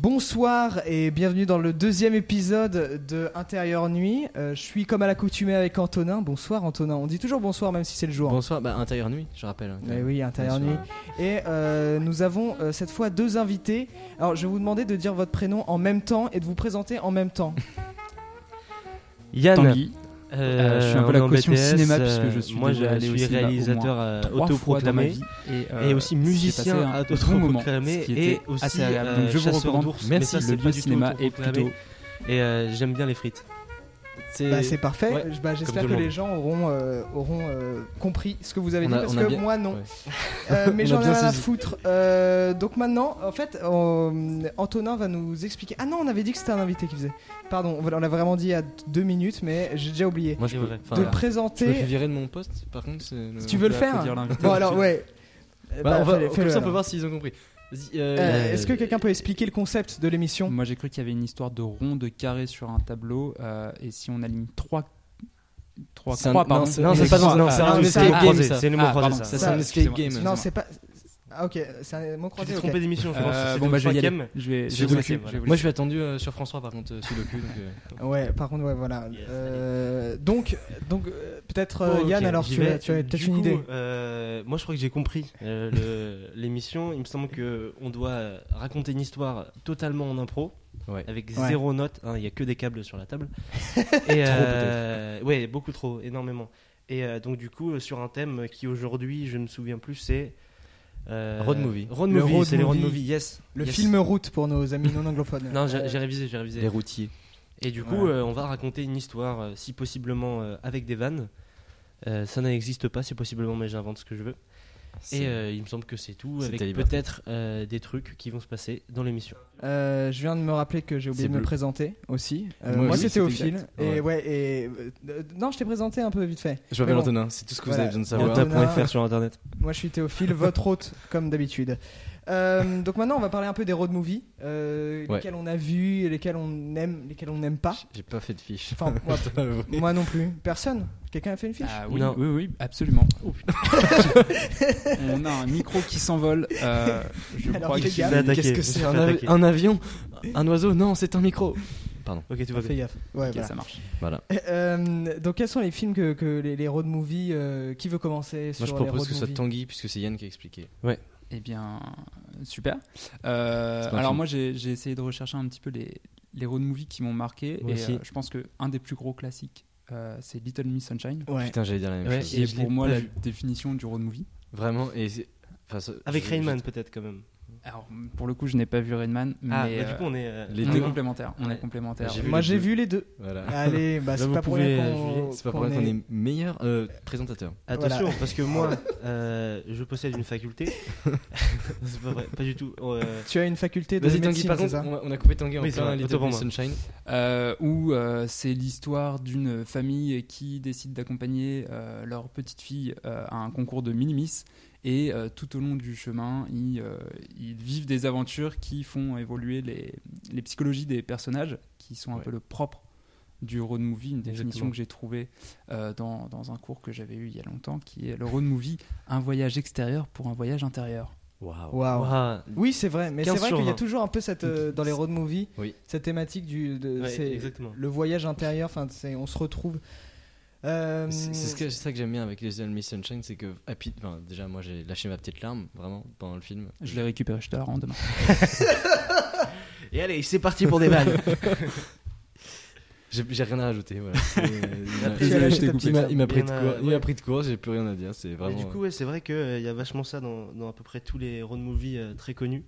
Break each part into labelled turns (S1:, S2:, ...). S1: Bonsoir et bienvenue dans le deuxième épisode de Intérieur Nuit. Euh, je suis comme à l'accoutumée avec Antonin. Bonsoir Antonin. On dit toujours bonsoir même si c'est le jour.
S2: Bonsoir, bah, intérieur nuit, je rappelle.
S1: Eh oui, Intérieur Nuit.
S2: Bonsoir.
S1: Et euh, nous avons euh, cette fois deux invités. Alors je vais vous demander de dire votre prénom en même temps et de vous présenter en même temps.
S3: Yann,
S4: Tanguy.
S3: euh,
S4: je suis un peu
S3: on
S4: la
S3: est en
S4: caution
S3: BTS,
S4: cinéma
S3: euh,
S4: puisque je suis
S3: moi,
S4: déjà allé
S3: je
S4: au
S3: suis
S4: cinéma au
S3: réalisateur euh,
S4: trois fois dans ma
S3: autoproclamé
S4: vie et,
S3: et
S4: euh,
S3: aussi
S4: c'est
S3: musicien
S4: passé un
S3: à
S4: bon
S3: autoproclamé
S4: ce qui
S3: et
S4: était
S3: aussi
S4: assez agréable. Donc,
S3: euh,
S4: je vous
S3: chasseur
S4: recommande.
S3: d'ours.
S4: Merci,
S3: Mais ça,
S4: le
S3: c'est
S4: lieu
S3: pas
S4: de
S3: du tout
S4: cinéma est
S3: autoproclamé.
S4: plutôt
S3: Et euh, j'aime bien les frites. C'est
S1: Bah, c'est parfait.
S3: Ouais,
S1: Je- bah, J'espère
S3: tout
S1: que
S3: le
S1: les
S3: monde.
S1: gens auront, euh, auront euh, compris ce que vous avez
S2: On
S1: dit
S2: a-
S1: parce
S2: on a
S1: que
S2: bien-
S1: moi non.
S2: ouais.
S1: Euh, mais
S4: On a
S1: j'en ai
S4: bien
S1: rien à
S4: saisi.
S1: foutre. Euh, donc maintenant, en fait, euh, Antonin va nous expliquer. Ah non, on avait dit que c'était un invité qui faisait. Pardon, on l'a vraiment dit à deux minutes, mais j'ai déjà oublié.
S2: Moi, je
S3: Et
S2: peux,
S3: vrai.
S2: enfin,
S1: de
S2: voilà. Je me
S1: présenter.
S2: suis viré de mon poste, par contre. c'est-
S1: Si tu veux le
S4: peut
S1: faire
S4: applaudir l'invité.
S1: Bon, alors, ouais. Euh,
S2: Bah,
S1: bah,
S2: on va-
S1: fais-le,
S2: comme
S1: fais-le,
S2: ça, on peut
S1: alors.
S2: voir s'ils ont compris. Vas-y, euh,
S1: Euh, Est-ce que quelqu'un peut expliquer le concept de l'émission
S4: Moi j'ai cru qu'il y avait une histoire de rond, de carré sur un tableau euh, et si on aligne trois, trois
S2: C'est un-
S4: croix,
S2: non,
S4: pardon.
S2: c'est- non, c'est pas dans- non, c'est
S1: un
S4: ah,
S1: escape
S4: ah,
S1: game,
S4: pardon,
S3: ça.
S4: C'est les mots
S3: Ah,
S4: croisés,
S3: pardon,
S4: ça.
S2: ça, Mm, c'est un escape
S4: excusez-moi,
S2: game.
S4: excusez-moi.
S1: Non, c'est pas. Ah, ok, c'est un mot
S3: Tu t'es
S1: croisé. ok.
S3: trompé d'émission, je pense.
S4: Euh,
S3: c'était
S4: bon,
S3: le
S4: bah, je vais y aller.
S3: cinquième.
S4: Je
S3: Sudoku,
S4: vais, je vais vous laisser,
S3: voilà.
S4: je vais vous
S2: Moi, je suis attendu euh, sur France 3, par contre, euh, Sudoku. donc, euh,
S1: Ouais, par contre, ouais, voilà.
S3: Yes,
S1: Euh, donc, donc euh, peut-être euh,
S3: Oh, ok,
S1: Yann, alors
S3: j'y
S1: tu
S3: vais.
S1: as, tu as
S3: Du
S1: peut-être une
S3: coup,
S1: idée.
S3: euh, Moi, je crois que j'ai compris euh, le- l'émission. Il me semble que on doit euh, raconter une histoire totalement en impro,
S2: Ouais.
S3: avec
S1: Ouais.
S3: zéro note. hein, Il n'y a que des câbles sur la table. Et euh, ouais, beaucoup trop, énormément. Et euh, donc du coup, euh, sur un thème qui aujourd'hui, je ne me souviens plus, c'est euh,
S2: Road movie.
S3: Road
S1: Le road
S3: movie, c'est les road
S1: movie.
S3: movie. Yes.
S1: Le
S3: Yes.
S1: film Euh, Route pour nos amis non anglophones.
S3: Non, j'ai j'ai révisé, j'ai révisé.
S2: Les routiers.
S3: Et du coup,
S1: Voilà.
S3: euh, on va raconter une histoire, euh, si possiblement euh, avec des vannes. Euh, ça n'existe pas, si possiblement, mais j'invente ce que je veux.
S2: C'est-
S3: Et euh, il me semble que c'est tout,
S2: c'est
S3: avec
S2: ta liberté.
S3: peut-être euh, des trucs qui vont se passer dans l'émission.
S1: Euh, je viens de me rappeler que j'ai oublié
S2: C'est
S1: de me
S2: bleu.
S1: présenter aussi. Euh,
S2: Moi
S1: moi,
S2: aussi,
S1: c'était
S2: c'est
S1: au fil.
S2: exact.
S1: Et
S2: Ouais.
S1: ouais, et euh, non, je t'ai présenté un peu vite fait.
S2: Je m'appelle
S1: Mais bon.
S2: Antonin, c'est tout ce que vous
S1: Voilà.
S2: avez besoin de
S1: Ouais.
S2: savoir.
S1: Antonin.
S3: Delta.fr sur internet.
S1: Moi, je suis Théophile, votre hôte, comme d'habitude. Euh, donc maintenant, on va parler un peu des road movies, euh,
S2: Ouais.
S1: lesquels on a vu, lesquels on aime, lesquels on n'aime pas.
S2: J'ai pas fait de fiche.
S1: Enfin, moi,
S2: Je dois l'avouer.
S1: moi non plus. Personne. Quelqu'un a fait une fiche
S4: Ah oui,
S3: Non.
S4: oui, oui, absolument. On a un micro qui s'envole. euh, je
S1: Alors,
S4: crois
S1: les
S4: que
S1: gars,
S4: j'ai-
S3: attaqué,
S2: Qu'est-ce que
S3: je suis
S2: c'est un,
S3: fait
S2: av-
S3: attaquer.
S2: un avion Un oiseau Non, c'est un micro. Pardon.
S3: Ah, Ok, tout va
S1: Fais
S3: bien.
S1: gaffe. Ouais,
S4: Ok,
S1: voilà.
S4: ça marche.
S2: Voilà.
S1: Euh, donc quels sont les films que, que les, les road movies euh, qui veut commencer sur
S2: Moi, je
S1: les
S2: propose
S1: road
S2: que ce soit
S1: movies
S2: Tanguy, puisque c'est Yann qui a expliqué.
S4: Eh bien, super. Euh,
S2: C'est pas
S4: alors
S2: fini.
S4: moi, j'ai j'ai essayé de rechercher un petit peu les, les road movies qui m'ont marqué.
S3: Moi
S4: et
S3: aussi.
S4: euh, je pense que un des plus gros classiques, euh, c'est Little Miss Sunshine,
S1: Ouais.
S2: Putain, j'allais dire la même
S3: Ouais.
S2: chose.
S4: qui
S3: et
S4: est
S3: je
S4: pour
S3: l'ai
S4: moi
S3: pas
S4: la
S3: vu.
S4: définition du road movie.
S2: Vraiment. Et c'est- enfin, ça-
S3: Avec
S2: je-
S3: Rainman, peut-être quand même.
S4: Alors pour le coup, je n'ai pas vu Rain Man, mais
S3: Ah, bah,
S4: euh,
S3: du coup, on est. euh,
S2: les
S4: on
S2: deux.
S4: est complémentaires. On est
S3: Ouais.
S4: complémentaires.
S2: J'ai vu
S1: Moi
S2: les
S1: j'ai
S2: deux.
S1: vu les deux.
S2: Voilà.
S1: Allez, bah,
S3: Là,
S1: c'est
S3: vous
S1: pas pour
S3: pouvez,
S1: rien
S3: euh,
S1: qu'on
S3: juger.
S2: C'est pas pour rien qu'on est meilleur euh, présentateur.
S3: Attention,
S1: Voilà.
S3: parce que moi, euh, je possède une faculté. c'est pas vrai, pas du tout. Euh,
S1: Tu as une faculté de
S2: Vas-y Tanguy,
S1: médecine,
S2: par
S1: c'est
S2: contre,
S1: ça
S2: on a, on a coupé Tanguy en
S3: Oui, c'est
S2: plein
S3: vrai,
S2: Little
S3: autant pour
S2: Miss
S3: moi.
S2: Sunshine.
S4: Euh, où euh, c'est l'histoire d'une famille qui décide d'accompagner euh, leur petite fille euh, à un concours de minimis et euh, tout au long du chemin ils, euh, ils vivent des aventures qui font évoluer les, les psychologies des personnages qui sont un
S2: Ouais.
S4: peu le propre du road movie, une définition
S3: Exactement.
S4: que j'ai trouvée euh, dans, dans un cours que j'avais eu il y a longtemps, qui est le road movie, un voyage extérieur pour un voyage intérieur.
S2: Waouh.
S1: Waouh.
S3: ouah,
S1: Oui, c'est vrai, mais c'est
S3: 15
S1: vrai
S3: sur
S1: qu'il y a
S3: 20.
S1: toujours un peu cette euh, dans les road movies,
S2: Oui.
S1: cette thématique du de,
S3: ouais,
S1: c'est
S3: exactement.
S1: le voyage intérieur, enfin c'est on se retrouve Euh,
S2: C'est c'est ce que- c'est ça que j'aime bien avec Little Miss Sunshine, c'est que happy, enfin, déjà moi j'ai lâché ma petite larme vraiment pendant le film.
S4: Je l'ai récupéré, je te la rends demain.
S3: Et allez, c'est parti pour des balles.
S2: J'ai j'ai rien à rajouter. Voilà. C'est- il m'a-
S3: Désolé,
S2: il m'a-
S1: je t'ai
S2: il
S1: coupé.
S2: m'a- il m'a pris,
S3: Il y
S2: de
S3: en a-
S2: court. Il
S3: ouais.
S2: m'a pris de court. J'ai plus rien à dire. C'est
S3: Et
S2: vraiment.
S3: du coup, ouais, c'est vrai qu'il y a vachement ça dans, dans à peu près tous les road movies euh, très connus,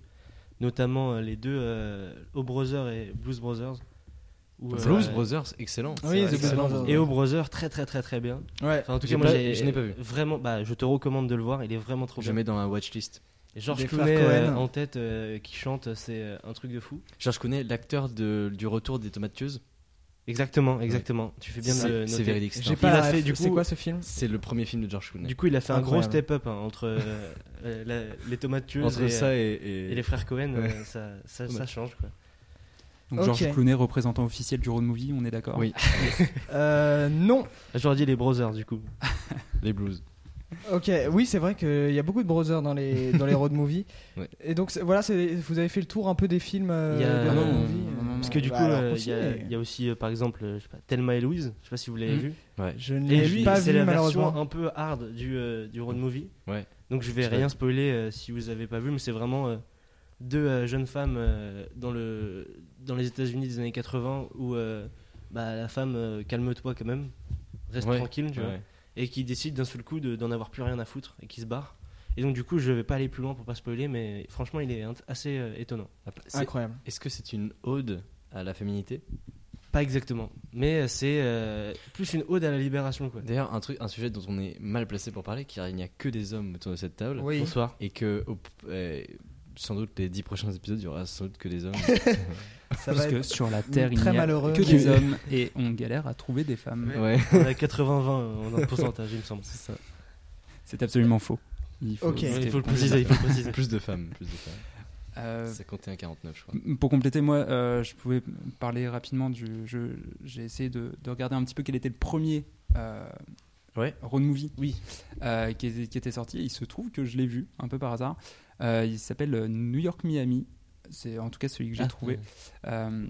S3: notamment euh, les deux euh, O Brother et Blues Brothers. où, euh,
S2: Blues Brothers, excellent.
S3: Ah
S1: Oui,
S2: C'est
S1: The Blues
S2: excellent.
S1: Brothers.
S3: Et O Brother, très très très très bien.
S1: ouais.
S3: Enfin, en tout
S2: J'ai
S3: cas, moi,
S2: pas-
S3: j'ai-
S2: je n'ai pas vu.
S3: Vraiment, bah, je te recommande de le voir. Il est vraiment trop
S2: Je
S3: bien.
S2: mets dans ma watchlist.
S3: George
S1: Des frères
S3: Clooney euh,
S1: Cohen.
S3: en tête euh, qui chante, c'est euh, un truc de fou.
S2: Genre, je connais l'acteur de- du retour des tomates tueuses.
S3: Exactement, exactement. Tu fais bien de le
S2: C'est c'est
S3: noter.
S2: véridique. c'est
S1: J'ai
S2: un-
S1: pas
S3: Il a
S1: la
S3: fait,
S1: ref.
S3: du
S1: c'est
S3: coup-
S1: quoi ce film
S2: C'est le premier film de George Clooney.
S3: Du coup, il a fait un gros
S1: Incroyable.
S3: step-up hein, entre euh, euh, la- les tomates tueuses
S2: Entre
S3: et,
S2: ça
S3: euh,
S2: et,
S3: et les frères Cohen.
S2: Ouais.
S3: euh, ça, ça, ça
S2: Ouais.
S3: change quoi.
S4: Donc
S1: Ok.
S4: Georges Clooney, représentant officiel du road movie, on est d'accord
S2: Oui.
S1: Euh, non.
S3: Ah, J'aurais dit les Brothers du coup.
S2: les blues.
S1: Ok, oui, c'est vrai qu'il y a beaucoup de brothers dans les, dans les road movies.
S2: Ouais.
S1: Et donc, c'est- voilà, c'est- vous avez fait le tour un peu des films euh,
S3: Il y a-
S1: des
S3: Ah
S1: road
S3: non,
S1: movies.
S4: non, non, non.
S3: Parce que du
S1: Bah,
S3: coup,
S1: alors,
S3: euh, il y, a-
S1: continuez.
S3: il y a aussi euh, par exemple euh, je sais pas, Thelma et Louise, je sais pas si vous l'avez
S4: Mhm.
S3: vu.
S1: Hmm. Je ne
S3: Et
S1: l'ai
S3: lui,
S1: pas
S3: c'est
S1: vu,
S3: la
S1: malheureusement.
S3: version un peu hard du, euh, du road movie.
S2: Ouais.
S3: Donc je vais
S2: Je l'ai
S3: rien
S2: vu.
S3: spoiler euh, si vous avez pas vu, mais c'est vraiment euh, deux euh, jeunes femmes euh, dans, le, dans les États-Unis des années 80 où euh, bah, la femme, euh, calme-toi quand même, reste
S2: Ouais,
S3: tranquille, tu vois,
S2: ouais.
S3: et qui décide d'un seul coup de- d'en avoir plus rien à foutre et qui se barre. Et donc du coup, je vais pas aller plus loin pour pas spoiler, mais franchement, il est int- assez euh, étonnant.
S2: Après, c'est-
S1: Incroyable.
S2: Est-ce que c'est une ode à la féminité
S3: Pas exactement, mais euh, c'est euh, plus une ode à la libération, quoi.
S2: D'ailleurs, un truc, un sujet dont on est mal placé pour parler, car il n'y a que des hommes autour de cette table,
S1: Oui.
S3: Bonsoir.
S2: et que au- euh, sans doute les dix prochains épisodes, il y aura sans doute que des hommes.
S1: Ça
S4: Parce
S1: va
S4: que
S1: être
S4: sur la Terre, il n'y
S1: très
S4: a
S1: malheureux.
S4: que des hommes et on galère à trouver des femmes.
S2: ouais.
S3: On a 80-20 euh, en pourcentage, il me semble.
S2: C'est ça.
S4: C'est absolument faux. Il faut,
S1: Ok.
S2: Ouais,
S3: Il faut le
S2: plus
S3: préciser, il faut le préciser.
S2: Plus de femmes, plus de femmes.
S4: Euh,
S2: 51-49, je crois.
S4: M- Pour compléter, moi, euh, je pouvais parler rapidement du. je- J'ai essayé de, de regarder un petit peu quel était le premier euh,
S2: Ouais.
S4: road movie
S3: Oui.
S4: euh, qui, est- qui était sorti. Et il se trouve que je l'ai vu un peu par hasard. Euh, il s'appelle euh, New York Miami. C'est en tout cas celui que j'ai
S3: Ah.
S4: trouvé. Euh,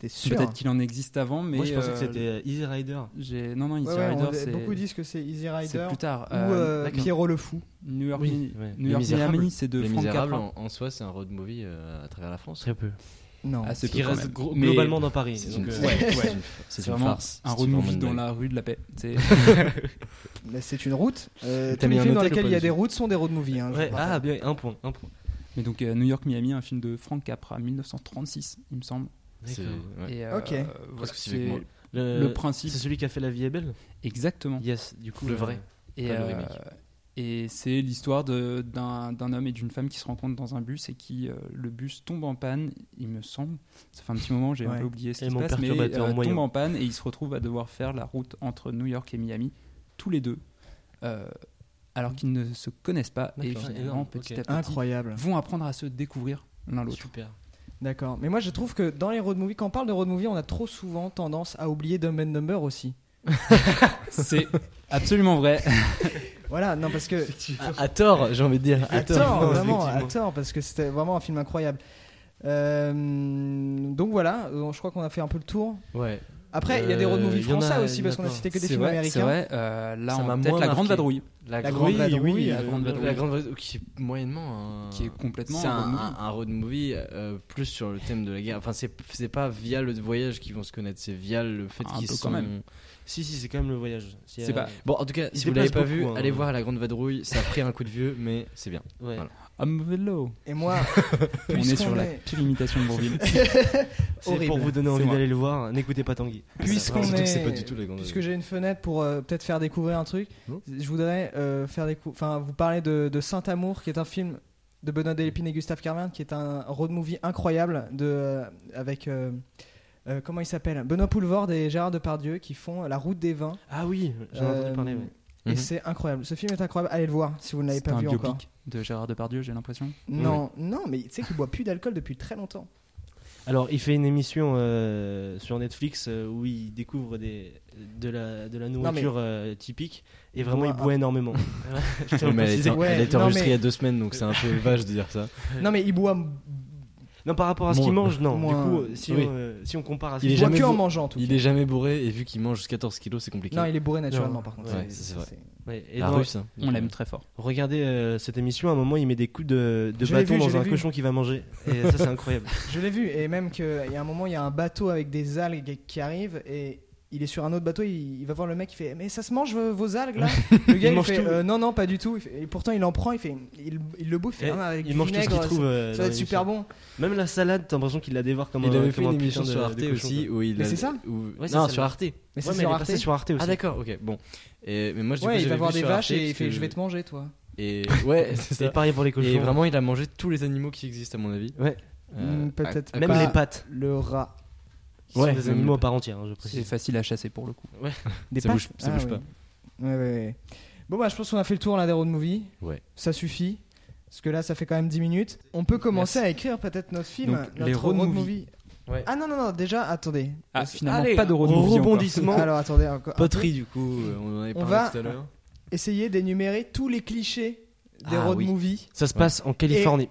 S1: T'es sûr
S4: Peut-être qu'il en existe avant, mais
S3: Moi, je pensais que
S4: euh,
S3: c'était euh, Easy Rider.
S4: j'ai- Non, non, Easy
S1: Ouais, ouais,
S4: Rider,
S1: on-
S4: c'est-
S1: Beaucoup disent que c'est Easy
S4: c'est
S1: Rider
S4: plus tard.
S1: ou
S4: Euh,
S1: euh,
S4: d'accord.
S1: Pierrot le Fou.
S4: New York,
S3: Oui,
S4: Mi-
S3: ouais.
S4: New
S2: Les
S4: York
S2: Misérables.
S4: Miami, c'est de
S2: les
S4: Frank
S2: Misérables,
S4: Capra.
S2: en, en soi, c'est un road movie euh, à travers la France.
S3: Très peu.
S1: Non.
S4: Ah, c'est peu
S3: Qui
S4: quand
S3: reste
S4: même.
S3: gro-
S4: Mais-
S3: globalement dans Paris.
S2: C'est
S3: donc,
S2: une,
S3: euh,
S2: ouais,
S1: ouais.
S2: c'est une- c'est
S4: C'est
S2: une
S4: vraiment
S2: farce.
S4: un
S2: c'est
S4: road
S2: vraiment
S4: movie
S2: une
S4: dans
S2: blague.
S4: la rue de la paix. C'est
S1: Mais C'est une route. Euh,
S2: T'as
S1: tous
S2: mis
S1: les
S2: un
S1: films dans
S2: hôtel ou
S1: lesquels
S2: pas
S1: il y a des
S2: dessus
S1: routes sont des road movies. hein, je
S3: ouais,
S1: vous rappelle.
S3: Ah, bien, un point. Un point.
S4: Mais donc euh, New York Miami, un film de Frank Capra, 1936, il me semble.
S2: C'est- ouais.
S4: Et, euh,
S1: Ok.
S4: voilà,
S2: Presque aussi
S4: c'est
S2: avec moi.
S3: Le,
S4: le
S3: Euh,
S4: principe Hein.
S3: C'est celui qui a fait La vie est belle
S4: exactement.
S3: Yes, du coup.
S2: Le
S3: euh,
S2: vrai.
S4: Et,
S2: pas le
S4: euh,
S2: remake.
S4: et c'est l'histoire de- d'un d'un homme et d'une femme qui se rencontrent dans un bus et qui euh, le bus tombe en panne, il me semble. Ça fait un petit moment, j'ai
S1: Ouais.
S4: un peu oublié ce
S3: Et
S4: qui se
S3: mon
S4: passe, mais
S3: perturbateur
S4: euh,
S3: moyen.
S4: tombe en panne et ils se retrouvent à devoir faire la route entre New York et Miami tous les deux, euh, alors qu'ils ne se connaissent pas et
S3: D'accord,
S4: finalement
S3: énorme,
S4: petit
S3: ok.
S4: à petit
S1: Incroyable.
S4: vont apprendre à se découvrir l'un l'autre.
S3: Super.
S1: D'accord. Mais moi, je trouve que dans les road movies, quand on parle de road movies, on a trop souvent tendance à oublier Dumb and Number aussi.
S4: C'est absolument vrai.
S1: Voilà, non, parce que.
S2: À, à tort, j'ai envie de dire.
S1: À tort, vraiment, à
S3: effectivement.
S1: tort, parce que c'était vraiment un film incroyable. Euh, donc voilà, euh, je crois qu'on a fait un peu le tour.
S2: Ouais.
S1: Après, il y a des road
S3: Euh,
S1: movies
S3: il y en
S1: français
S3: a-
S1: aussi, parce qu'on a
S3: d'accord.
S1: cité que des
S4: C'est
S1: films
S4: vrai, c'est
S1: américains.
S4: vrai. Euh, là,
S2: Ça
S4: on
S2: m'a
S4: a peut-être
S2: moins
S4: la Grande
S2: marqué.
S4: Vadrouille,
S1: La Grande Vadrouille,
S3: oui,
S1: la
S3: euh,
S1: Grande Vadrouille.
S2: La grande Vadrouille, qui est moyennement un-
S4: qui est complètement
S2: c'est
S4: un
S2: un,
S4: road movie.
S2: un- un road movie euh, plus sur le thème de la guerre. Enfin, c'est c'est pas via le voyage qu'ils vont se connaître, c'est via le fait
S4: Un
S2: qu'ils
S4: peu quand
S2: sont.
S4: même.
S3: Si, si, c'est quand même le voyage. Si,
S4: C'est
S3: euh,
S4: pas-
S2: Bon, en tout cas,
S3: Ils
S2: si vous l'avez pas
S3: déplacent
S2: vu,
S3: beaucoup, hein.
S2: allez voir La Grande Vadrouille. Ça a pris un coup de vieux, mais c'est bien.
S3: ouais.
S2: Voilà.
S4: I'm Velo.
S1: Et moi,
S4: Ah, On est sur
S1: puisqu'on
S4: la
S1: est-
S4: pire imitation de Bourville.
S3: C'est
S1: Horrible.
S3: pour vous donner
S4: C'est
S3: envie
S4: moi.
S3: d'aller le voir. N'écoutez pas Tanguy.
S1: Puisqu'on
S2: Surtout que c'est
S1: est-
S2: pas du tout La Grande
S1: Puisque
S2: Vadrouille.
S1: j'ai une fenêtre pour euh, peut-être faire découvrir un truc,
S2: Non.
S1: je voudrais euh, faire décou- enfin, vous parler de, de Saint-Amour, qui est un film de Benoît Delépine et Gustave Carvin, qui est un road movie incroyable de, euh, avec. euh, euh, comment il s'appelle Benoît Poulvorde et Gérard Depardieu qui font La route des vins.
S3: Ah oui, j'en ai
S1: Euh,
S3: entendu parler. ouais.
S1: Et
S2: Mhm.
S1: c'est incroyable. Ce film est incroyable. Allez le voir si vous ne l'avez
S4: C'est
S1: pas
S4: un
S1: vu encore.
S4: biopic de Gérard Depardieu, j'ai l'impression.
S1: Non, non, mais tu sais qu'il boit plus d'alcool depuis très longtemps.
S3: Alors, il fait une émission euh, sur Netflix euh, où il découvre des, de, la, de la nourriture euh, typique et vraiment il
S1: Boit un-
S3: boit énormément. Je tiens
S2: Ouais,
S3: à le
S2: mais elle
S3: préciser.
S2: était,
S1: Ouais,
S2: elle était
S1: non,
S2: enregistrée
S1: mais-
S2: il y a deux semaines, donc c'est un peu vache de dire ça.
S1: Non, mais il boit.
S3: Non, par rapport à ce qu'il
S2: Moins.
S3: mange, non.
S1: Moins.
S3: Du coup, euh, si,
S2: Oui.
S3: on, euh, si on compare à ce
S2: Il est
S1: Il
S3: qu'il
S1: boit
S2: jamais
S1: que en
S2: bou-
S1: mangeant en tout
S2: Il
S1: cas.
S2: est jamais bourré, et vu qu'il mange 14 kilos, c'est compliqué.
S1: Non, il est bourré naturellement
S3: Non.
S1: par contre.
S2: Ouais, ça, c'est vrai.
S3: Ouais, et
S2: La
S3: dans-
S2: russe. hein.
S4: On l'aime très fort.
S3: Regardez euh, cette émission, à un moment il met des coups de, de
S1: Je l'ai
S3: bâton
S1: vu, je
S3: dans
S1: l'ai
S3: un
S1: vu.
S3: cochon qui va manger. Et ça c'est incroyable.
S1: Je l'ai vu, et même qu'il y a un moment, il y a un bateau avec des algues qui arrive, et il est sur un autre bateau, il, il va voir le mec, il fait Mais ça se mange euh, vos algues là Le gars, il,
S3: mange
S1: fait
S3: tout.
S1: Euh, Non, non, pas du tout. Il fait- et pourtant, il en prend, il, fait, il, il le bouffe, il, fait,
S3: Et
S1: Ah, avec
S3: il
S1: du
S3: mange tout ce qu'il
S1: vinaigre,
S3: trouve. euh,
S1: Ça, ça
S3: dans
S1: va être super
S3: l'émission.
S1: bon.
S3: Même la salade, t'as l'impression qu'il la dévore comme
S2: Il
S3: un
S2: avait fait
S3: comme
S2: une
S3: un
S2: émission
S3: putain de-
S2: sur
S3: de
S2: Arte
S3: cochon,
S2: aussi
S3: quoi.
S2: où il
S1: Mais
S2: a-
S1: c'est ça
S2: où-
S3: Ouais, c'est
S2: Non,
S3: ça,
S2: sur
S3: là.
S2: Arte.
S1: Mais c'est
S3: Ouais, mais
S1: sur
S3: elle est
S1: Arte.
S3: passée sur Arte aussi.
S2: Ah d'accord, ok. Bon. Et, mais moi, je
S1: Ouais, il va voir
S2: voir
S1: des vaches et il fait Je vais te manger, toi.
S2: Et ouais, c'est
S3: C'est
S2: ça.
S3: pareil pour les cochons.
S2: Et vraiment, il a mangé tous les animaux qui existent à mon avis.
S3: Ouais.
S2: Euh,
S1: Hmm, Peut-être
S2: à- à
S3: Même
S1: pas
S3: les pattes.
S1: Le rat.
S3: Qui
S2: Ouais,
S3: sont des
S2: même
S3: animaux
S2: les
S3: à part entière, hein, je
S4: C'est
S3: précise.
S4: facile à chasser pour le coup.
S1: Des
S2: Ça
S1: pattes
S2: bouge- ça bouge
S1: oui. Ah Ouais, ouais, ouais. Bon, bah, je pense qu'on a fait le tour là des road movies.
S2: Ouais.
S1: Ça suffit. Parce que là, ça fait quand même 10 minutes. On peut commencer à écrire peut-être notre film,
S4: Donc,
S1: notre
S4: les road
S1: road
S4: movies.
S1: movie.
S2: Ouais.
S1: Ah non, non, non, déjà, attendez.
S3: Euh,
S4: Ah, finalement,
S2: Allez,
S4: pas de road
S2: on
S4: movie encore.
S2: rebondissement.
S1: Alors attendez, encore. un peu.
S2: Poterie du coup, euh, on en avait
S1: On
S2: parlé
S1: va-
S2: tout à l'heure.
S1: essayer d'énumérer tous les clichés des
S3: Ah
S1: road
S3: oui.
S1: movies.
S3: Ça se passe en Californie.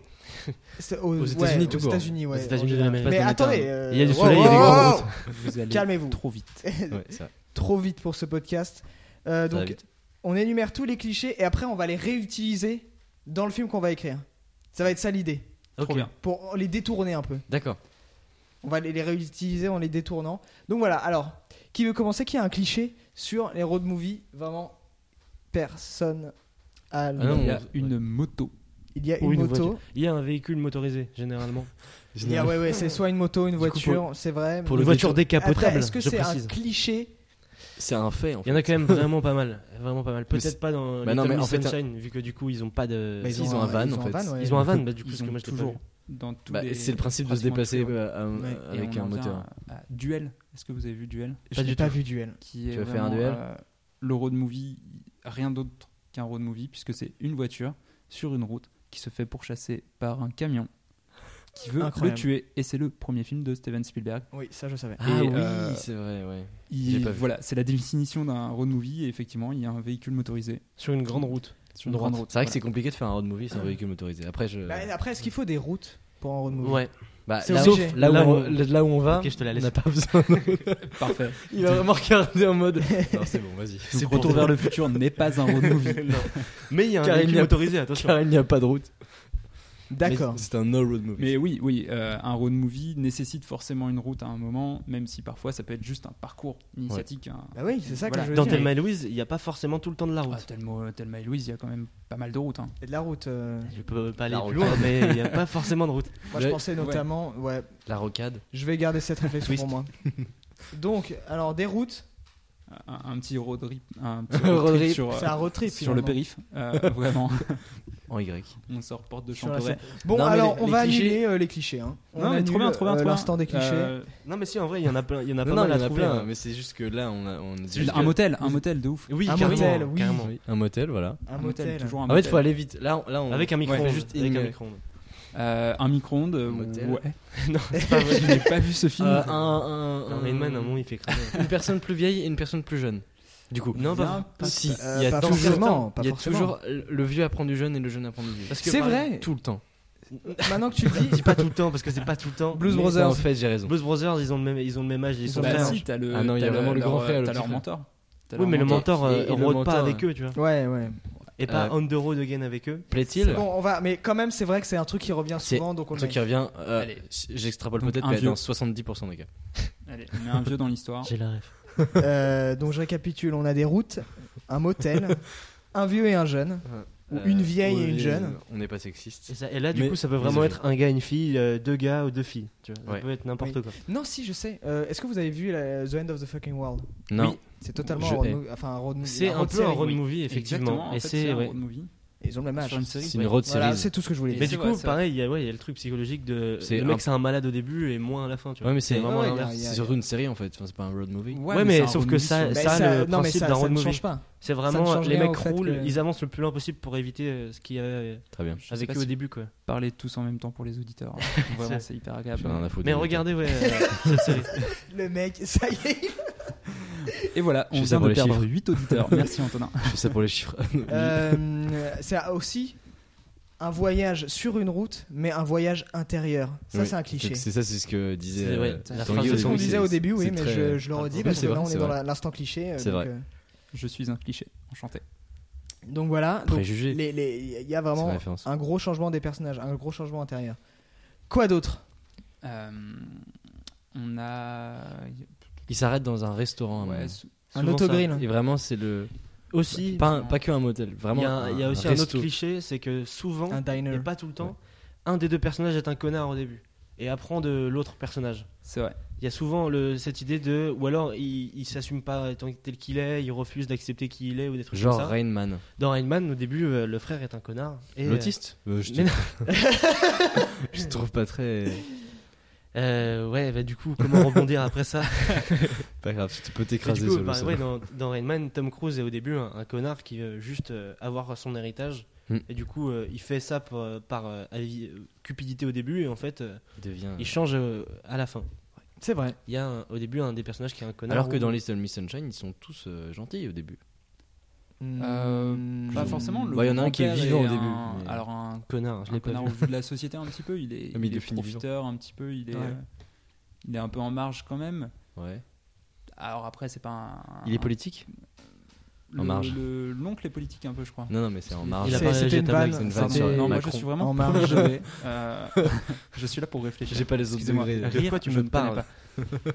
S1: C'est-
S3: Aux États-Unis, tout
S1: aux
S3: court.
S1: États-Unis, ouais,
S3: Aux
S1: en
S3: États-Unis de
S1: général.
S3: l'Amérique.
S1: Mais
S2: Pas dans
S1: attendez,
S2: l'État.
S1: euh,
S3: Il y a du
S1: wow,
S3: soleil, il y a des
S1: wow,
S3: grandes
S1: wow,
S3: routes. Vous allez
S1: Calmez-vous.
S3: trop vite.
S2: Ouais, ça,
S1: Trop vite pour ce podcast. Euh,
S2: ça va
S1: donc,
S2: vite.
S1: on énumère tous les clichés et après, on va les réutiliser dans le film qu'on va écrire. Ça va être ça l'idée.
S4: Trop
S2: Ok.
S4: bien.
S1: Pour les détourner un peu.
S2: D'accord.
S1: On va les les réutiliser en les détournant. Donc voilà, alors, qui veut commencer Qui a un cliché sur les road movies Vraiment, personne. à le-
S2: Ah non,
S4: Il y a
S2: ouais.
S4: une moto.
S1: il y a
S3: Ou
S1: une,
S3: une
S1: moto.
S3: voiture. Il y a un véhicule motorisé, généralement.
S1: Il y a, ouais, ouais, c'est soit une moto, une
S3: coup,
S1: voiture, c'est vrai.
S3: Pour
S1: mais-
S3: une voiture
S1: Après,
S3: décapotable,
S1: est-ce que
S3: je
S1: c'est un
S3: précise.
S1: cliché
S2: C'est un fait en
S3: Il
S2: fait.
S3: y en a quand même vraiment pas mal. Vraiment pas mal.
S2: Mais
S3: Peut-être
S2: c'est-
S3: pas dans
S2: Bah non,
S3: Little
S2: mais
S3: Miss
S2: en fait,
S3: Sunshine, vu que du coup, ils ont pas de.
S1: Bah,
S2: ils ont un van, en fait.
S1: ouais.
S3: Ils ont un van, bah du coup,
S4: Ils
S3: parce que
S4: ont
S3: moi, je l'ai pas
S4: toujours
S3: vu.
S4: dans tous
S2: Bah,
S4: les-
S2: c'est le principe de se
S4: pratiquement tous les
S2: déplacer
S4: routes.
S2: euh, à-
S1: Ouais,
S4: Et
S2: avec
S4: on
S2: un
S4: en vient
S2: moteur.
S4: à- à Duel. Est-ce que vous avez vu Duel
S1: Je n'ai pas vu duel.
S4: qui est
S2: Tu veux faire
S4: vraiment,
S2: un duel
S4: euh, le road movie, rien d'autre qu'un road movie, puisque c'est une voiture sur une route qui se fait pourchasser par un camion qui veut
S1: Incroyable.
S4: le tuer. Et c'est le premier film de Steven Spielberg.
S1: Oui, ça je savais.
S2: Ah
S4: Et,
S2: oui,
S4: euh,
S2: c'est vrai, ouais.
S4: Il-
S2: J'ai pas vu.
S4: voilà, c'est la définition d'un road movie. Et effectivement, il y a un véhicule motorisé
S3: Sur une grande route.
S4: sur une
S3: Droite.
S4: grande route.
S2: C'est vrai que c'est compliqué de faire un road movie sans véhicule motorisé. Après, je.
S1: Bah, après, est-ce qu'il faut des routes pour un road movie
S3: Ouais.
S2: Bah,
S1: c'est
S2: là,
S1: obligé.
S2: sauf là,
S3: Là
S2: où on,
S3: où-
S2: là où on va,
S3: Ok, je te la
S2: on
S3: laisse.
S2: n'a pas besoin.
S4: c'est parfait.
S2: Il a vraiment regardé en mode. Non, c'est bon, vas-y.
S4: Donc, Retour vers le futur n'est pas un road movie.
S3: Mais il y a
S2: Car il
S3: un
S2: n'y
S3: véhicule
S2: a-
S3: motorisé, attention.
S2: Car il n'y a pas de route.
S1: D'accord.
S2: C'est un no road movie.
S4: Mais oui, oui, euh, un road movie nécessite forcément une route à un moment, même si parfois ça peut être juste un parcours initiatique. un-
S1: Bah oui, c'est ça que
S4: Voilà.
S1: je veux
S3: Dans
S1: dire.
S3: Thelma et Louise, il n'y a pas forcément tout le temps de la
S4: Ah,
S3: route.
S4: Thelma, Thelma et Louise, il y a quand même pas mal de routes. hein.
S1: Et de la route. euh,
S3: Je peux pas aller
S2: La
S3: plus
S2: route.
S3: loin, mais il n'y a pas forcément de route.
S1: Moi, je
S2: Ouais.
S1: pensais notamment. Ouais,
S2: La rocade.
S1: je vais garder cette réflexion pour moi. Donc, alors, des routes,
S4: Un, un petit road trip, un petit
S2: Road
S4: road trip
S2: trip,
S4: sur, euh,
S1: c'est un road trip.
S4: sur le
S1: finalement.
S4: périph. euh, vraiment,
S2: En Y.
S4: on sort porte de
S1: Sur la
S4: Champeray.
S1: Bon,
S2: Non, mais
S1: alors,
S2: les-
S1: on
S2: les
S1: va
S2: clichés-
S1: annuler euh, les clichés. hein. On
S4: Non, mais trop bien,
S1: annule,
S4: trop bien,
S1: euh,
S4: trop bien.
S1: l'instant des clichés.
S4: Euh,
S3: Non, mais si, en vrai, il y en a plein, il y en
S2: Non,
S3: a pas
S2: non,
S3: mal
S2: il y
S3: à
S2: en a
S3: trouver.
S2: plein,
S3: hein.
S2: mais c'est juste que là, on a. On a
S3: juste
S4: un
S3: que-
S4: motel, un motel de ouf.
S3: Oui,
S1: Un
S3: carrément,
S1: motel, oui.
S3: carrément.
S2: Un motel, voilà.
S1: Un motel.
S4: toujours un
S2: En fait,
S4: motel.
S2: faut aller vite. Là, on- là on...
S3: Avec un micro-ondes.
S2: fait juste
S3: avec
S2: une-
S3: un micro-ondes.
S4: Euh, un micro-ondes. euh,
S2: motel.
S4: Ouais.
S3: Non,
S4: Je n'ai pas vu ce film. Bah,
S2: Euh, un. un,
S3: Non, Rain Man, à un moment, il fait cramer.
S2: Une personne plus vieille et une personne plus jeune. Du coup.
S3: Non, pas.
S4: Bien.
S2: Si,
S1: Euh,
S2: il y a
S1: pas
S2: toujours,
S1: forcément, pas
S2: il y a
S1: forcément.
S2: toujours le vieux apprend du jeune et le jeune apprend du vieux.
S3: Parce que
S1: C'est
S3: par-
S1: vrai.
S2: Tout le temps.
S1: Maintenant que tu le
S3: Dis
S1: dis,
S3: pas tout le temps, parce que c'est pas tout le temps.
S1: Blues
S2: Mais
S1: Brothers.
S2: En fait, j'ai raison.
S3: Blues Brothers, ils ont le même, ils ont le même âge, ils sont
S4: Bah
S3: frères.
S4: si, t'as le,
S2: Ah non, il y a
S4: t'as
S2: vraiment le
S4: leur-
S2: grand frère et le
S4: T'as
S2: petit
S4: leur
S2: frère.
S4: mentor. T'as
S3: Oui,
S4: leur
S3: mais le
S4: mentor.
S3: mentor,
S2: Et-
S3: euh,
S2: et
S3: on
S2: le
S3: rôde pas
S2: mentor,
S3: avec
S2: euh,
S3: eux, tu vois.
S1: ouais, ouais.
S3: Et pas
S2: euh,
S3: on the road again avec eux.
S2: Plaît-il
S1: Bon, on va, mais quand même, c'est vrai que c'est un truc qui revient
S2: C'est
S1: souvent, donc on
S2: Un
S1: le
S2: truc
S1: met.
S2: qui revient, euh,
S4: Allez.
S2: j'extrapole
S4: Donc,
S2: peut-être,
S4: un
S2: mais
S4: vieux.
S2: dans 70% des cas.
S4: Allez, on met un vieux dans l'histoire.
S3: J'ai la ref.
S1: Euh, donc je récapitule, on a des routes, un motel, un vieux et un jeune. Ou
S2: Euh,
S1: une vieille et une jeune.
S2: On n'est pas sexiste.
S3: Et, ça- et là, du
S2: Mais-
S3: coup, ça peut
S2: mais
S3: vraiment
S2: c'est
S3: être un gars, une fille, euh, deux gars ou deux filles. Tu vois, ça
S2: Ouais.
S3: peut être n'importe
S1: Oui.
S3: quoi.
S1: Non, si, je sais. Euh, Est-ce que vous avez vu la- The End of the Fucking World
S2: Non.
S1: Oui. C'est totalement
S2: Je
S1: un road
S2: hais.
S1: movie- enfin, un road movie-
S3: C'est un
S1: road
S3: peu
S1: série.
S3: un road
S4: oui.
S3: movie,
S4: Exactement,
S3: effectivement.
S4: en
S3: Et
S4: fait,
S3: c'est
S4: un
S3: ouais.
S4: road movie.
S1: Ils ont le même âge.
S4: Sur une série.
S2: C'est une road
S1: Voilà,
S2: series.
S1: c'est tout ce que je voulais
S3: Mais
S4: Et
S1: dire.
S4: c'est
S3: du
S4: vrai,
S3: coup,
S4: c'est
S3: pareil, il y a- ouais, il y a le truc psychologique de.
S2: C'est
S3: Le
S2: un-
S3: mec, c'est un malade au début et moins à la fin, tu vois.
S2: Ouais, mais c'est
S3: vraiment
S1: Ouais,
S3: l'inverse.
S1: il y a-
S2: c'est surtout une série en fait, Enfin, c'est pas un road movie.
S4: Ouais,
S3: Ouais,
S4: mais c'est
S3: mais
S4: un
S3: sauf
S4: road
S3: que
S4: movie sur
S3: ça,
S4: une
S1: Mais
S3: ça, le
S1: non, mais
S3: principe
S1: ça,
S3: d'un
S1: ça
S3: road
S1: ne
S3: movie.
S1: change pas.
S3: C'est
S1: Ça ne
S3: vraiment
S1: change
S3: les
S1: rien
S3: mecs
S1: au fait
S3: roulent,
S1: que-
S3: ils avancent le plus loin possible pour éviter euh, ce qu'il y avait euh,
S2: Très bien.
S4: Je sais
S3: avec
S4: pas
S3: eux au
S4: si-
S3: début quoi.
S4: parler tous en même temps pour les auditeurs. Vraiment, c'est hyper agréable.
S2: J'en ai rien à foutre.
S3: Mais
S2: de-
S3: regardez ouais euh, cette série.
S1: Le mec, ça y est.
S4: Et voilà,
S2: Je
S4: on
S2: sais
S4: vient
S2: pour
S4: de
S2: les
S4: perdre
S2: chiffres.
S4: 8 auditeurs. Merci Antonin.
S2: Je fais ça pour les chiffres.
S1: Euh, c'est aussi un voyage sur une route, mais un voyage intérieur. Ça,
S2: Oui.
S1: c'est un cliché.
S2: C'est ça, c'est ce que disait.
S3: C'est- ouais,
S2: euh,
S3: c'est la
S2: Tanguy
S3: phrase
S2: au
S3: de
S1: C'est ce qu'on
S2: début,
S1: disait au début, oui,
S2: c'est
S1: mais
S2: très-
S1: je, je le
S2: Ah,
S1: redis
S2: oui,
S1: parce
S2: c'est
S1: que
S2: vrai,
S1: là, on est,
S2: c'est
S1: dans
S2: vrai.
S1: la- l'instant cliché. euh,
S2: C'est
S1: donc,
S2: vrai.
S1: euh,
S4: Je suis un cliché. Enchanté.
S1: donc voilà. Donc,
S2: Préjugé.
S1: les- les- Il y a
S2: C'est
S1: vraiment
S2: ma référence.
S1: un gros changement des personnages, un gros changement intérieur. Quoi d'autre
S4: Euh, on a.
S2: Il s'arrête dans un restaurant. à un
S4: Ouais,
S3: euh,
S2: moment.
S4: sou-
S1: Un
S3: Souvent, ça-
S1: autogrill.
S2: Et vraiment, c'est le.
S3: Aussi
S2: Pas, un- pas que un motel,
S3: il
S2: vraiment.
S3: y a, il y a aussi un
S2: resto.
S3: autre cliché, c'est que souvent
S1: Un diner.
S3: et pas tout le temps, un des deux personnages est un connard au début et apprend de l'autre personnage.
S4: c'est vrai.
S3: Il y a souvent le, cette idée de ou alors il, il s'assume pas étant tel qu'il est, il refuse d'accepter qui il est ou des trucs
S2: Genre
S3: comme ça.
S2: Rain Man.
S3: Dans Rain Man, au début euh, le frère est un connard et euh,
S2: L'autiste Euh, Je
S3: mais
S2: te- je te trouve pas très.
S3: euh, ouais, bah du coup, comment rebondir après ça
S2: Pas grave, tu peux
S3: Mais du
S2: t'écraser
S3: coup,
S2: sur le
S3: bah,
S2: sol.
S3: ouais, dans, dans Rain Man, Tom Cruise est au début un, un connard qui veut juste euh, avoir son héritage.
S2: Hmm.
S3: Et du coup, euh, il fait ça pour, euh, par euh, avi- euh, cupidité au début et en fait, euh,
S2: Il devient-
S3: il change euh, à la fin.
S1: C'est vrai.
S3: Il y a un- au début un des personnages qui est un connard.
S2: Alors que
S3: ou-
S2: dans Little Miss Sunshine, ils sont tous euh, gentils au début.
S1: Hmm.
S4: Euh, pas
S2: Hmm.
S4: forcément. Le
S2: Bah, il y en a un qui est
S4: grand-père
S2: vivant au
S4: est
S2: début,
S4: un-
S2: mais-
S4: Alors, un,
S3: Connard, je
S4: un
S3: l'ai pas
S4: connard au
S3: vu.
S4: vu de la société, un petit peu. Il est,
S2: Ah, mais il
S4: il est
S2: définit vivant.
S4: profiteur, un petit peu. Il est,
S1: Ouais.
S4: euh, il est un peu en marge quand même.
S2: Ouais.
S4: Alors, après, c'est pas un.
S2: Il est politique
S4: le-
S2: en marge.
S4: le- L'oncle est politique un peu, je crois.
S2: Non, non, mais c'est en marge.
S3: Il a
S1: C'est-
S3: pas
S1: c'était
S3: réagi à
S1: une
S3: ta blague,
S1: vanne,
S2: c'est une
S1: ça
S2: vanne sur-
S1: m'est-
S4: Non, moi je
S2: Macron.
S4: suis vraiment
S1: En
S4: proche
S1: marge.
S4: de- euh, je suis là pour réfléchir.
S2: J'ai pas les autres
S4: Excusez-moi.
S2: degrés. De
S4: Rire,
S2: quoi tu
S4: je
S2: me
S4: ne connais
S2: parles
S4: pas.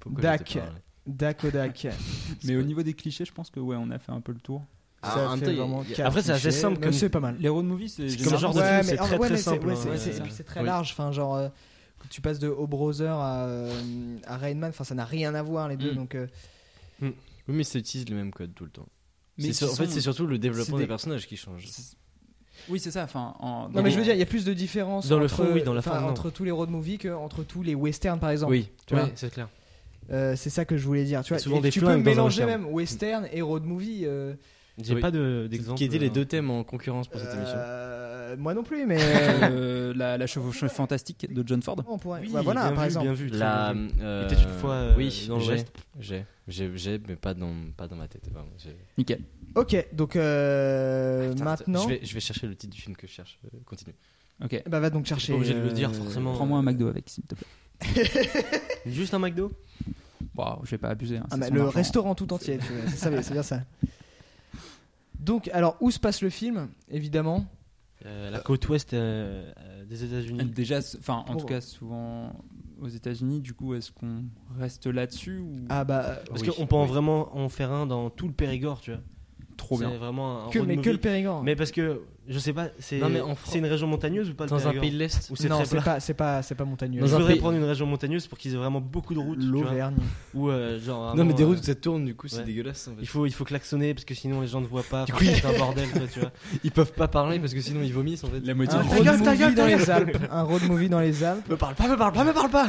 S2: Pourquoi
S1: Dac.
S2: je t'ai parlé
S1: Dac au dac.
S4: Mais au niveau des clichés, je pense que ouais, on a fait un peu le tour.
S2: Ah,
S1: Ça
S2: en même
S1: fait
S2: temps, il-
S1: vraiment
S2: il y a-
S1: quatre
S3: Après, c'est assez
S1: clichés,
S3: simple
S1: mais
S3: comme-
S1: c'est pas mal.
S4: Les road movies, c'est
S3: C'est comme genre de
S1: Ouais,
S3: film,
S1: mais
S3: c'est
S1: en-
S3: très,
S1: ouais,
S3: très
S1: mais c'est-
S3: simple,
S1: ouais,
S3: hein,
S1: c'est-
S4: ouais,
S1: c'est-
S4: c'est
S1: et
S4: ça.
S1: puis c'est très
S2: Oui.
S1: large. Enfin, genre, euh, que tu passes de O Browser à, euh, à Rain Man, enfin, ça n'a rien à voir les deux.
S2: Mm.
S1: Donc, euh,
S2: Oui, mais ça utilise le même code tout le temps.
S4: Mais
S2: C'est sur-
S4: qui
S2: En fait,
S4: sont-
S2: c'est surtout le développement
S1: des-
S2: des personnages qui change.
S4: c'est- Oui, c'est ça. Enfin, en-
S1: Non, mais je veux dire, il y a plus de différences
S3: Dans le
S1: entre,
S3: fond, oui, dans la
S1: enfin,
S3: forme, non.
S1: entre tous les road movies qu'entre tous les westerns, par exemple.
S2: Oui,
S1: tu vois.
S3: c'est clair.
S1: Euh, c'est ça que je voulais dire. Tu,
S3: Et
S1: vois,
S3: souvent
S1: et
S3: des
S1: tu peux
S3: flingues dans un
S1: mélanger
S3: western.
S1: même western et road movie. euh,
S3: J'ai
S2: Oui.
S3: pas de-
S2: C'est- hein.
S3: d'exemple.
S2: qui étaient
S3: euh,
S2: les deux thèmes en concurrence pour cette émission.
S1: euh, moi non plus, mais.
S4: Euh, la, la chevauchée fantastique de John Ford.
S1: on pourrait.
S3: Oui,
S1: Bah voilà,
S3: bien
S1: par
S3: vu,
S1: exemple.
S3: bien vu, très
S2: La,
S3: bien vu.
S2: euh,
S3: était une fois, euh,
S2: oui,
S3: dans le
S2: j'ai-
S3: West.
S2: J'ai, j'ai, j'ai, mais pas dans, pas dans ma tête. pardon, j'ai-
S4: Nickel.
S1: Ok, donc euh,
S3: Ah,
S2: Putain,
S1: maintenant.
S2: je vais, je vais chercher le titre du film que je cherche. Euh, Continue.
S4: Ok.
S1: Bah va donc chercher.
S3: pas obligé de le dire,
S1: euh,
S3: forcément.
S4: Prends-moi un McDo avec, s'il te plaît.
S3: Juste un McDo
S4: Bon, je vais pas abuser. hein,
S1: Ah,
S4: c'est
S1: mais
S4: son
S1: le
S4: argent.
S1: restaurant tout entier, tu vois, c'est ça, c'est bien ça. Donc, alors, où se passe le film Évidemment.
S3: Euh, La côte ouest euh, euh, des États-Unis.
S4: Déjà, s- enfin, en
S1: Pour-
S4: tout cas, souvent aux États-Unis. Du coup, est-ce qu'on reste là-dessus ou
S1: Ah bah, euh,
S3: Parce
S2: Oui,
S3: qu'on peut en
S2: oui.
S3: vraiment en faire un dans tout le Périgord, tu vois.
S4: trop
S3: C'est
S4: bien
S3: vraiment un
S1: que,
S3: road
S1: mais que
S3: movie.
S1: le Périgord.
S3: Mais parce que, je sais pas, c'est
S2: Non, mais en Fran-
S3: c'est une région montagneuse ou pas le
S2: Dans un
S3: Périgord
S2: pays de l'Est
S3: Ou c'est
S1: non,
S3: très
S1: c'est
S3: plat
S1: pas, c'est pas, c'est pas montagneux.
S2: Dans
S3: Je
S2: un
S3: voudrais
S2: pays-
S3: prendre une région montagneuse pour qu'ils aient vraiment beaucoup de routes, tu vois.
S1: L'Auvergne.
S3: Ou euh, genre.
S2: Non, mais
S3: vraiment,
S2: des
S3: euh,
S2: routes où ça tourne, du coup, c'est
S3: ouais.
S2: dégueulasse. en fait.
S3: Il faut, il faut klaxonner parce que sinon les gens ne voient pas.
S2: Du
S3: Du
S2: coup,
S3: coup, c'est un bordel, quoi, tu vois.
S2: Ils peuvent pas parler parce que sinon ils vomissent en fait.
S4: la
S1: Un
S4: moitié,
S1: road
S4: du
S1: movie
S4: film,
S1: dans les Alpes. Un road movie dans les Alpes.
S2: Me parle pas, me parle pas, me parle pas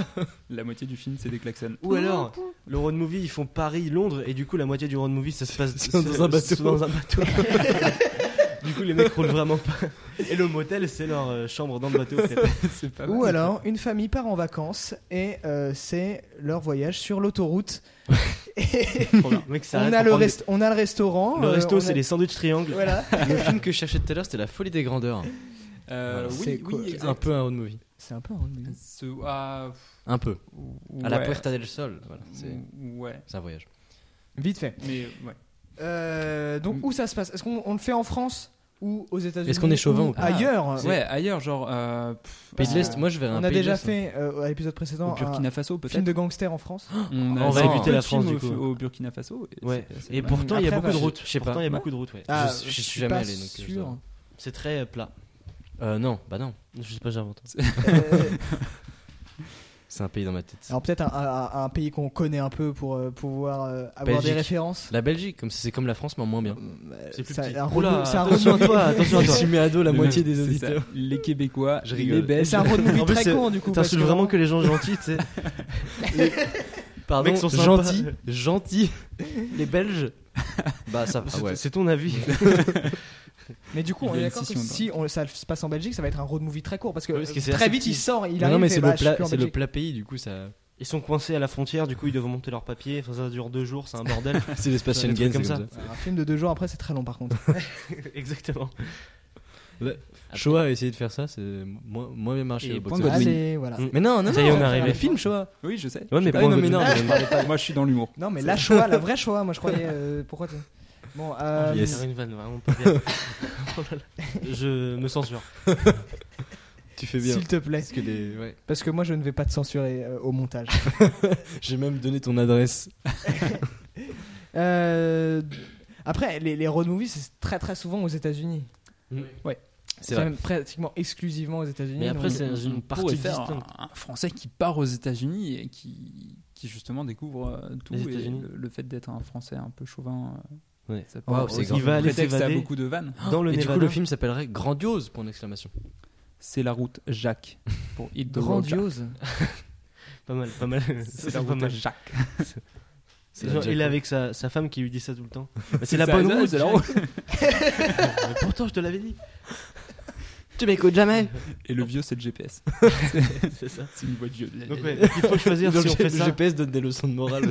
S4: la moitié du film, c'est des klaxons
S3: Ou alors, le road movie, ils font Paris, Londres, et du coup, la moitié du road movie, ça se passe
S2: Dans
S3: c'est-
S2: un bateau.
S3: c'est dans un bateau. du coup, les mecs roulent vraiment pas. Et le motel, c'est leur euh, chambre dans le bateau.
S4: c'est pas
S1: Ou
S4: mal.
S1: alors, une famille part en vacances et euh, c'est leur voyage sur l'autoroute. Et
S4: Trop bien.
S3: Mec, ça
S1: on,
S3: arrête
S1: a
S3: pour
S1: le
S3: prendre
S1: rest- on a le restaurant.
S3: des- Le
S1: euh,
S3: resto,
S1: on a-
S3: c'est les sandwichs triangles.
S1: Voilà.
S2: Le film que je cherchais tout à l'heure, c'était La Folie des Grandeurs.
S4: Euh,
S2: Voilà.
S4: oui,
S1: C'est
S4: oui,
S1: quoi
S4: exact.
S2: Un peu un road movie.
S1: C'est un peu un road movie.
S4: Ce- ah,
S2: Un peu.
S4: pff,
S2: À la
S4: ouais.
S2: Puerta del Sol. Voilà, c'est,
S4: Ouais.
S2: c'est un voyage.
S1: Vite fait.
S4: Mais ouais.
S1: Euh, donc
S4: Mm.
S1: où ça se passe Est-ce qu'on on le fait en France ou aux États-Unis
S2: Est-ce qu'on est chauvin ou pas
S1: Ailleurs.
S4: ouais, ailleurs, genre. euh, pff,
S2: Pays de l'Est,
S4: en-
S2: moi je verrais un
S1: Bah, On a
S2: pays de
S1: déjà
S2: l'Est, hein.
S1: fait euh, à l'épisode
S4: Au
S1: précédent un
S4: Burkina Faso,
S1: film
S4: peut-être.
S1: de Oh, gangster en France.
S4: On,
S3: On va
S4: vu
S3: éviter
S4: peu
S3: la
S4: de
S3: France,
S4: films
S3: du
S4: au-
S3: coup.
S4: Au Burkina Faso. et
S3: Ouais.
S4: c'est- c'est
S3: Et
S4: pas
S3: pourtant, il y a
S1: Après,
S3: beaucoup de
S1: bah,
S3: routes.
S2: je sais pas.
S3: Pourtant, il y a
S4: Ouais.
S3: beaucoup de routes, ouais.
S1: Ah,
S2: je suis
S1: suis
S2: jamais
S1: pas
S2: allé, donc, euh, je
S1: sûr.
S2: dois-
S3: C'est très euh, plat.
S2: Euh, non, bah non.
S3: Je sais pas, j'invente.
S1: Euh,
S2: C'est un pays dans ma tête.
S1: alors peut-être un, un- un pays qu'on connaît un peu pour euh, pouvoir euh, avoir des
S2: Belgique.
S1: références.
S2: La Belgique, comme c'est comme la France, mais en moins bien.
S1: Euh,
S3: C'est plus
S1: ça-
S3: petit.
S1: un road-
S3: Oula,
S1: C'est un road
S3: attention à
S1: movie.
S3: toi, attention à
S2: Je
S3: toi.
S2: suis mis à dos la
S4: Le
S2: moitié
S4: même,
S2: des
S4: c'est ça.
S2: auditeurs.
S4: Les Québécois,
S2: Je
S4: les
S2: rigole.
S4: Belges.
S1: C'est un road movie
S3: En plus,
S1: très
S3: c'est-
S1: con du coup. parce
S3: T'insultes
S1: que-
S3: vraiment que les gens gentils, tu sais.
S2: Pardon,
S3: Mecs sont sympas.
S2: gentils, gentils.
S3: Les Belges,
S2: Bah ça,
S3: c'est
S2: ah ouais.
S3: c'est ton avis.
S1: Mais du coup,
S4: Il y
S1: on
S4: a
S1: est
S4: une
S1: d'accord que
S4: scission,
S1: si on- ça se passe en Belgique, ça va être un road movie très court parce que,
S3: Ouais, parce que
S1: euh,
S3: c'est
S1: très
S3: assez
S1: vite
S3: petit.
S1: il sort, il
S2: Non,
S1: arrive.
S2: non, mais
S1: et
S2: c'est
S1: bah,
S2: le
S1: je suis
S2: plat,
S1: plus en
S2: c'est le
S1: Belgique.
S2: plat pays, du coup ça.
S3: Ils sont coincés à la frontière, du coup, ils doivent monter leurs papiers. Enfin, ça dure deux jours, c'est un bordel.
S2: C'est l'espace
S3: Ouais, des
S2: Schengen,
S3: trucs
S2: c'est
S3: comme
S2: comme ça.
S1: Un film de deux jours après, c'est très long par contre.
S3: Exactement.
S2: Shoah a essayé de faire ça, c'est moins, moins bien marché.
S4: Et
S2: le
S4: point
S2: boxe.
S4: Godwin.
S1: Allez, Ah, voilà.
S3: Mm.
S2: Mais non, non,
S3: Ça y est,
S2: non,
S3: on est arrivé.
S2: Les films Shoah.
S4: Oui, je sais.
S3: Ouais, mais
S2: Ah
S3: pour
S2: oui,
S3: un
S2: non, mais
S3: Godwin,
S2: non,
S3: on
S2: mais-
S3: en parlait pas.
S4: Moi, je suis dans l'humour.
S1: Non, mais la Shoah, la vraie Shoah, moi je croyais. euh, pourquoi tu- Bon, euh,
S3: Je vais
S2: Yes.
S3: faire une vanne vraiment pas bien. Oh là là. Je me censure.
S2: Tu fais bien.
S1: s'il te plaît.
S2: Parce que les- ouais.
S1: Parce que moi je ne vais pas te censurer euh, au montage.
S2: J'ai même donné ton adresse.
S1: Euh, Après, les, les road movies, c'est très très souvent aux États-Unis.
S2: C'est vrai.
S1: même pratiquement exclusivement aux États-Unis.
S3: Mais après,
S1: donc-
S3: c'est une
S4: pourrait
S3: partie
S4: faire hein.
S3: distincte.
S4: un, un Français qui part aux États-Unis et qui, qui justement découvre euh, tout.
S3: Les
S4: et
S3: États-Unis.
S4: le, le fait d'être un Français un peu chauvin, euh,
S3: Ouais.
S4: ça peut
S2: Wow,
S4: avoir
S2: c'est
S4: aussi
S2: grand.
S4: un
S3: Il va aller
S4: prétexte à
S3: s'évader.
S4: beaucoup de vannes.
S3: Dans le
S2: Et du coup,
S3: Nevada.
S2: le film s'appellerait Grandiose, point d'exclamation.
S4: C'est la route Jacques pour Hit the Road Jack.
S1: Grandiose.
S3: Pas mal, pas mal.
S4: C'est
S3: C'est
S4: la
S3: pas
S4: route
S3: mal.
S4: Jacques.
S2: C'est
S3: Genre,
S2: la
S3: il est
S2: Jack-
S3: avec sa, sa femme qui lui dit ça tout le temps. Bah, c'est la
S4: ça,
S3: bonne
S4: ça,
S3: route.
S4: c'est la
S3: Jack. Mais Pourtant, je te l'avais dit.
S2: Tu m'écoutes jamais
S4: Et le vieux, c'est le GPS.
S3: C'est ça.
S4: C'est une voie de vieux.
S3: Donc, ouais, il faut choisir si on fait
S2: Le
S3: ça.
S2: GPS donne des leçons de morale.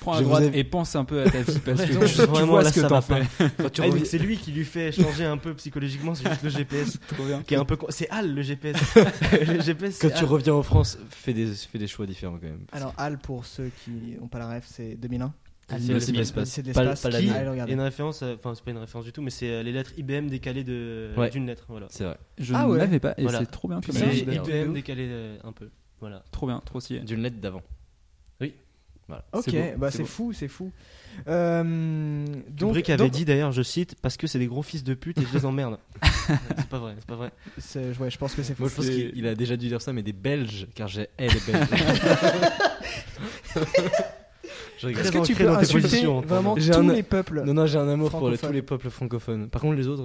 S4: Prends à
S2: Je vous
S4: droite
S2: ai-
S4: et pense un peu à ta vie parce que
S3: Donc,
S4: tu, tu
S3: vraiment,
S4: vois
S3: là,
S4: ce que
S3: ça
S4: t'en
S3: va pas.
S4: fais.
S2: Quand tu
S3: Ah, donc
S2: reviens-
S3: c'est lui qui lui fait changer un peu psychologiquement, c'est juste le GPS.
S4: Trop bien.
S3: qui est un peu con- C'est Hal le GPS. le GPS c'est
S2: Quand tu
S3: Hal.
S2: reviens en France, fais des, fais des choix différents quand même.
S1: Alors, HAL, pour ceux qui n'ont pas la ref, c'est 2001.
S3: Ah,
S2: C'est
S1: c'est
S2: de l'espace.
S1: C'est de
S2: Pas-
S1: l'espace.
S2: pas la
S1: Qui-
S2: nuit.
S1: Allez le
S3: Et
S1: regarder.
S3: une référence, euh, enfin c'est pas une référence du tout, mais c'est euh, les lettres IBM décalées de-
S2: Ouais.
S3: d'une lettre. Voilà.
S2: C'est vrai.
S4: Je
S1: Ah
S4: ne
S1: ouais.
S4: l'avais pas et
S3: Voilà.
S4: c'est trop bien. comme
S1: Putain,
S3: C'est
S1: j'ai-
S4: idée.
S1: j'ai-
S3: IBM décalé euh, un peu. Voilà.
S4: Trop bien, trop stylé.
S2: D'une lettre d'avant.
S1: Ok,
S4: c'est beau,
S1: bah
S4: c'est
S1: c'est
S4: beau.
S1: fou, c'est fou. Euh, donc,
S3: Kubrick avait
S1: donc-
S3: dit d'ailleurs, je cite, parce que c'est des gros fils de pute et je les emmerde. c'est pas vrai, c'est pas vrai.
S1: c'est- ouais, je pense que c'est fou.
S2: Moi je pense
S4: C'est-
S2: qu'il il a déjà dû dire ça, mais des Belges, car j'ai elle est belge. je rigole.
S1: Est-ce que tu
S3: ancré
S1: peux
S3: dans tes
S1: insulter
S3: positions,
S1: vraiment
S2: J'ai
S1: tous
S2: un-
S1: les peuples
S2: Non, non, j'ai un amour pour les-
S1: Francophone.
S2: tous les peuples francophones. Par contre, les autres.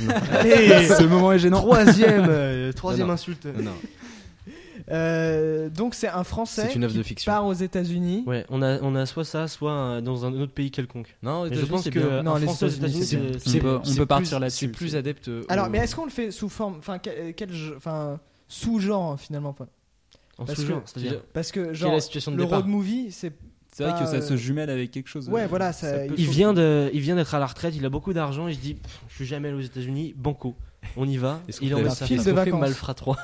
S2: euh,
S3: Allez
S4: Ce moment est gênant.
S3: Troisième, euh, troisième
S2: Non, non.
S3: insulte.
S2: non, non.
S1: Euh, donc c'est un Français
S2: C'est une œuvre
S1: qui
S2: de fiction.
S1: part aux États-unis.
S3: Ouais, on a, on a soit ça, soit euh, dans un autre pays quelconque.
S2: Non,
S3: Mais je pense que
S2: bien.
S3: euh,
S1: Non,
S3: un
S1: les
S3: Français aux
S1: États-Unis,
S3: États-Unis,
S1: c'est
S3: c'est-
S4: On
S2: C'est-
S4: peut- on
S2: c'est
S4: peut
S2: plus-
S4: partir là-dessus,
S2: C'est plus
S4: c'est-
S2: adepte. au-
S1: Alors, mais est-ce qu'on le fait sous forme, enfin quel, quel jeu- enfin sous-genre finalement pas
S3: en
S1: Parce
S3: sous-genre,
S1: que-
S3: c'est-à-dire.
S1: Parce que
S2: Quelle est
S1: genre
S2: la situation de
S1: le
S2: départ
S1: road movie, c'est
S4: C'est vrai que ça
S1: Pas,
S4: se
S1: euh,
S4: jumelle avec quelque chose.
S1: ouais
S4: euh,
S1: voilà, ça,
S4: peut-
S1: il
S3: Il
S1: faut-
S3: vient de, il vient d'être à la retraite, il a beaucoup d'argent, il se dit, pff, je suis jamais allé aux États-unis, banco, on y va.
S2: Est-ce qu'on
S3: Il
S2: fait
S1: un
S3: envoie sa
S1: film
S3: femme.
S1: de
S2: Est-ce qu'on fait
S1: vacances.
S2: Malfrat 3.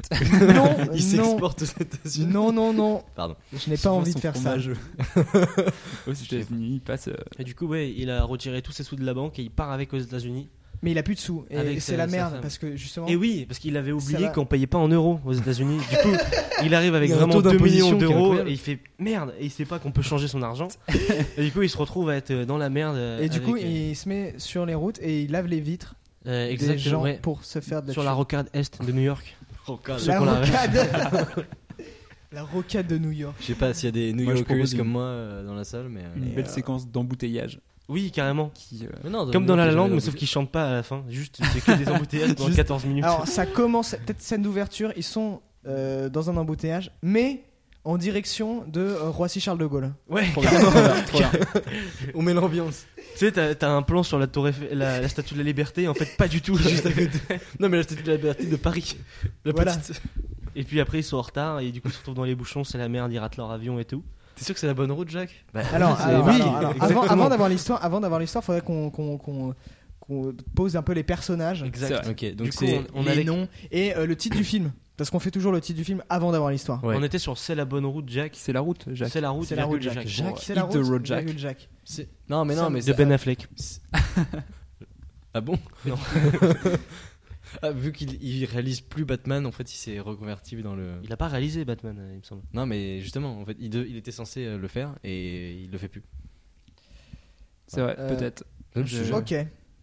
S1: Non,
S2: Il
S1: non,
S2: s'exporte aux États-Unis.
S1: non, non, non.
S2: Pardon.
S1: Je n'ai pas envie de faire ça.
S4: Aux États-Unis, il passe. euh,
S3: Et du coup, ouais, il a retiré tous ses sous de la banque et il part avec aux États-Unis.
S1: Mais il a plus de sous et
S3: Avec euh,
S1: c'est
S3: sa-
S1: la
S3: sa
S1: merde
S3: femme.
S1: parce que justement.
S3: Et oui, parce qu'il avait
S1: Ça
S3: oublié
S1: va.
S3: qu'on payait pas en euros aux États-Unis. Du coup, il arrive avec
S2: Il y a un
S3: vraiment
S2: taux
S3: 2
S2: d'imposition
S3: millions
S2: qui est
S3: d'euros
S2: incroyable.
S3: et il fait merde et il sait pas qu'on peut changer son argent. et du coup, il se retrouve à être euh, dans la merde. euh,
S1: Et du
S3: avec,
S1: coup,
S3: euh,
S1: il se met sur les routes et il lave les vitres
S3: euh,
S1: des gens
S3: exactement ouais,
S1: pour se faire de la
S3: sur la rocade est de New York.
S2: Rocade.
S3: ceux qu'on
S1: La
S3: a-
S1: rocade. La rocade de New York.
S2: Je sais pas s'il y a des New
S4: Moi, je
S2: Yorkers
S4: propose
S2: comme moi euh, dans la salle, mais. euh,
S4: Une
S1: Mais,
S4: belle
S1: euh,
S4: séquence d'embouteillage
S3: Oui, carrément. Euh,
S4: qui. euh,
S2: mais non,
S3: Comme dans La La
S2: York,
S3: Land,
S2: j'avais
S3: mais sauf
S2: l'habitude.
S3: qu'il chante pas à la fin. Juste, c'est que des embouteillages pendant
S1: Juste.
S3: 14 minutes.
S1: Alors ça commence, peut-être scène d'ouverture, ils sont euh, dans un embouteillage, mais en direction de euh, Roissy-Charles de Gaulle.
S3: ouais,
S4: Trop bien, trop bien, trop bien.
S2: On met l'ambiance.
S3: tu sais, t'as t'as un plan sur la, tour Eiffel- la, la statue de la liberté, en fait, pas du tout. juste à côté.
S2: Non, mais la statue de la liberté de Paris. La
S1: Voilà.
S2: petite.
S3: Et puis après, ils sont en retard et du coup, ils se retrouvent dans les bouchons, c'est la merde, ils ratent leur avion et tout.
S2: T'es sûr que c'est la bonne route, Jacques Bah,
S1: Alors,
S2: c'est-
S1: alors,
S2: oui,
S1: alors, alors, avant,
S2: exactement.
S1: avant d'avoir l'histoire, avant d'avoir l'histoire, faudrait qu'on qu'on- qu'on- qu'on pose un peu les personnages,
S4: C'est
S3: Exact.
S4: vrai.
S2: Ok, donc
S3: coup,
S2: c'est.
S3: on
S1: les
S3: a les-
S1: noms et euh, le titre du film, parce qu'on fait toujours le titre du film avant d'avoir l'histoire.
S2: Ouais.
S3: On était sur C'est la bonne route, Jack.
S4: C'est la route, Jacques.
S3: C'est la route,
S1: C'est la route,
S3: virgule,
S1: Jacques.
S2: Jacques.
S1: C'est la
S4: Hit the
S1: route,
S4: road, Jack.
S1: virgule, Jack.
S2: c'est- Non, mais non, mais
S3: De
S2: c'est-
S3: Ben Affleck.
S2: C'est- ah bon
S3: Non.
S2: Ah, vu qu'il il réalise plus Batman, en fait, il s'est reconverti dans le.
S3: Il a pas réalisé Batman, euh, il me semble.
S2: Non, mais justement, en fait, il, de- il était censé euh, le faire et il le fait plus.
S4: C'est vrai,
S1: Euh,
S4: peut-être.
S2: Donc,
S4: Je-
S2: je-
S1: Ok.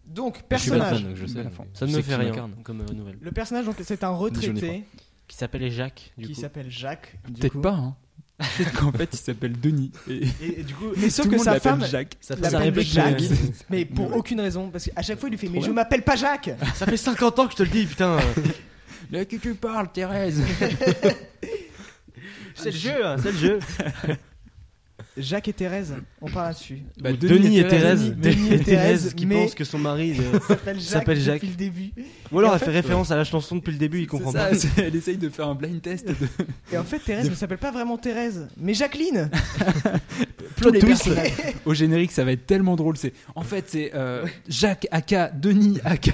S1: Donc
S2: je suis
S1: personnage.
S2: Batman, donc je sais.
S4: Bah,
S3: Ça ne
S2: Je
S3: me
S2: sais qui
S3: fait rien
S2: m'incarne.
S3: comme euh, nouvelle.
S1: Le personnage, donc, c'est un retraité
S3: Qui s'appelle Jacques, du
S1: qui
S3: coup.
S1: s'appelle Jacques. du
S4: Peut-être
S1: coup.
S4: pas. Hein. Peut-être qu'en fait, il s'appelle Denis. Et,
S3: Et, et du coup,
S1: Mais sauf
S4: tout
S1: que
S4: le monde
S1: sa
S4: l'appelle
S1: femme,
S4: Jacques.
S2: Ça fait
S1: La
S2: ça
S1: peine de
S2: répète
S1: Jacques.
S2: que-
S1: mais pour
S4: Ouais.
S1: aucune raison, parce qu'à chaque fois, il lui fait
S4: Trop
S1: Mais je
S4: bien.
S1: m'appelle pas Jacques
S3: ça fait 50 ans que je te le dis, putain.
S4: Mais à qui tu parles, Thérèse
S3: c'est le jeu, hein, c'est le jeu.
S1: Jacques et Thérèse, on parle là-dessus.
S4: Bah,
S3: Ou Denis et Thérèse.
S1: Denis- Denis
S3: Denis
S1: et
S3: et Thérèse
S1: Thérèse,
S3: qui
S1: mais-
S3: pense que son mari. euh,
S1: S'appelle Jacques
S3: s'appelle Jacques.
S1: depuis le début.
S3: Ou alors
S1: Et en
S3: elle fait
S1: fait,
S3: référence à la chanson depuis le début, il comprend
S4: C'est ça,
S3: pas.
S4: c'est- Elle essaye de faire un blind test. de-
S1: Et en fait, Thérèse ne s'appelle pas vraiment Thérèse, mais Jacqueline
S4: Plot
S1: les
S4: twist.
S1: personnages.
S4: Au générique, ça va être tellement drôle. C'est en fait, c'est euh, Jacques Aka, Denis Aka.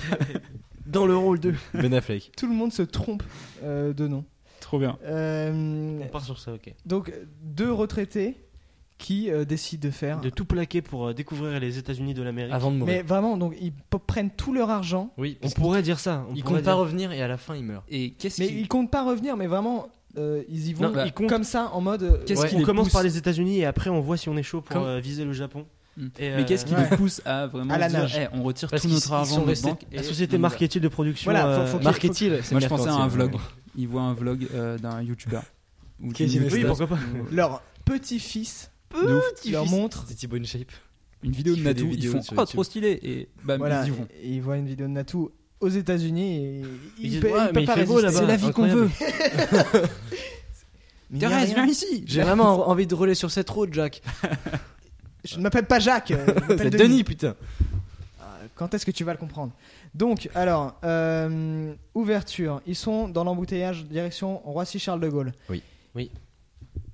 S3: Dans le rôle de.
S2: Ben Affleck.
S1: Tout le monde se trompe euh, de nom.
S4: Trop bien.
S1: Euh,
S3: On part sur ça, ok.
S1: donc, deux retraités qui euh, décident de faire.
S3: De tout plaquer pour euh, découvrir les États-Unis de l'Amérique.
S2: Avant de
S1: Mais
S2: mourir.
S1: vraiment, donc ils p- prennent tout leur argent,
S2: Oui,
S3: On pourrait dire ça. On
S2: il
S3: pourrait
S2: compte pas
S3: dire-
S2: revenir et à la fin il meurt.
S4: Et qu'est-ce
S1: mais
S4: qui-
S1: ils comptent pas revenir, mais vraiment, euh, ils y vont
S3: Non, bah, ils comptent-
S1: comme ça en mode. euh,
S4: Qu'est-ce
S1: ouais.
S4: qui
S3: On
S4: les
S3: commence
S4: pousse
S3: par les États-Unis et après on voit si on est chaud pour
S2: Comme-
S3: euh, viser le Japon.
S4: Mm.
S3: Et, euh,
S4: Mais qu'est-ce qui
S1: ouais.
S4: nous pousse à vraiment
S1: À la
S4: dire,
S1: nage.
S4: Eh, on retire
S2: Parce
S4: tout
S2: qu'ils-
S4: notre
S2: ils
S4: argent
S2: sont
S4: de
S2: restés-
S4: banque
S3: La société marketing de production.
S1: Voilà, faut-
S3: euh,
S1: faut qu'il-
S3: marketing.
S2: Marketil, c'est
S4: Moi, je
S2: Mercantile.
S4: pensais à un vlog. Ils voient un vlog euh, d'un youtubeur. Ou
S2: Qui est
S4: d'une
S2: Ginesta.
S3: Oui,
S4: youtubeuse.
S3: pourquoi pas.
S1: Leur petit-fils
S3: Euh,
S4: De ouf.
S1: leur montre.
S2: C'était Thibaut InShape.
S4: Une vidéo de
S2: Qui fait
S4: Natou,
S2: des
S4: ils
S2: vidéos
S4: font
S2: sur
S4: oh
S2: YouTube.
S4: trop stylé et bam
S1: Voilà,
S4: ils y vont.
S1: et ils voient une vidéo de Natou aux États-Unis et
S3: Ils
S1: ils
S3: disent,
S1: pe-
S3: ouais,
S1: ils
S3: mais
S1: peuvent
S3: il
S1: pas
S3: fait beau
S1: résister.
S3: là-bas.
S4: C'est la vie qu'on
S3: incroyable.
S4: veut.
S1: Mais il y a
S4: Thérèse,
S1: rien.
S4: viens ici.
S2: J'ai vraiment envie de rouler sur cette route, Jacques.
S1: Je ne m'appelle pas Jacques, euh, je
S2: C'est
S1: m'appelle Denis.
S2: Denis, putain.
S1: Euh, Quand est-ce que tu vas le comprendre Donc, alors, euh, ouverture. Ils sont dans l'embouteillage direction Roissy-Charles de Gaulle.
S2: Oui.
S3: Oui.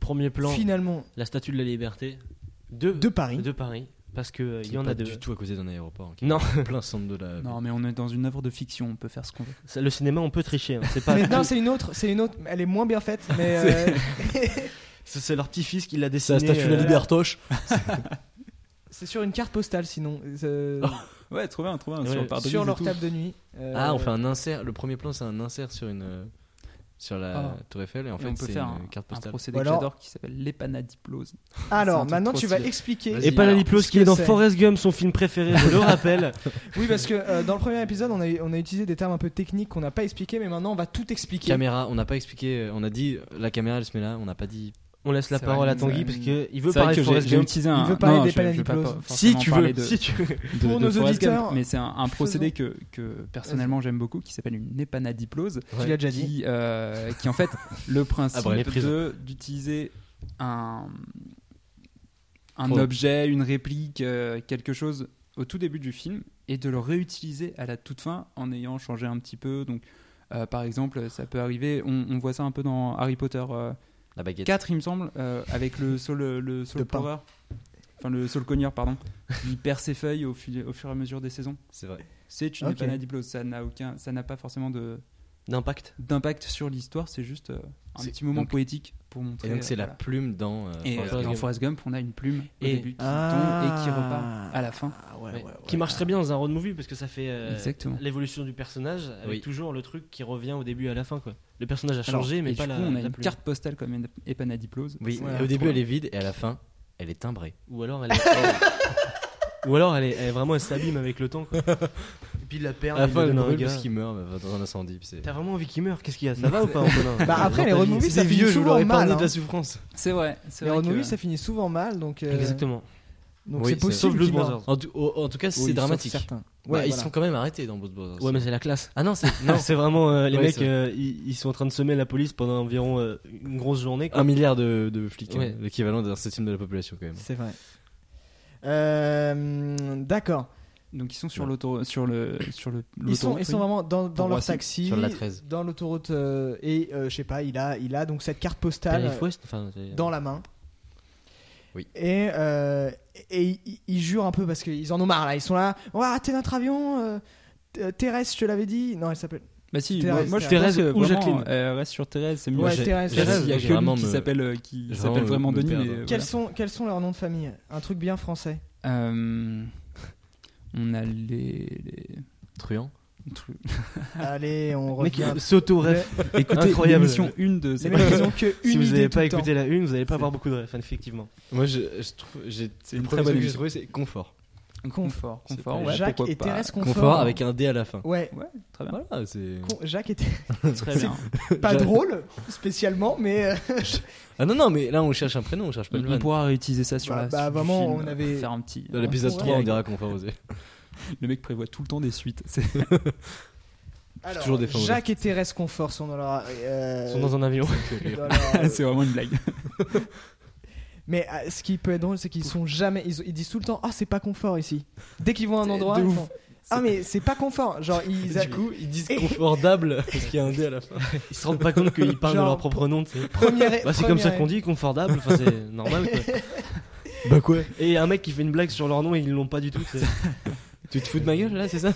S3: premier plan
S1: Finalement,
S3: la Statue de la Liberté de,
S1: de Paris.
S3: de Paris, parce que euh, il y en a deux.
S2: du tout à causer d'un aéroport.
S3: Non.
S2: En plein centre de la.
S4: Non, mais on est dans une œuvre de fiction, on peut faire ce qu'on veut.
S3: Ça, Le cinéma, on peut tricher. hein, C'est pas.
S1: Mais
S3: du
S1: non,
S3: tout-
S1: c'est une autre, c'est une autre, elle est moins bien faite, mais
S2: C'est-
S1: euh,
S3: c'est c'est leur petit-fils qui l'a
S2: C'est
S3: dessiné.
S2: la statue de la
S3: euh,
S2: Libertoche.
S1: c'est sur une carte postale sinon, euh,
S4: Ouais, trop bien, trop bien.
S3: Ouais,
S4: sur Pardon
S1: sur
S4: et
S1: leur
S4: tout.
S1: table de nuit. euh,
S2: Ah, on fait un insert. Le premier plan, c'est un insert sur une. euh, Sur la
S4: Ah.
S2: Tour Eiffel, et en
S4: Et on
S2: fait,
S4: peut
S2: c'est
S4: faire
S2: une
S4: un,
S2: carte
S4: un
S2: postale.
S4: procédé
S1: Ou
S4: que
S1: alors-
S4: j'adore qui s'appelle l'épanadiplose.
S1: Alors
S4: un truc
S1: maintenant
S4: trop
S1: tu vas
S4: stylé.
S1: expliquer.
S4: Vas-y.
S3: Et pas la
S4: alors,
S3: Liplos
S1: ce
S3: qui
S1: que
S3: est dans
S1: c'est.
S3: Forrest Gump, son film préféré, je le rappelle.
S1: Oui, parce que euh, dans le premier épisode, on a, on a utilisé des termes un peu techniques qu'on n'a pas expliqué, mais maintenant on va tout expliquer.
S2: Caméra, on n'a pas expliqué, euh, on a dit euh, la caméra elle se met là, on n'a pas dit.
S3: On laisse la
S4: C'est
S3: parole
S4: vrai,
S3: à Tanguy
S4: mais-
S3: parce qu'il veut
S4: C'est vrai
S3: parler de
S4: que euh, j'ai
S3: Forrest
S4: j'ai
S3: Gump.
S4: utilisé un.
S1: Il veut parler
S4: non,
S1: des
S4: je- je vais pas
S1: panadiploses.
S4: forcément parler de-
S3: tu veux.
S4: de-
S1: Pour
S4: de
S1: nos
S4: Forrest Gump,
S1: auditeurs,
S4: mais c'est un, un procédé que, que personnellement j'aime beaucoup qui s'appelle une épanadiplose.
S1: Tu l'as déjà dit.
S4: Qui, euh, qui en fait le principe
S2: Abraham
S4: de d'utiliser un, un
S2: Trop.
S4: objet, une réplique, euh, quelque chose au tout début du film et de le réutiliser à la toute fin en ayant changé un petit peu. Donc, euh, par exemple, ça peut arriver. On, on voit ça un peu dans Harry Potter euh,
S2: La baguette.
S4: 4, il me semble, euh, avec le sol, le
S1: De
S4: sol
S1: pain.
S4: coureur. Enfin, le sol cogneur, pardon. Il perd ses feuilles au, fil- au fur et à mesure des saisons.
S2: C'est vrai.
S4: C'est une
S1: Ah, Ok.
S4: épanadiplose. Ça n'a aucun, ça n'a pas forcément de,
S3: D'impact.
S4: d'impact sur l'histoire, c'est juste euh, un
S2: C'est-
S4: petit moment
S2: donc-
S4: poétique pour montrer.
S2: Et donc, c'est
S4: euh,
S2: la
S4: voilà.
S2: plume dans. euh,
S4: Et,
S2: Forrest
S4: euh, dans
S2: Gump.
S4: Forrest Gump, on a une plume au
S3: Et-
S4: début qui
S1: Ah.
S4: tombe et qui repart à la fin.
S3: Ouais. qui marche très bien dans un road movie parce que ça fait euh,
S4: Exactement.
S3: l'évolution du personnage avec
S2: Oui.
S3: toujours le truc qui revient au début et à la fin quoi. Le personnage a
S4: Alors,
S3: changé mais
S4: et
S3: pas
S4: du
S3: la,
S4: coup, on
S3: la
S4: a une
S3: plume.
S4: carte postale comme une épanadiplose.
S2: Oui,
S4: C'est-
S1: Voilà.
S2: et au début
S4: trop
S2: elle est vide et à la fin elle est timbrée.
S3: ou alors elle, est- elle- ou alors elle, est, elle est vraiment elle s'abîme avec le temps quoi. Et puis il la perd,
S2: À la
S3: il
S2: fin
S3: la
S2: elle
S3: donne à un
S2: brûle
S3: gars.
S2: parce qu'il meurt bah,
S4: euh,
S2: dans un incendie. puis c'est-
S3: T'as vraiment envie qu'il meure Qu'est-ce qu'il y a Ça va ou pas Antonin
S1: Bah, après, les road movies, ça
S2: C'est
S1: finit
S2: vieux, je vous
S1: souvent
S2: l'aurais
S1: mal.
S2: parlé de
S1: hein.
S2: la souffrance.
S4: C'est vrai. c'est
S1: Les
S4: vrai
S1: road movies,
S4: que-
S1: ça finit souvent mal, donc euh,
S3: Exactement.
S1: donc
S2: Oui,
S1: c'est
S2: c'est-
S3: Sauf
S1: possible.
S3: Blues
S1: qu'il meure.
S3: Brothers.
S2: En tout, au- en tout cas,
S1: Oui,
S2: c'est
S1: sauf
S2: dramatique.
S1: certains.
S2: Bah,
S1: Ouais,
S2: ils
S1: voilà.
S2: sont quand même arrêtés dans Blues Brothers.
S3: Ouais mais c'est la classe.
S2: Ah non, c'est
S3: Non, c'est vraiment euh, les
S2: Ouais,
S3: mecs
S2: c'est vrai.
S3: euh, ils, ils sont en train de semer la police pendant environ euh, une grosse journée quoi.
S2: un milliard de, de flics, hein,
S3: Ouais.
S2: l'équivalent d'un septième de la population quand même.
S1: C'est vrai. Euh, D'accord.
S4: Donc ils sont sur
S2: Ouais.
S4: l'auto, sur le, sur le.
S1: Ils sont, ils
S4: l'autoroute,
S1: sont
S4: oui.
S1: vraiment dans, dans
S4: Pour
S1: leur
S4: Roissy,
S1: taxi,
S2: sur la 13.
S1: dans l'autoroute euh, et euh, je sais pas, il a, il a donc cette carte postale
S3: Life West, enfin, c'est-
S1: dans la main.
S2: Oui.
S1: Et, euh, et ils- ils- ils jurent un peu parce qu'ils en ont marre là. Ils sont là. Ouah, t'es notre avion. euh, Th- Thérèse, je te l'avais dit. Non, elle s'appelle.
S4: Bah si,
S1: Thérèse,
S4: moi, moi, je
S3: Thérèse
S4: pense que
S3: ou
S4: vraiment,
S3: Jacqueline.
S4: euh, reste sur Thérèse, c'est mieux.
S1: Ouais,
S2: j'ai-
S1: Thérèse.
S2: j'ai-
S4: Thérèse, il y a
S2: j'ai
S4: que lui
S2: vraiment
S4: qui
S2: me-
S4: s'appelle euh, qui
S2: vraiment
S4: s'appelle
S2: me-
S4: vraiment
S2: me
S4: Denis.
S2: perdre.
S4: mais, euh,
S1: Quels,
S4: voilà.
S1: sont, quels sont leurs noms de famille Un truc bien français.
S4: Euh, On a les. les-
S2: Truand.
S1: Allez, on
S3: Mec,
S1: revient.
S3: s'auto-ref.
S4: Écoutez,
S3: Incroyable.
S4: l'émission 1 de
S1: Les
S4: cette
S1: mecs, ils ont que une
S3: Si vous
S1: idée
S3: n'avez
S1: tout
S3: pas
S1: le temps.
S3: écouté la une, vous n'allez pas avoir beaucoup de refs, effectivement.
S2: Moi, je, je trouve, j'ai,
S4: C'est
S2: le
S4: une
S2: premier
S4: très bonne
S2: truc que j'ai
S4: émission.
S2: trouvé, c'est confort.
S4: Confort,
S2: C'est
S4: confort,
S2: pas-
S4: ouais,
S1: Jacques
S4: pourquoi
S1: et
S4: pas.
S1: Thérèse Confort.
S2: confort. avec un D à la fin.
S1: Ouais.
S4: Ouais, très bien.
S2: Voilà, c'est.
S1: Con- Jacques était
S4: Très bien.
S1: pas
S2: Jacques.
S1: drôle spécialement, mais euh,
S2: Ah non, non, mais là on cherche un prénom, on cherche pas
S4: On,
S2: une
S4: on
S2: vanne.
S4: pourra réutiliser ça sur
S1: Bah,
S4: la
S1: bah,
S4: suite du
S1: vraiment,
S4: film,
S1: on
S4: euh,
S1: avait-
S4: faire un petit.
S2: Dans l'épisode
S1: Ouais.
S2: 3, on dira confort osé.
S4: Le mec prévoit tout le temps des suites. C'est
S1: alors,
S2: toujours des fins
S1: Jacques et Thérèse Confort sont dans leur. euh,
S3: Ils sont dans un avion.
S1: dans leur-
S4: c'est vraiment une blague.
S1: mais euh, ce qui peut être drôle, c'est qu'ils sont jamais. Ils, ils disent tout le temps, ah c'est pas confort ici. Dès qu'ils vont à un
S4: C'est
S1: endroit,
S4: de
S1: ils
S4: ouf.
S1: font, ah mais c'est pas confort. Genre ils.
S2: Du coup, ils disent confortable parce qu'il y a un D à la fin.
S3: Ils se rendent pas compte qu'ils parlent de
S1: Genre,
S3: leur propre nom. tu sais.
S1: Première.
S3: Bah, c'est comme ça
S1: première-
S3: qu'on dit, confortable, enfin, c'est normal quoi.
S2: Bah quoi
S3: Et un mec qui fait une blague sur leur nom et ils l'ont pas du tout. tu sais.
S2: Tu te fous de ma gueule là, c'est ça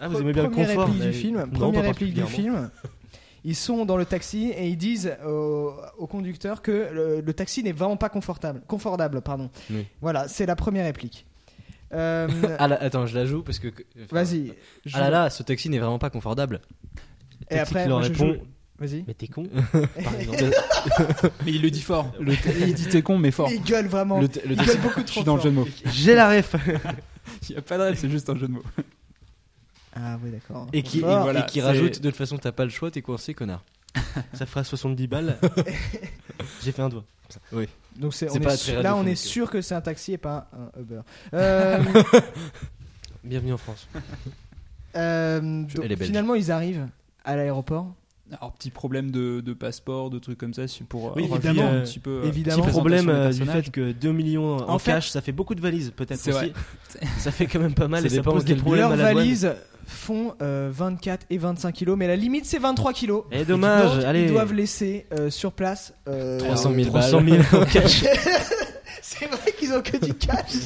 S3: Ah, vous aimez bien le
S1: Première
S3: confort
S1: réplique
S3: mais-
S1: du film.
S3: Non,
S1: première
S3: pas
S1: réplique du film. Ils sont dans le taxi et ils disent au, au conducteur que le, le taxi n'est vraiment pas confortable, confortable, pardon.
S2: Oui.
S1: Voilà, c'est la première réplique. Euh,
S2: Ah là, attends, je la joue parce que. enfin,
S1: Vas-y. joue.
S2: Ah là là, ce taxi n'est vraiment pas confortable.
S1: Et après,
S3: il leur
S1: moi, je
S3: répond
S1: joue. Vas-y.
S3: Mais t'es con Par exemple.
S2: Le,
S4: Mais il le dit fort. il dit t'es con, mais fort.
S1: Il gueule vraiment.
S2: le- le
S1: Il
S2: taxi.
S1: gueule beaucoup
S4: Je
S1: trop
S4: suis dans le
S1: fort.
S4: jeu de mots.
S3: J'ai la ref
S4: Il n'y a pas de rêve, c'est juste un jeu de mots.
S1: Ah oui, d'accord.
S2: Et qui, et-
S1: Confort.
S4: voilà,
S2: et qui
S4: c'est-
S2: rajoute de toute façon, t'as pas le choix, t'es coincé, connard.
S3: Ça fera 70 balles. J'ai fait un doigt.
S1: Donc c'est, on
S2: C'est pas
S1: est
S2: très
S1: sûr- là, on est
S2: radiophonique.
S1: sûr que c'est un taxi et pas un Uber. Euh,
S3: Bienvenue en France.
S1: euh, donc,
S2: Elle est belge.
S1: finalement, ils arrivent à l'aéroport.
S4: Alors, petit problème de, de passeport, de trucs comme ça, c'est pour. euh,
S3: Oui,
S4: rajouter
S3: évidemment.
S4: un petit peu. euh,
S1: Évidemment.
S3: Petit
S1: La
S3: problème euh,
S4: présentation
S3: du
S4: des
S3: fait que 2 millions en,
S1: En fait-
S3: cash, ça fait beaucoup de valises peut-être
S4: C'est
S3: aussi. Ça fait quand même pas mal
S2: Ça
S3: et ça
S2: dépend
S3: pose des
S2: quel
S3: problèmes
S1: Leur
S3: à la douane.
S1: valise font euh, 24 et 25 kilos, mais la limite c'est 23 kilos.
S3: Et dommage,
S1: Donc,
S3: allez.
S1: Ils doivent laisser euh, sur place euh,
S2: 300 000
S3: 300
S2: balles.
S3: 000 en cash.
S1: c'est vrai qu'ils ont que du cash.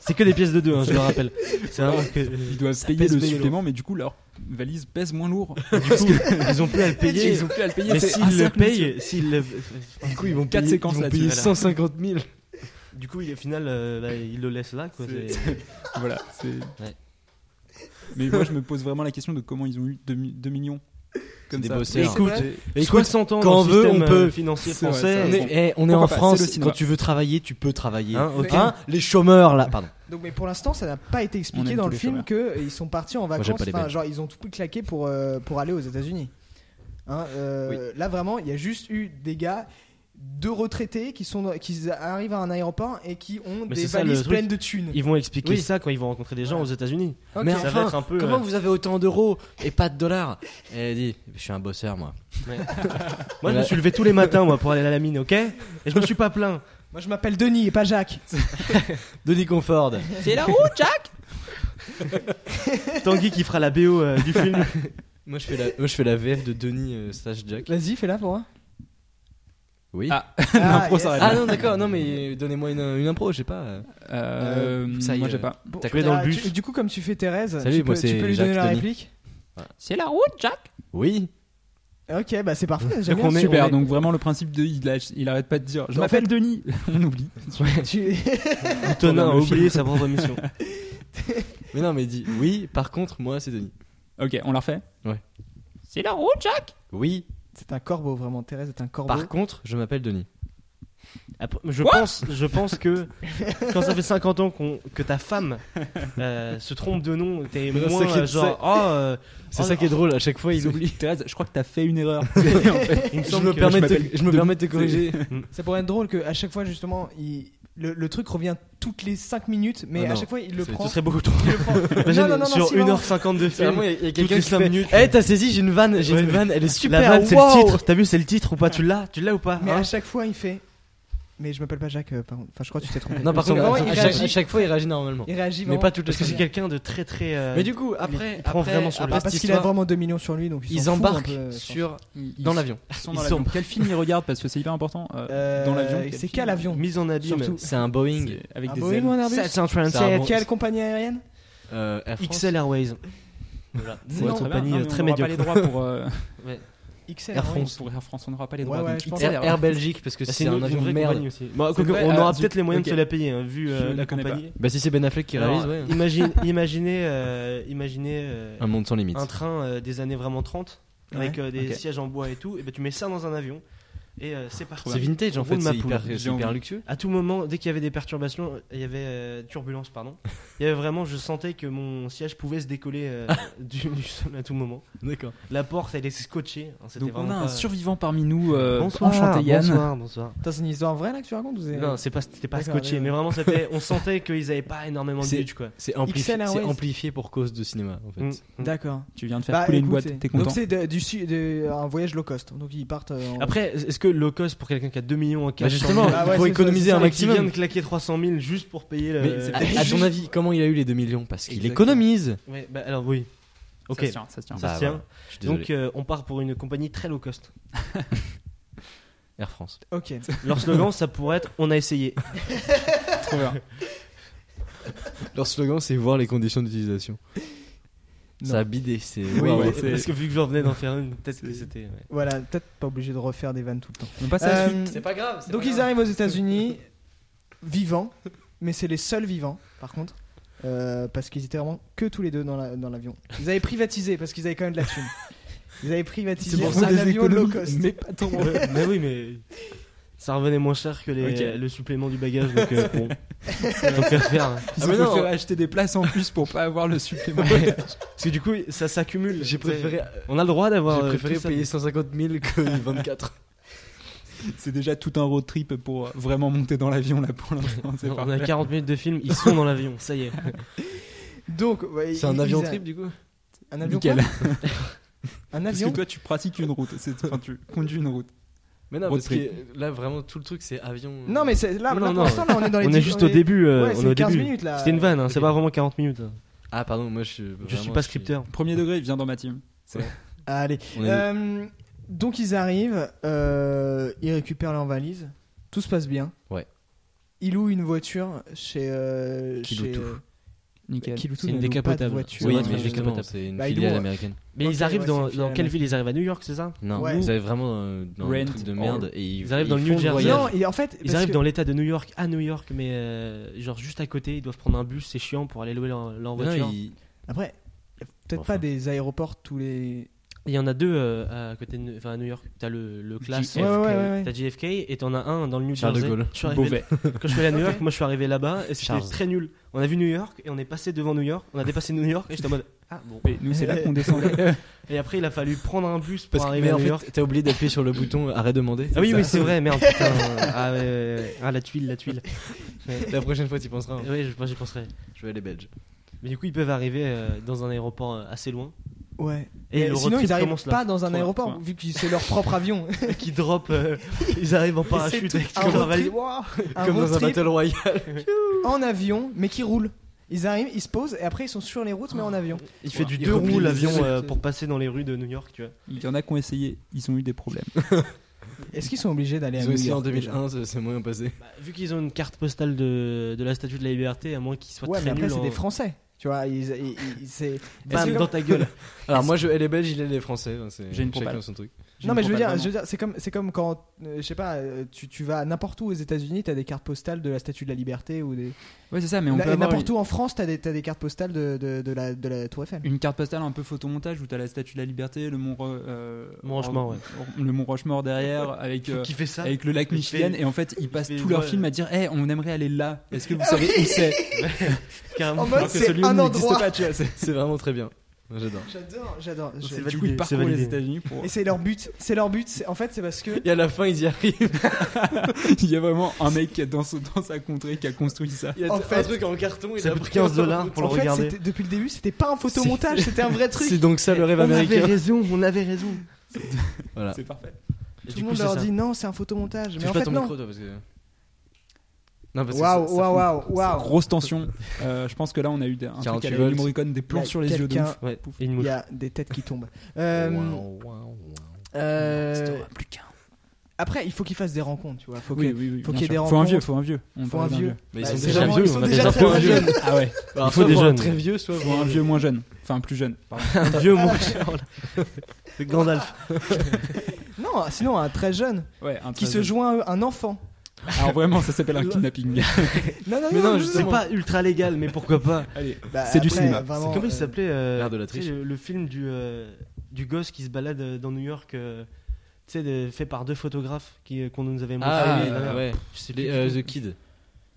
S3: C'est que des pièces de deux, hein, je le rappelle. C'est vraiment que.
S4: Ils doivent payer
S3: pèse
S4: le
S3: bien lourd.
S4: supplément, mais du coup, leur valise pèse moins lourd.
S3: Ils ont plus à le payer.
S4: Ils ont plus à le payer.
S3: Mais
S4: c'est
S3: s'ils
S4: un
S3: le
S4: cercle vicieux.
S3: payent, s'ils le.
S4: Du coup, ils vont quatre séquences
S3: ils vont
S4: là-dessus.
S3: payer
S4: Voilà.
S3: 150 000. Du coup, il- au final, euh, bah, ils le laissent là. Quoi.
S4: C'est-
S3: C'est-
S4: voilà, c'est.
S2: Ouais.
S4: Mais moi, je me pose vraiment la question de comment ils ont eu 2 millions. Comme
S2: des
S4: ça.
S2: bosseurs.
S1: Mais écoute,
S3: Et
S2: Soit
S3: 60 ans
S2: quand
S3: dans
S2: on
S3: le
S2: veut,
S3: système,
S2: on peut.
S3: euh, financier
S4: C'est vrai,
S3: français.
S4: c'est vrai.
S3: Mais-
S2: Eh, on est
S4: Pourquoi
S2: en
S4: pas, c'est le
S2: France,
S4: cinéma.
S2: quand tu veux travailler, tu peux travailler.
S3: Hein, ok.
S2: Hein, les chômeurs là, pardon.
S1: Donc, mais pour l'instant, ça n'a pas été
S4: On
S1: expliqué
S4: aime
S1: dans
S4: tous
S1: le
S4: les
S1: film qu'ils sont partis en
S2: j'aime
S1: vacances.
S2: pas les
S1: Enfin,
S2: Belges.
S1: genre, ils ont tout claqué pour, euh, pour aller aux États-Unis. Hein, euh, Là, vraiment, il y a juste eu des gars, deux retraités qui, sont, qui arrivent à un aéroport et qui ont
S3: Mais
S1: des
S3: c'est ça,
S1: valises
S3: le truc.
S1: pleines de thunes.
S3: Ils vont expliquer
S2: Oui.
S3: ça quand ils vont rencontrer des gens aux États-Unis.
S1: Ok.
S2: Mais
S3: Ça va
S2: enfin,
S3: être un peu,
S2: comment
S3: euh,
S2: vous avez autant d'euros et pas de dollars Et Elle a dit, je suis un bosseur moi.
S3: Moi, je
S2: Ouais.
S3: me suis levé tous les matins moi, pour aller à la mine, ok Et je me suis pas plaint.
S1: Moi, je m'appelle Denis et pas Jacques.
S2: Denis Conford.
S1: C'est là où
S3: Tanguy qui fera la BO euh, du film.
S2: moi, je fais la, moi je fais la VF de Denis euh, slash Jack.
S1: Vas-y, fais-la pour moi.
S2: Oui.
S4: Ah.
S2: Ah,
S4: L'impro
S1: yes.
S4: s'arrête.
S2: non d'accord, non mais donnez-moi une, une impro, je sais pas. euh,
S4: Euh,
S2: Euh, ça y
S4: moi,
S2: est.
S4: j'ai pas.
S1: Bon,
S2: T'as
S3: coupé dans le
S1: ah,
S3: bus.
S1: tu- du coup, comme tu fais Thérèse,
S2: Salut,
S1: tu,
S2: moi,
S1: peux, tu
S2: c'est
S1: peux lui donner
S2: Jacques
S1: la
S2: Denis.
S1: réplique
S4: C'est la route, Jack.
S2: Oui.
S1: Ok, bah c'est parfait. j'aime
S3: Donc, on
S1: bien.
S3: est-
S4: Super. Donc vraiment le principe de il, lâche- il arrête pas de dire. Je
S1: En
S4: m'appelle Denis. On oublie.
S1: Tu-
S3: Tonin a
S4: Pendant le film.
S3: oublié sa propre mission.
S2: Mais non mais dis, oui, par contre moi c'est Denis.
S4: Ok, on la refait.
S2: Ouais.
S4: C'est la route, Jack.
S2: Oui,
S1: C'est un corbeau, vraiment. Thérèse est un corbeau.
S2: par contre je m'appelle Denis.
S3: Après, je, pense, je pense que quand ça fait 50 ans qu'on- que ta femme euh, se trompe de nom, t'es
S2: Mais non,
S3: moins
S2: c'est que-
S3: euh, genre. Oh, euh,
S2: C'est
S3: oh,
S2: ça qui est drôle, à chaque fois il oublie.
S4: Thérèse, je crois que t'as fait une erreur. En fait,
S3: il me
S2: Je
S3: semble
S2: me,
S3: que-
S2: permets de te-
S4: m'appelle
S2: je me
S4: Denis.
S2: permets de te corriger.
S1: Ça pourrait être drôle qu'à chaque fois, justement, il- le, le truc revient toutes les 5 minutes, mais
S2: Ah non,
S1: à chaque fois, il le
S2: c'est-
S1: prend.
S3: Ce serait beaucoup trop.
S1: Il le prend.
S3: Imagine,
S1: non, non, non,
S3: sur
S1: si, vraiment.
S3: 1h50 de film.
S2: Clairement, il y a- il y a
S3: Toutes les
S2: quelqu'un qui
S3: cinq
S2: fait.
S3: minutes.
S2: Eh, t'as saisi, j'ai une vanne, j'ai
S3: Ouais.
S2: une vanne, elle est super.
S3: la vanne, c'est
S2: wow.
S3: le titre. T'as vu, c'est le titre ou pas Tu l'as Tu l'as ou pas
S1: Mais
S3: Hein
S1: à chaque fois, il fait. Mais je m'appelle pas Jacques, euh, par contre. Enfin, je crois que tu t'es trompé.
S2: Non, par
S1: Parce que
S2: contre,
S1: vraiment,
S2: à,
S1: il
S2: chaque,
S1: réagit.
S2: à chaque fois il réagit normalement.
S1: Il réagit
S2: Mais
S1: vraiment.
S2: pas toutes les
S3: Parce que c'est
S2: secondes.
S3: quelqu'un de très très. euh,
S2: Mais du coup, après,
S3: il prend
S2: après-
S3: vraiment sur
S2: après
S3: lui.
S2: cette
S1: Parce qu'il a
S2: histoire,
S1: vraiment 2 millions sur lui, donc il
S2: ils
S1: s'en fout un
S2: embarquent
S1: peu, euh, je pense.
S2: sur
S4: Ils-
S2: dans l'avion.
S4: Ils sont
S2: Ils
S4: dans
S2: sont-
S4: l'avion. Quel film ils regardent Parce que c'est hyper important. euh,
S1: Euh,
S4: dans l'avion. quel
S1: C'est
S4: film
S1: quel avion Ah
S3: Mise en abîme.
S1: Surtout.
S2: C'est un Boeing
S4: C'est Ah bah Avec
S1: Un
S4: des
S1: Boeing
S4: ailes.
S1: ou un Airbus
S3: 737,
S2: C'est un bon-
S1: Quelle compagnie aérienne
S2: euh, Air France.
S3: XL Airways. C'est
S4: Non,
S3: une
S4: ça va,
S3: compagnie
S4: non, mais
S3: euh, très
S4: on aura pas les
S3: médiocre.
S4: droits pour euh,
S1: XL.
S2: Air
S1: hein,
S2: France.
S4: pour Air France. On n'aura pas les
S1: Ouais,
S4: droits.
S1: ouais,
S4: donc
S1: je pense
S4: XL,
S2: Air,
S4: ouais.
S2: Air Belgique parce que Bah, c'est un
S3: une-
S2: avion de
S3: une vraie
S2: merde.
S3: compagnie aussi. Bon,
S4: C'est
S3: quoique,
S4: vrai,
S3: on
S4: ah,
S3: aura
S4: zut.
S3: peut-être les moyens
S4: Ok.
S3: de se la payer, hein, vu euh,
S4: Je
S3: la
S4: la connais
S3: compagnie.
S2: Bah si c'est Ben Affleck qui
S3: Alors,
S2: réalise, ouais.
S3: imagine- imaginez, euh, imaginez euh,
S2: Un monde sans limite.
S3: un train euh, des années vraiment 30 avec euh, des
S4: ok.
S3: sièges en bois et tout. Et ben tu mets ça dans un avion et euh, c'est parti.
S2: C'est vintage en
S3: Roule
S2: fait,
S3: ma
S2: c'est
S3: poule,
S2: hyper,
S4: j'ai
S2: c'est hyper
S4: envie.
S2: luxueux.
S3: À tout moment, dès qu'il y avait des perturbations, il y avait euh, turbulence, pardon. Il y avait vraiment, je sentais que mon siège pouvait se décoller euh, du, du sol à tout moment.
S2: D'accord.
S3: La porte, elle est scotchée. hein, c'était
S4: Donc on a
S3: vraiment
S4: un
S3: pas-
S4: survivant parmi nous. euh,
S3: Bonsoir,
S4: enchanté Yann.
S3: bonsoir, bonsoir.
S1: Putain, C'est une histoire vraie là que tu racontes ou c'est-
S3: Non, c'est pas, c'était pas
S1: D'accord,
S3: scotché,
S1: ouais,
S3: mais
S1: ouais.
S3: vraiment, c'était, on sentait qu'ils avaient pas énormément de
S2: C'est-
S3: budget, quoi.
S2: C'est ampli-
S1: XL Airways.
S2: c'est amplifié pour cause de cinéma en fait.
S3: Mm.
S1: D'accord.
S4: Tu viens de faire
S1: Bah,
S4: couler
S1: écoute,
S4: une
S1: c'est-
S4: boîte. T'es content.
S1: Donc c'est de- du su- de- un voyage low cost. Donc ils partent. euh, en-
S3: Mm. Après, est-ce que low cost pour quelqu'un qui a 2 millions en cash
S2: Bah justement,
S1: Ah ouais,
S2: faut
S1: c'est- c'est
S2: économiser
S1: ça,
S2: un
S1: c'est
S3: qui vient de
S2: maximum.
S3: claquer 300 000 juste pour payer le.
S2: Mais c'est- Ah, à à
S1: juste-
S2: ton avis, comment il a eu les 2 millions Parce qu'il
S4: Exactement.
S2: économise.
S3: Ouais, bah alors oui. Ok,
S4: Ça
S3: ça
S4: se tient, ça se tient.
S2: Bah,
S3: se tient.
S2: voilà. Je suis désolé.
S3: Donc euh, on part pour une compagnie très low cost.
S2: Air France.
S1: Ok.
S3: Leur slogan, ça pourrait être On a essayé.
S4: Trop bien.
S2: Leur slogan, c'est voir les conditions d'utilisation.
S1: Non.
S2: Ça a bidé, c'est.
S4: Oui,
S2: Waouh.
S4: ouais, c'est-
S3: parce que vu que j'en venais d'en faire une, peut-être que c'était. ouais.
S1: Voilà, peut-être pas obligé de refaire des vannes tout le temps.
S4: On passe à la
S1: Euh,
S4: suite.
S3: pas grave.
S1: Donc ils arrivent aux États-Unis vivants, mais c'est les seuls vivants par contre. euh, parce qu'ils étaient vraiment que tous les deux dans la- dans l'avion. ils avaient privatisé parce qu'ils avaient quand même de la thune. Ils avaient privatisé
S4: C'est pour
S1: un
S4: ça des
S1: avion low
S4: économies,
S1: cost.
S4: mais pas trop.
S3: Ouais, mais oui, mais ça revenait moins cher que les-
S4: Ok.
S3: le supplément du bagage, donc euh, bon, tant qu'à faire.
S4: Ils
S2: Ah,
S4: ont
S2: mais non.
S4: préféré acheter des places en plus pour pas avoir le supplément.
S3: Parce que du coup, ça s'accumule.
S2: J'ai
S3: tu sais.
S2: préféré,
S3: On a le droit d'avoir.
S2: j'ai
S3: euh,
S2: préféré
S3: tout ça.
S2: payer 150 000 que 24.
S4: C'est déjà tout un road trip pour euh, vraiment monter dans l'avion là pour l'instant. C'est
S3: Non, On
S4: parfait.
S3: a 40 minutes de film, ils sont dans l'avion, ça y est.
S1: Donc ouais,
S2: C'est un
S1: ils-
S2: avion
S1: ils a-
S2: trip du coup
S1: Un avion
S4: Nickel.
S1: quoi Un
S4: Parce
S1: avion
S4: que toi tu pratiques une route. C'est- Enfin tu conduis une route.
S2: Mais non,
S4: Road
S2: parce
S4: trip.
S2: que là vraiment tout le truc c'est avion.
S1: Non mais c'est là,
S3: Non,
S1: là,
S3: non,
S1: pour l'instant là on est dans les
S3: on
S1: dix-
S3: est juste au début. euh,
S1: Ouais,
S3: on
S1: c'est
S3: est au
S1: 15
S3: début.
S1: minutes là.
S3: C'était une vanne, hein, c'est
S2: Ok.
S3: pas vraiment 40 minutes.
S2: Ah, pardon, moi je suis.
S3: Je
S2: vraiment,
S3: suis pas scripteur.
S4: Premier degré, il vient dans ma team.
S1: Allez.
S2: On est-
S1: Euh, donc ils arrivent, euh, ils récupèrent leur valise, tout se passe bien.
S2: Ouais.
S1: Ils louent une voiture chez. Euh,
S2: Kiloutou.
S1: chez, euh,
S4: Nickel.
S1: Kiloutou
S3: C'est une
S1: n'ont pas de
S3: décapotable.
S1: voiture.
S2: Oui,
S3: Ouais,
S2: mais
S3: ouais,
S2: justement,
S3: décapotable.
S2: c'est une
S1: Bah, ils
S2: filiale
S1: l'ont-
S2: américaine.
S3: Mais
S1: Ok,
S3: ils arrivent
S1: ouais,
S3: dans,
S1: c'est
S3: dans
S1: finalement.
S3: quelle ville Ils arrivent à New York, c'est ça
S2: Non,
S1: Ouais.
S2: ils arrivent vraiment dans, dans
S4: Rent
S2: un truc de merde et ils,
S3: Ils arrivent dans le
S2: font
S3: New Jersey.
S2: voyage.
S1: Non, et en fait,
S3: Ils
S1: parce
S3: arrivent
S1: que-
S3: dans l'état de New York à New York, mais euh, genre juste à côté, ils doivent prendre un bus, c'est chiant pour aller louer leur,
S2: Non,
S3: leur voiture.
S2: ils-
S1: Après, peut-être
S2: Enfin.
S1: pas des aéroports tous les.
S3: Il y en a deux euh, à côté de, enfin, à New York. T'as le, le classe,
S1: Ouais, ouais, ouais, ouais.
S3: t'as JFK et t'en as un dans le New
S2: Charles de
S3: Jersey.
S2: Gaulle.
S3: Je suis arrivé-
S4: Beauvais.
S3: quand je suis allé à New York, moi je suis arrivé là-bas et c'était
S2: Charles.
S3: très nul. On a vu New York et on est passé devant New York, on a dépassé New York et j'étais en mode ah bon.
S4: Mais nous, c'est là qu'on descendait.
S3: Et après il a fallu prendre un bus pour
S2: Parce que,
S3: arriver
S2: mais
S3: à
S2: en
S3: New York.
S2: fait, t'as oublié d'appuyer sur le bouton arrête de demander.
S3: Ah oui oui c'est vrai merde putain ah, ouais, ouais, ouais. Ah, la tuile la tuile.
S2: La prochaine fois, tu penseras. hein.
S3: Oui je j'y penserai.
S2: Je vais aller belge.
S3: Mais du coup ils peuvent arriver euh, dans un aéroport euh, assez loin.
S1: Ouais.
S3: Et, Eh, le road
S1: sinon,
S3: trip
S1: ils arrivent
S3: commence là.
S1: pas dans un
S4: Voilà,
S1: aéroport,
S4: voilà.
S1: vu que c'est leur propre avion.
S3: qui drop, euh, ils arrivent en parachute avec
S1: un
S3: comme un
S1: road
S3: valise.
S1: trip, un
S2: Comme
S1: road
S2: dans un
S1: trip
S2: Battle Royale.
S1: en avion, mais qui roule. Ils arrivent, ils se posent, et après ils sont sur les routes, mais en avion.
S3: Il fait du
S2: Il
S3: deux
S2: replie
S3: roues
S2: les
S3: l'avion
S2: ailes.
S3: euh, pour passer dans les rues de New York, tu vois.
S4: Il y en a qui ont essayé, ils ont eu des problèmes.
S1: Est-ce qu'ils sont obligés d'aller à
S2: Ils
S1: New
S2: ont essayé en
S1: York, déjà
S2: 2001, c'est- c'est moyen passé.
S3: Bah, vu qu'ils ont une carte postale de, de la Statue de la Liberté, à moins qu'ils soient
S1: Ouais, mais
S3: très
S1: après,
S3: nuls.
S1: c'est
S3: en-
S1: des Français. Tu vois, ils, ils- ils- c'est.
S3: Bam,
S1: c'est comme-
S3: dans ta gueule.
S2: Alors moi, je, elle est belge, il est les français. hein, c'est-
S4: J'ai une
S2: chacun
S4: propale.
S2: son truc.
S1: Non, mais je veux dire,
S4: Probablement.
S1: je veux dire, c'est comme, c'est comme quand, euh, je sais pas, euh, tu, tu vas n'importe où aux États-Unis, t'as des cartes postales de la Statue de la Liberté ou des.
S4: Ouais, c'est ça, mais on
S1: Là,
S4: peut
S1: et
S4: avoir
S1: n'importe où en France, t'as des, t'as des cartes postales de, de, de la, de la Tour Eiffel.
S4: une carte postale un peu photomontage où t'as la statue de la liberté, le mont, Ro- euh,
S3: Mont Rochemort,
S4: Ro-
S3: ouais.
S4: le mont Rochemort derrière avec euh,
S3: Qui fait ça
S4: avec le lac
S3: Il
S4: Michigan
S3: fait-
S4: et en fait ils passent
S3: fait Ah
S4: tout leur
S3: une
S4: film
S3: voix,
S4: à dire eh on aimerait aller là est-ce que vous savez où c'est
S3: Carrément.
S1: En mode,
S4: Alors que
S1: c'est
S4: ce lieu
S1: un
S4: n'existe
S1: endroit.
S4: pas tu vois c'est-
S2: C'est vraiment très bien. Moi, J'adore.
S1: J'adore, j'adore.
S3: je-
S4: du coup
S3: validé,
S4: ils parcourent
S3: c'est
S4: les
S3: validé.
S4: États-Unis pour
S1: Et c'est leur but. C'est leur but. c'est- En fait, c'est parce que.
S2: Et à la fin, ils y arrivent.
S4: il y a vraiment un mec qui est dans, ce- dans sa contrée qui a construit ça
S2: Il y a
S1: En
S2: un
S1: fait,
S2: truc en carton. il
S3: ça
S2: a
S3: coûte
S2: pris
S3: 15
S2: un-
S3: dollars pour le
S1: en fait,
S3: regarder.
S1: c'était- depuis le début, c'était pas un photomontage, c'était un vrai truc.
S2: C'est donc ça le rêve
S3: on avait
S2: américain.
S3: raison, on avait raison.
S2: Voilà.
S4: c'est parfait
S1: Tout le monde leur dit non, c'est un photomontage. Mais
S2: Touche
S1: en
S2: pas
S1: fait,
S2: ton
S1: non.
S2: micro, toi, parce que. Non, parce que ça-
S1: Waouh,
S2: ça
S1: waouh,
S2: fout-
S1: waouh, waouh.
S4: grosse tension Euh, je pense que là on a eu des- un truc
S2: 48
S4: à la
S2: volts.
S4: Ennio Morricone, des plans
S1: Il y a
S4: sur les yeux de
S1: quelqu'un-
S4: ouf.
S3: Ouais, et une
S1: Il
S3: mouche.
S1: y a des têtes qui tombent. Euh,
S2: Waouh, waouh, waouh.
S1: euh,
S4: C'était plus qu'un
S1: après, il faut qu'ils fassent des rencontres, tu vois. Faut que-
S4: oui, oui, oui,
S1: faut
S4: bien
S1: qu'il y ait
S4: sûr.
S1: des
S4: faut un
S1: rencontres.
S4: vieux faut un vieux on
S1: Faut
S4: parle
S1: un
S4: d'un
S1: vieux.
S2: Mais ils
S1: Bah,
S2: sont
S1: c'est
S2: déjà
S1: vraiment-
S2: vieux.
S1: ils
S3: on
S1: sont
S3: a des
S1: déjà
S3: enfants
S1: très
S3: vieux. Bah,
S1: jeunes.
S4: ah ouais
S2: Alors,
S3: faut
S2: soit
S3: des
S2: pour un
S3: jeunes.
S2: Très vieux, soit
S4: faut un vieux moins jeune enfin plus jeune pardon.
S3: Un vieux mon cher. C'est Gandalf.
S1: Non, sinon un très jeune
S4: Ouais, un
S1: qui
S4: très
S1: se
S4: jeune.
S1: joint à eux, un enfant.
S4: Alors vraiment, ça s'appelle un kidnapping.
S1: Non, non,
S3: Mais non,
S1: non,
S3: c'est pas ultra légal, mais pourquoi pas
S4: Allez,
S1: Bah,
S4: c'est du
S1: après,
S4: cinéma.
S1: vraiment,
S3: Comment
S1: euh,
S3: il s'appelait euh,
S2: L'ère de la
S3: tu sais,
S2: triche.
S3: Le, le film du, euh, du gosse qui se balade euh, dans New York, euh, tu sais, de- fait par deux photographes qui- euh, qu'on nous avait montré.
S2: Ah
S4: oui,
S2: oui,
S4: non, non.
S2: ouais. Les, euh, The Kid.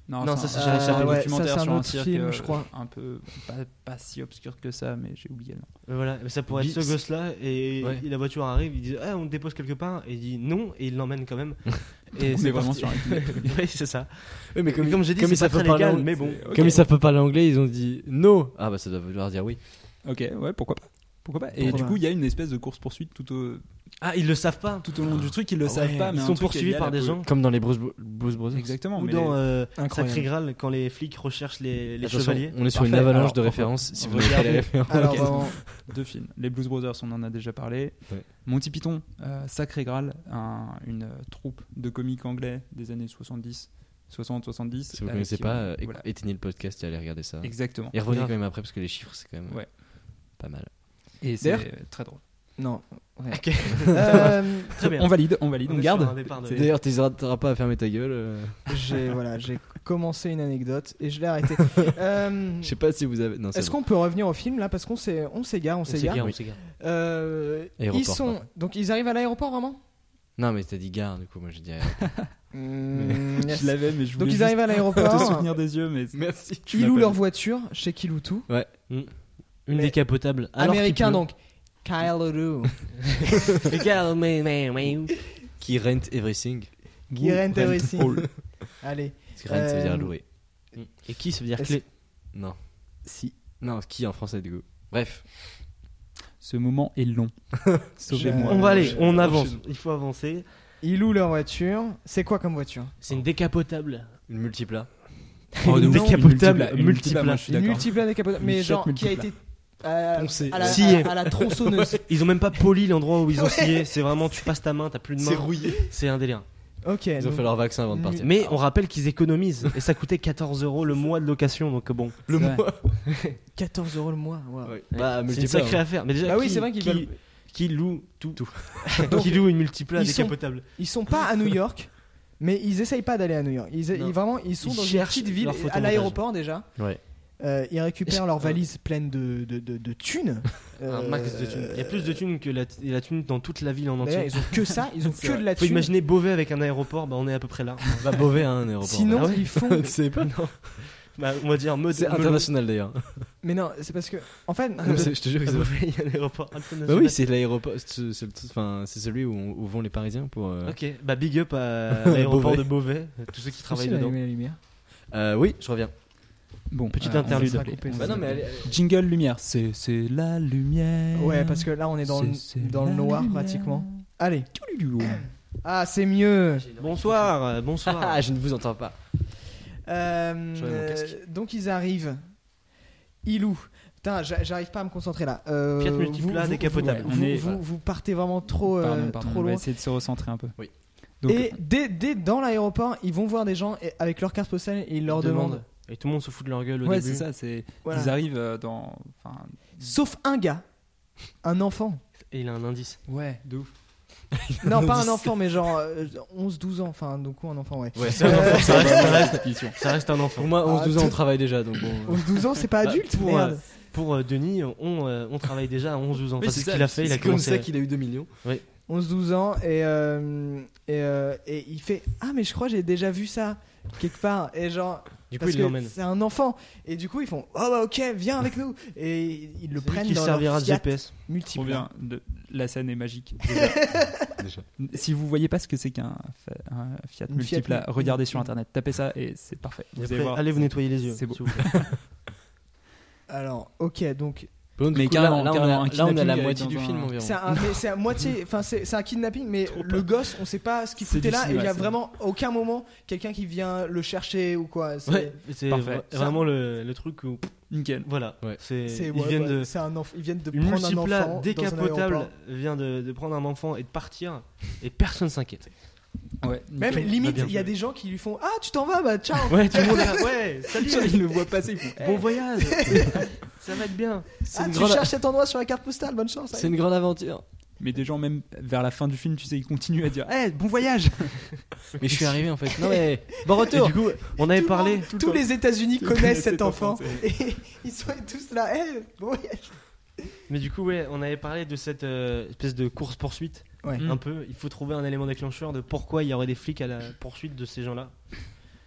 S3: Non,
S4: c'est
S3: ça,
S4: un-
S3: c'est- c'est un
S4: un
S1: Ah ouais, ça,
S4: documentaire
S1: c'est un
S4: sur un
S1: autre
S4: cirque,
S1: film,
S4: euh,
S1: je crois.
S4: un peu pas, pas si obscur que ça, mais j'ai oublié le nom.
S3: Euh, Voilà, mais ça pourrait être ce
S2: Bis.
S3: gosse-là, et,
S2: Ouais.
S3: et la voiture arrive, il dit Ah, on te dépose quelque part, et il dit non, et il l'emmène quand même. et
S4: On est vraiment
S3: parti.
S4: sur un kidnapping.
S3: Oui, c'est ça.
S2: Oui, mais
S3: Comme, j'ai dit,
S2: comme
S3: c'est
S2: ils savent
S3: pas très
S2: pas parler
S3: légal,
S2: anglais,
S3: mais bon.
S4: Ok.
S2: Comme ils savent pas parler anglais, ils ont dit no. Ah bah ça doit vouloir dire oui.
S4: Ok, ouais, pourquoi pas. Pourquoi pas. Et
S1: Pourquoi
S4: du
S1: pas.
S4: coup, il y a une espèce de course-poursuite tout au,
S3: Ah, ils le savent pas.
S4: tout au long du truc, ils le
S3: Ah
S4: savent
S3: ouais,
S4: pas, mais
S3: ils
S4: un
S3: sont
S4: truc est
S3: poursuivis
S4: lié à
S3: par
S4: la
S3: des
S4: poli-
S3: gens.
S2: Comme dans les Blues, Blues Brothers.
S4: Exactement,
S3: Ou
S4: mais
S3: dans
S4: les-
S3: euh,
S1: Incroyable.
S3: Sacré Graal, quand les flics recherchent les, les
S2: Attention,
S3: chevaliers.
S2: On est sur une
S4: Parfait,
S2: avalanche
S4: alors,
S2: de
S4: on-
S2: références. Si
S4: on
S2: vous n'avez pas les
S4: regarde.
S2: références.
S1: Alors,
S4: Ok.
S1: vraiment,
S3: euh,
S4: deux films. Les Blues Brothers, on en a déjà parlé.
S2: Ouais.
S4: Monty Python, euh, Sacré Graal, un- une euh, troupe de comiques anglais des années 70, 60-70.
S2: Si vous ne connaissez pas, euh, éc- éteignez le podcast et allez regarder ça.
S4: Exactement.
S2: Et revenez
S3: Grave.
S2: quand même après parce que les chiffres c'est quand même euh,
S4: Ouais.
S2: pas mal.
S4: Et c'est euh, très drôle.
S1: non. ouais.
S3: Ok.
S1: Euh,
S3: Très bien.
S4: On valide, on valide,
S3: On
S4: on,
S3: est sur un
S4: garde.
S3: départ de-
S2: D'ailleurs, tu n'hésiteras pas à fermer ta gueule. euh,
S1: j'ai voilà, j'ai commencé une anecdote et je l'ai arrêtée. Euh,
S2: Je sais pas si vous avez. Non, c'est
S1: Est-ce
S2: bon.
S1: qu'on peut revenir au film là parce qu'on s'est- on s'égare, on
S3: On s'égare,
S1: s'égare.
S3: on s'égare.
S1: Euh, ils
S2: Aéroport,
S1: sont donc ils arrivent à l'aéroport vraiment.
S2: Non, mais t'as dit gare du coup, moi je dis.
S1: Mmh, yes.
S4: Je l'avais, mais je voulais
S1: Donc ils
S4: juste
S1: arrivent à
S4: te
S1: l'aéroport.
S4: souvenir des yeux, mais
S2: Merci.
S1: Ils louent leur voiture chez Kiloutou.
S3: Une
S1: Mais-
S3: décapotable. alors qu'il
S1: Américain
S3: pleut.
S1: donc. Kyle O'Doo.
S3: Regarde, mais, mais, mais.
S2: Qui rent everything.
S1: Qui
S4: Woo,
S1: rent everything.
S4: all.
S1: Allez.
S2: Parce que rent ça veut
S1: Euh,
S2: dire louer.
S3: Et qui, ça veut dire
S1: Est-ce-
S3: clé
S2: Non.
S1: Si.
S2: Non, qui en français du coup. Bref.
S4: Ce moment est long. Sauvez-moi.
S1: Je-
S3: On va aller,
S1: je-
S3: on avance. Il faut avancer.
S1: Ils louent leur voiture. C'est quoi comme voiture
S3: C'est une décapotable.
S2: Une multipla.
S4: Oh, de
S1: Une
S4: ouf, une
S3: décapotable
S4: multiple- une
S3: multiple,
S4: moi, je suis
S1: Une
S4: d'accord.
S1: multiple décapotable,
S4: Une
S1: mais
S4: shot
S1: genre qui a
S4: multiple.
S1: été à,
S2: Poncé.
S1: à la,
S3: Scié.
S1: à- à la tronçonneuse.
S3: Ils ont même pas poli l'endroit où ils ont
S1: Ouais.
S3: scié. C'est vraiment, tu passes ta main, t'as plus de main.
S2: rouillé.
S3: C'est un délire.
S1: ok.
S2: Ils ont
S1: donc-
S2: fait leur vaccin avant de partir.
S3: Mais on rappelle qu'ils économisent. Et ça coûtait 14 euros le mois de location. Donc bon,
S2: le
S4: C'est vrai.
S2: mois.
S1: 14 euros le mois. waouh.
S2: Bah,
S3: c'est
S2: multiple,
S3: une sacrée
S2: hein.
S3: affaire. Mais déjà,
S1: Bah oui,
S3: qui-
S1: c'est vrai qu'ils
S3: qui-
S1: veulent-
S3: Qui loue tout.
S1: Donc,
S3: qui loue une multiple à
S1: ils sont-
S3: décapotable.
S1: Ils sont pas à New York, mais ils essayent pas d'aller à New York. Ils,
S3: Non.
S1: ils- vraiment, ils sont
S3: Ils
S1: dans une
S3: cherchent
S1: petite ville,
S3: leur photomontage.
S1: à l'aéroport déjà.
S2: Ouais.
S1: Euh, ils récupèrent
S2: Et-
S1: leurs valises pleines de, de, de, de thunes. Euh,
S2: Un max de thunes.
S3: Il y a plus de thunes que la, la thune dans toute la ville en
S1: D'ailleurs,
S3: entier.
S1: ils ont que ça, ils ont que de la
S3: Faut
S1: thune.
S3: imaginer Beauvais avec un aéroport, bah on est à peu près là.
S2: Bah, Beauvais à un aéroport.
S1: Sinon,
S3: Ah ouais.
S1: ils font.
S2: c'est pas.
S3: Bah, on va dire Meud-
S2: C'est
S3: Melon.
S2: international d'ailleurs.
S1: Mais non, c'est parce que. En fait,
S2: Non, mais Ah, c'est- Je te jure,
S3: À
S2: ils ont-
S3: Beauvais, il y a un aéroport international.
S2: Bah oui, c'est l'aéroport. C'est c'est le truc- enfin, c'est celui où, où vont les Parisiens pour. euh,
S3: Ok, bah big up à l'aéroport
S2: Beauvais.
S3: de Beauvais, euh, tous ceux qui travaillent dedans.
S1: la lumière.
S2: Euh, oui, je reviens.
S4: Bon, euh,
S3: Petite
S4: on
S3: interlude.
S4: va se rappeler.
S1: Bah non, mais
S2: allez-
S4: Jingle lumière, c'est c'est la lumière.
S1: Ouais, parce que là, on est dans, le,
S4: C'est- c'est
S1: dans le
S4: la
S1: noir
S4: lumière.
S1: pratiquement. Allez.
S4: Toulilou.
S1: Ah, c'est mieux.
S3: Bonsoir, euh, bonsoir.
S2: Ah, je ne vous entends pas.
S1: Euh,
S2: J'aurais mon casque.
S1: euh, donc ils arrivent. Ilou. Putain, j'a- j'arrive pas à me concentrer là. Euh,
S3: Fiat Multipla
S1: vous- vous-
S3: décapotable.
S1: Vous,
S4: On est-
S1: vous- vous partez vraiment trop, euh,
S4: Pardon, pardon,
S1: trop
S4: on va
S1: loin.
S4: essayer de se recentrer un peu.
S2: Oui.
S4: Donc,
S1: et dès, dès dans l'aéroport, ils vont voir des gens et- avec leur carte postale et ils leur demandent.
S3: Et tout le monde se fout de leur gueule au
S4: ouais,
S3: début.
S4: c'est ça. C'est
S1: Voilà.
S4: ils arrivent euh, dans. Enfin,
S1: Sauf un gars, un enfant.
S3: Et il a un indice.
S4: ouais, de ouf.
S1: non, pas un enfant, mais genre 11-12 ans. Enfin, du coup, un enfant, ouais.
S3: Ouais, c'est un enfant, ça reste, ça reste- ça reste un enfant.
S2: Pour moi, 11-12 ans,
S1: Ah,
S2: on travaille déjà, donc bon.
S1: 11-12 ans, c'est pas
S3: Bah,
S1: adulte,
S3: pour,
S1: merde.
S3: euh, Pour euh, Denis, on, euh, on travaille déjà à 11-12 ans. Enfin, c'est ce
S2: ça,
S3: qu'il a fait, il a
S2: c'est comme
S3: commencé.
S2: ça
S3: à-
S2: qu'il a eu 2 millions.
S1: 11-12 ans et, euh, et, euh, et il fait Ah, mais je crois que j'ai déjà vu ça quelque part. Et genre,
S3: Du coup,
S1: parce
S3: il
S1: que
S3: l'emmène.
S1: c'est un enfant. Et du coup, ils font Oh, bah ok, viens avec nous. Et ils le
S3: C'est lui
S1: prennent
S3: qui
S1: dans
S3: servira
S1: leur
S3: de
S1: Fiat
S3: GPS.
S1: multiple.
S4: Trop bien. De- la scène est magique. déjà.
S2: Déjà.
S4: si vous voyez pas ce que c'est qu'un fa- un Fiat
S1: Une
S4: multiple,
S1: Fiat-
S4: là, regardez sur internet, tapez ça et c'est parfait. Vous
S3: Après,
S4: allez voir.
S3: allez vous nettoyer les yeux.
S4: C'est beau.
S3: s'il vous plaît.
S1: Alors, ok, donc
S4: Mais carrément,
S2: là, on a,
S4: carrément, un
S2: là, on a la
S4: kidnapping
S2: moitié
S4: dans
S2: du
S4: un-
S2: film environ.
S1: c'est un, mais c'est à moitié, enfin c'est c'est un kidnapping, mais le gosse, on sait pas ce qu'il
S4: C'est
S1: foutait
S4: du
S1: là. Et il y
S4: cinéma,
S1: a
S4: ça.
S1: vraiment aucun moment quelqu'un qui vient le chercher ou quoi. C'est
S3: Ouais, c'est
S4: Parfait.
S3: vra- vraiment le, le truc où.
S4: Nickel.
S3: Voilà.
S2: Ouais.
S3: C'est,
S1: c'est-
S3: ils
S1: ouais,
S3: viennent
S1: ouais,
S3: de.
S1: c'est un enf- ils viennent de
S3: Une
S1: prendre un
S3: multipla
S1: enfant dans un
S3: décapotable
S1: aéroport.
S3: vient de, de prendre un enfant et de partir, et personne s'inquiète.
S4: Ouais.
S1: Même
S4: nickel.
S1: limite,
S3: bien
S1: il y a
S3: joué.
S1: des gens qui lui font Ah, tu t'en vas, bah ciao.
S3: Ouais, tout le monde est- Ouais, salut
S4: Ils le voient passer. ils font,
S3: Bon voyage Ça va être bien
S2: C'est
S1: Ah,
S2: une
S1: tu
S2: grande-
S1: cherches cet endroit sur la carte postale, bonne chance.
S2: c'est une grande aventure.
S4: Mais des gens, même vers la fin du film, tu sais, ils continuent à dire Eh, bon voyage
S2: Mais je suis arrivé en fait. Non mais bon
S3: Et
S2: retour.
S3: du coup, on avait
S1: Tout le
S3: parlé.
S1: monde- tous les États-Unis
S4: Ils
S1: connaissent
S4: connaissent
S1: cet
S4: cet
S1: enfant.
S4: enfant,
S1: Et ils sont tous là. Eh, bon voyage.
S3: Mais du coup, ouais, on avait parlé de cette euh, espèce de course-poursuite.
S1: Ouais.
S4: Mm. Hmm.
S3: Un peu, il faut trouver un élément déclencheur de pourquoi il y aurait des flics à la poursuite de ces gens-là.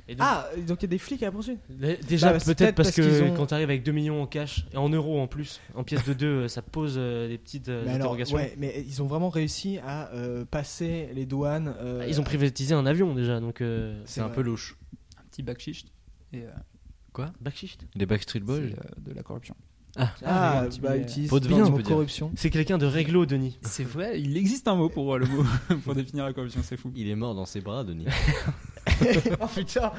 S3: Et donc,
S1: Ah, donc il y a des flics à la poursuite.
S3: dé- déjà,
S1: bah, c'est
S3: peut-être parce, que
S1: qu'ils ont-
S3: quand t'arrives avec 2 millions en cash, et en euros en plus, en pièces de 2, ça pose euh, des petites euh,
S1: Mais alors,
S3: interrogations.
S1: ouais, mais ils ont vraiment réussi à euh, passer les douanes. euh,
S3: Ils ont privatisé un avion déjà, donc. euh,
S2: C'est un
S1: vrai.
S2: peu louche.
S4: Un petit backshift. Et euh,
S3: Backshift
S2: Les Backstreet
S4: c'est,
S2: Boys.
S4: euh, de la corruption.
S1: Ah,
S4: un petit
S1: bah,
S4: billet.
S1: utilise
S2: Pot de vin,
S1: bien
S2: tu
S1: mot
S2: peux dire.
S1: corruption.
S3: C'est quelqu'un de réglo, Denis.
S4: C'est vrai, il existe un mot pour euh, le mot pour définir la corruption, c'est fou.
S2: Il est mort dans ses bras, Denis.
S3: oh putain,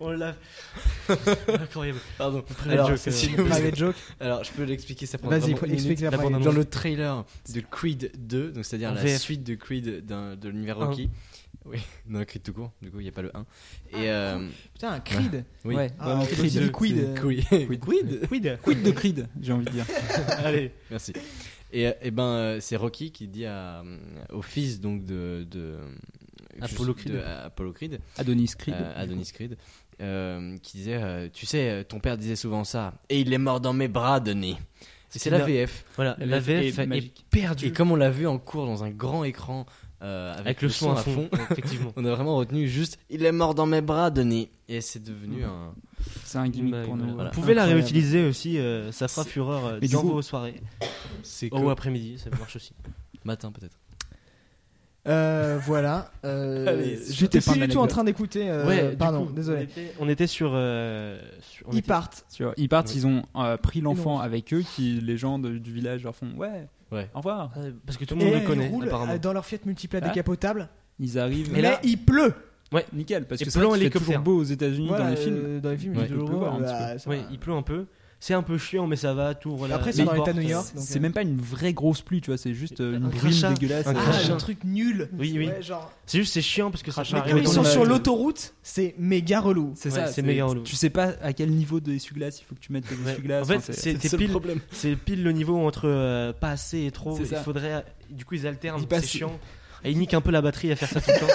S3: on l'a. Incroyable.
S2: Pardon.
S3: Private
S2: Alors,
S3: joke, euh,
S2: si-
S1: Private joke.
S2: alors, je peux l'expliquer. Ça prend
S1: Vas-y,
S2: vraiment une minute.
S1: explique la
S3: la
S1: private
S3: bande-annonce.
S1: joke.
S2: Dans le trailer de Creed 2, donc c'est-à-dire
S3: En
S2: la
S3: VF.
S2: suite de Creed d'un- de l'univers
S3: Un.
S2: Rocky. Oui, non, Creed tout court, du coup il n'y a pas le 1. Et euh,
S1: Putain, un Creed.
S2: oui.
S4: Ouais,
S1: Ah,
S4: vraiment,
S1: ok,
S4: Creed.
S1: c'est
S4: de-
S1: du quid.
S4: c'est-
S1: euh,
S2: Creed.
S4: Quid.
S2: Creed.
S3: Quid
S4: Quid de Creed, j'ai envie de dire.
S3: Allez.
S2: Merci. Et, euh, eh ben, euh, c'est Rocky qui dit à, euh, au fils donc de, de
S3: Apollo
S2: de-
S3: Creed.
S2: à Apollo Creed,
S4: Adonis Creed.
S2: euh, Adonis Creed, euh, qui disait, euh, tu sais, euh, ton père disait souvent ça, et il est mort dans mes bras, Denis. Et C'est la
S3: qu'il a-
S2: VF.
S3: Voilà, la,
S4: La VF
S3: VF
S4: est
S3: est,
S4: magique.
S3: perdue.
S2: Et comme on l'a vu en cours dans un grand écran euh, avec,
S3: avec le son à fond, effectivement.
S2: on a vraiment retenu juste, il est mort dans mes bras, Denis. Et c'est devenu un.
S4: C'est un gimmick pour nous.
S3: Vous
S4: voilà.
S3: pouvez la
S1: Incroyable.
S3: réutiliser aussi, euh, ça fera fureur euh,
S4: Mais du
S3: dans
S4: coup-
S3: vos soirées.
S2: C'est
S3: Oh, ou après-midi, ça marche aussi.
S2: Matin peut-être.
S1: Euh, voilà. euh,
S2: Allez, c'est
S1: J'étais
S4: parti
S1: pas du tout
S4: l'anecdote.
S1: en train d'écouter. euh,
S3: du
S1: pardon,
S3: coup, On
S1: désolé.
S3: était, on était sur. euh, sur- on
S1: Ils
S3: était-
S1: partent.
S4: Tu vois, ils partent,
S2: Ouais.
S4: ils ont euh, pris
S1: Ils
S4: l'enfant
S1: l'ont-
S4: avec eux, qui les gens de- du village leur font ouais,
S2: Ouais.
S4: au revoir.
S3: Ouais, Parce que tout le
S1: Et
S3: monde le
S1: ils
S3: connaît,
S1: roulent
S3: apparemment.
S1: euh, dans leur Fiat Multipla
S4: Ah.
S1: décapotable.
S4: Ils arrivent.
S1: Mais il pleut.
S2: Ouais.
S4: nickel. Parce
S3: Et
S4: que c'est vrai
S3: plan
S4: qu'il fait
S3: hélicoptère.
S4: toujours beau aux États-Unis
S1: Voilà,
S4: dans les films.
S1: euh, dans les films, il
S2: Ouais.
S1: fait toujours
S4: Il peut
S1: beau,
S4: voir un
S1: bah,
S4: petit
S1: ça
S3: Ouais,
S1: va.
S3: il pleut un peu. C'est un peu chiant, mais ça va, tout. Voilà,
S1: Après,
S4: c'est dans
S1: l'État de New
S3: hein.
S1: York. Donc,
S4: C'est
S1: euh,
S4: même pas une vraie grosse pluie, tu vois, c'est juste euh, une
S3: Un
S4: brume
S3: crachat.
S4: dégueulasse.
S3: Un
S4: euh,
S1: Ah,
S3: crachat.
S1: le truc nul.
S3: Oui, oui.
S1: Ouais, genre.
S3: C'est juste, c'est chiant parce que ça
S4: Crachat
S1: Mais
S3: arrive
S1: comme ils
S3: dans
S1: sont
S3: le-
S1: sur l'autoroute, c'est méga relou.
S4: C'est
S3: Ouais,
S4: ça,
S3: c'est méga relou.
S4: Tu sais pas à quel niveau de essuie-glace il faut que tu mettes tes
S3: Ouais.
S4: essuie-glaces.
S3: En fait,
S4: enfin,
S3: c'est-
S4: le
S3: c'est
S4: seul
S3: pile-
S4: problème.
S3: C'est pile le niveau entre euh, pas assez et trop.
S4: C'est
S3: Il
S4: ça.
S3: faudrait. Du coup, ils alternent.
S4: Ils passent-
S3: C'est chiant. Et ils niquent un peu la batterie à faire ça tout le temps.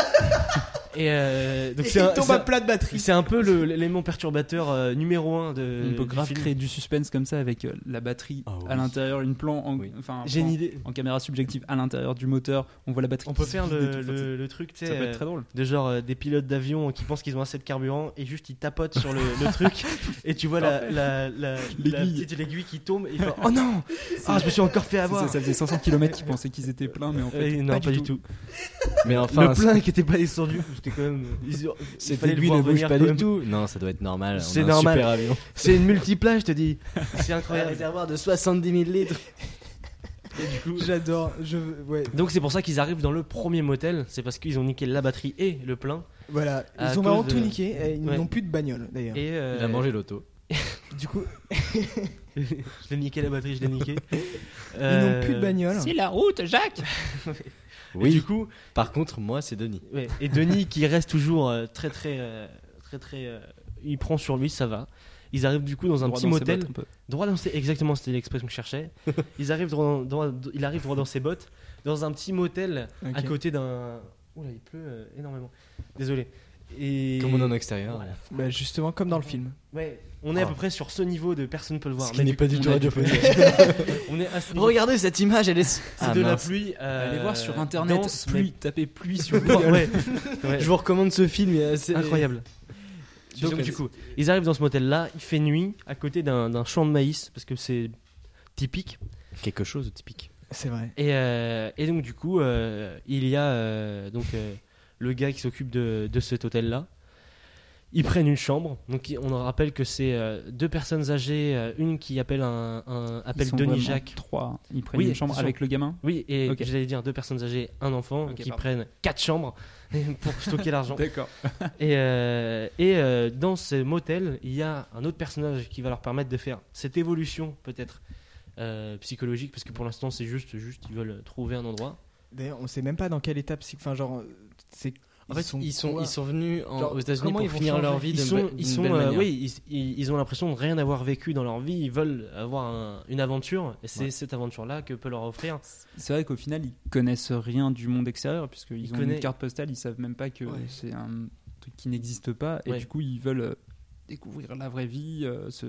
S3: Et euh, donc
S1: Et
S3: c'est un,
S1: il tombe
S3: c'est
S1: à
S3: un-
S1: plat de batterie.
S3: c'est un peu le- l'élément perturbateur euh, numéro 1 de.
S4: On peut
S3: du
S4: grave
S3: film.
S4: créer du suspense comme ça avec euh, la batterie
S2: Ah oui.
S4: à l'intérieur, une plan en,
S2: Oui.
S4: enfin, un
S3: J'ai
S4: plan
S3: une idée.
S4: en caméra subjective à l'intérieur du moteur. On voit la batterie.
S3: On
S4: qui
S3: peut
S4: se
S3: faire
S4: vide et tout.
S3: le,
S4: Enfin,
S3: le- le truc, tu
S4: ça-
S3: sais,
S4: ça peut
S3: euh,
S4: être très drôle.
S3: de genre euh, des pilotes d'avion qui pensent qu'ils ont assez de carburant et juste ils tapotent sur le, le truc et tu vois la, la, la, la
S4: L'aiguille.
S3: petite aiguille qui tombe et ils font, oh non ah je me suis encore fait
S4: C'est Ça,
S3: avoir
S4: ça faisait 500 km qu'ils pensaient qu'ils étaient pleins, mais en fait.
S3: Et Euh, non, pas,
S4: du
S3: du tout.
S2: Mais enfin,
S3: le plein qui était pas descendu, c'était quand même. ils- il
S2: cette
S3: fallait le
S2: aiguille
S3: voir
S2: ne bouge
S3: venir
S2: pas
S3: quand
S2: du
S3: même.
S2: tout. Non, ça doit être normal. on
S3: C'est
S2: a un
S3: normal.
S2: Super avion.
S3: C'est une multiplage, je te dis. C'est
S2: Un
S3: incroyable.
S2: réservoir de 70 000 litres.
S3: Et du coup-
S1: J'adore. Je... Ouais,
S3: Donc c'est pour ça qu'ils arrivent dans le premier motel, c'est parce qu'ils ont niqué la batterie et le plein.
S1: voilà.
S3: À
S1: Ils ont
S3: cause
S1: vraiment
S3: de-
S1: tout niqué. et Ils
S3: Ouais.
S1: n'ont plus de bagnole d'ailleurs.
S3: Et euh,
S2: Il a mangé l'auto.
S1: Du coup,
S3: je l'ai niqué la batterie, je l'ai niqué. Euh,
S1: ils n'ont plus de bagnole.
S4: la route, Jacques
S3: Oui.
S2: Oui.
S3: du coup,
S2: Par contre, moi, c'est Denis.
S3: ouais, et Denis qui reste toujours euh, très très euh, très très, euh, il prend sur lui, ça va. Ils arrivent du coup dans un petit motel. Droit dans ses... Exactement, c'était l'expression que je cherchais. Ils arrivent droit dans... dans- Il arrive droit dans ses bottes, dans un petit motel à
S1: Ok.
S3: côté d'un... Oula, il pleut euh, énormément. Désolé. Et...
S2: Comme on est en extérieur.
S3: Voilà.
S1: Bah, justement, comme dans le film.
S3: Ouais, on est à
S2: Ah.
S3: peu près sur ce niveau de personne peut le voir.
S2: Ce
S3: Mais
S2: qui n'est
S3: du
S2: pas
S3: coup,
S2: du
S3: on
S2: tout
S3: a-
S2: radiophonique.
S3: On est à ce niveau.
S2: Regardez cette image, elle est.
S3: C'est
S2: Ah,
S3: de
S2: mince.
S3: la pluie. euh,
S4: Allez voir sur internet,
S3: dense,
S4: pluie, tapez pluie sur
S3: mais-
S4: Google.
S3: Ouais, ouais.
S2: Je vous recommande ce film. il est assez-
S3: Incroyable.
S2: Tu
S3: Donc
S2: sais-
S3: du coup, ils arrivent dans ce motel-là, il fait nuit, à côté d'un d'un champ de maïs, parce que c'est typique.
S2: Quelque chose de typique.
S1: C'est vrai.
S3: Et, euh, et donc du coup, euh, il y a euh, donc euh, le gars qui s'occupe de, de cet hôtel-là. Ils prennent une chambre. Donc il- on rappelle que c'est euh, deux personnes âgées, euh, une qui appelle un, un- appelle Denis Jacques.
S4: 3. hein. Ils prennent
S3: Oui,
S4: une chambre
S3: ils sont-
S4: avec le gamin.
S3: Oui, et
S4: Ok.
S3: j'allais dire deux personnes âgées, un enfant,
S4: Ok,
S3: qui
S4: pardon.
S3: prennent quatre chambres pour stocker l'argent.
S4: D'accord.
S3: Et, euh, et euh, dans ce motel, il y a un autre personnage qui va leur permettre de faire cette évolution peut-être euh, psychologique, parce que pour l'instant c'est juste, juste ils veulent trouver un endroit.
S1: D'ailleurs, on sait même pas dans quelle étape. c'est- Enfin, genre, euh, c'est.
S2: En fait, ils sont, ils sont,
S1: quoi
S2: venus en-
S1: Genre,
S2: aux États-Unis
S1: comment
S2: pour
S1: ils vont
S2: finir
S1: changer
S2: leur vie
S3: Ils
S2: d'une
S3: sont,
S2: be-
S3: ils
S2: d'une
S3: sont,
S2: belle
S3: euh,
S2: manière.
S3: oui, ils, ils- ils ont l'impression de rien avoir vécu dans leur vie. Ils veulent avoir un- une aventure, et c'est
S2: Ouais.
S3: cette aventure-là que peut leur offrir.
S4: C'est vrai qu'au final, ils connaissent rien du monde extérieur, puisqu'ils
S3: Ils
S4: ont
S3: connaissent-
S4: une carte postale, ils savent même pas que
S1: Ouais.
S4: c'est un truc qui n'existe pas, et
S3: Ouais.
S4: du coup, ils veulent euh, découvrir la vraie vie, euh, se,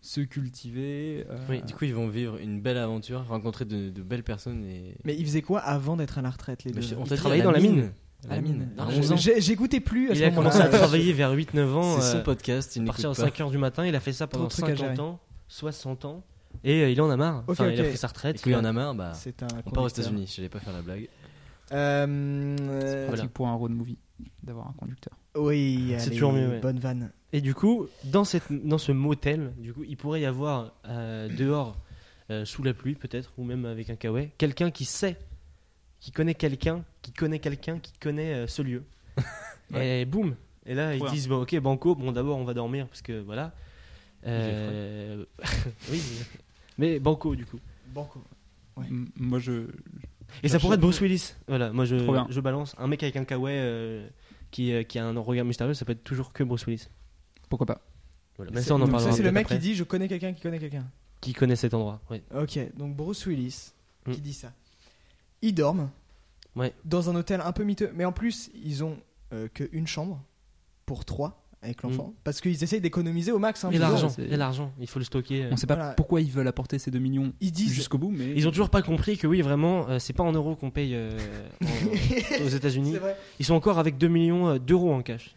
S4: se cultiver. euh,
S3: Oui,
S2: Du coup, ils vont vivre une belle aventure, rencontrer de, de belles personnes et.
S1: Mais ils faisaient quoi avant d'être à la retraite, les
S2: Mais
S1: deux
S2: je-
S1: là
S2: on
S3: Ils
S2: t'a dit,
S3: travaillaient
S2: à
S3: dans la mine.
S2: À la mine.
S1: Ah,
S2: À
S1: je-
S2: 11 ans.
S1: j'ai- J'écoutais plus à
S3: Il
S1: ce
S3: a
S1: moment-là.
S3: commencé à travailler vers 8-9 ans.
S2: C'est son
S3: euh,
S2: podcast, il
S3: à
S2: n'écoute
S3: partir
S2: pas.
S3: de 5 heures du matin, il a fait ça pendant
S1: de trucs à
S3: 50
S1: gérer.
S3: ans, 60 ans, et euh, il en a marre.
S1: Ok,
S3: enfin, il a
S1: ok.
S3: pris sa
S2: Et
S3: retraite.
S2: quand il y en a marre, bah,
S1: C'est un.
S2: on part aux
S1: conducteur.
S2: États-Unis. Je n'allais pas faire la blague.
S1: Euh, euh,
S4: c'est
S3: Voilà.
S4: pour un road movie d'avoir un conducteur.
S1: Oui,
S3: C'est
S1: allez,
S3: toujours mieux, ouais.
S1: Bonne vanne.
S3: Et du coup, dans, cette, dans ce motel, du coup, il pourrait y avoir euh, dehors, euh, sous la pluie peut-être, ou même avec un kawaii, quelqu'un qui sait, qui connaît quelqu'un, qui connaît quelqu'un, qui connaît euh, ce lieu. Et boum Et là, ils
S4: Voilà.
S3: disent, bon, ok, banco, bon, d'abord, on va dormir, parce que voilà. Euh, oui, mais banco, du coup.
S1: Banco. Ouais.
S4: M- Moi, je,
S3: Et ça pourrait être Bruce Willis. Voilà, moi,
S4: Trop
S3: je,
S4: bien.
S3: je balance. Un mec avec un kawaii euh, qui, euh, qui a un regard mystérieux, ça peut être toujours que Bruce Willis.
S4: pourquoi pas
S3: Voilà.
S1: C'est-
S3: Mais ça, on en
S1: donc
S3: parlera
S1: ça, C'est le
S3: peut-être
S1: mec
S3: après.
S1: qui dit Je connais quelqu'un qui connaît quelqu'un.
S3: qui connaît cet endroit. ouais.
S1: Ok, donc Bruce Willis
S3: Hmm.
S1: qui dit ça. Ils dorment
S3: Ouais.
S1: dans un hôtel un peu miteux, mais en plus ils ont euh, que une chambre pour trois avec l'enfant, parce qu'ils essayent d'économiser au max. hein,
S3: Mm. Et
S1: toujours.
S3: l'argent,
S4: c'est-
S3: et l'argent, il faut le stocker. euh.
S4: On sait pas
S1: Voilà.
S4: pourquoi ils veulent apporter ces 2 millions
S1: Ils disent
S4: jusqu'au bout, mais
S3: Ils ont toujours pas compris que oui, vraiment, euh, c'est pas en euros qu'on paye euh, en- aux États-Unis.
S1: C'est vrai.
S3: Ils sont encore avec 2 millions euh, d'euros en cash.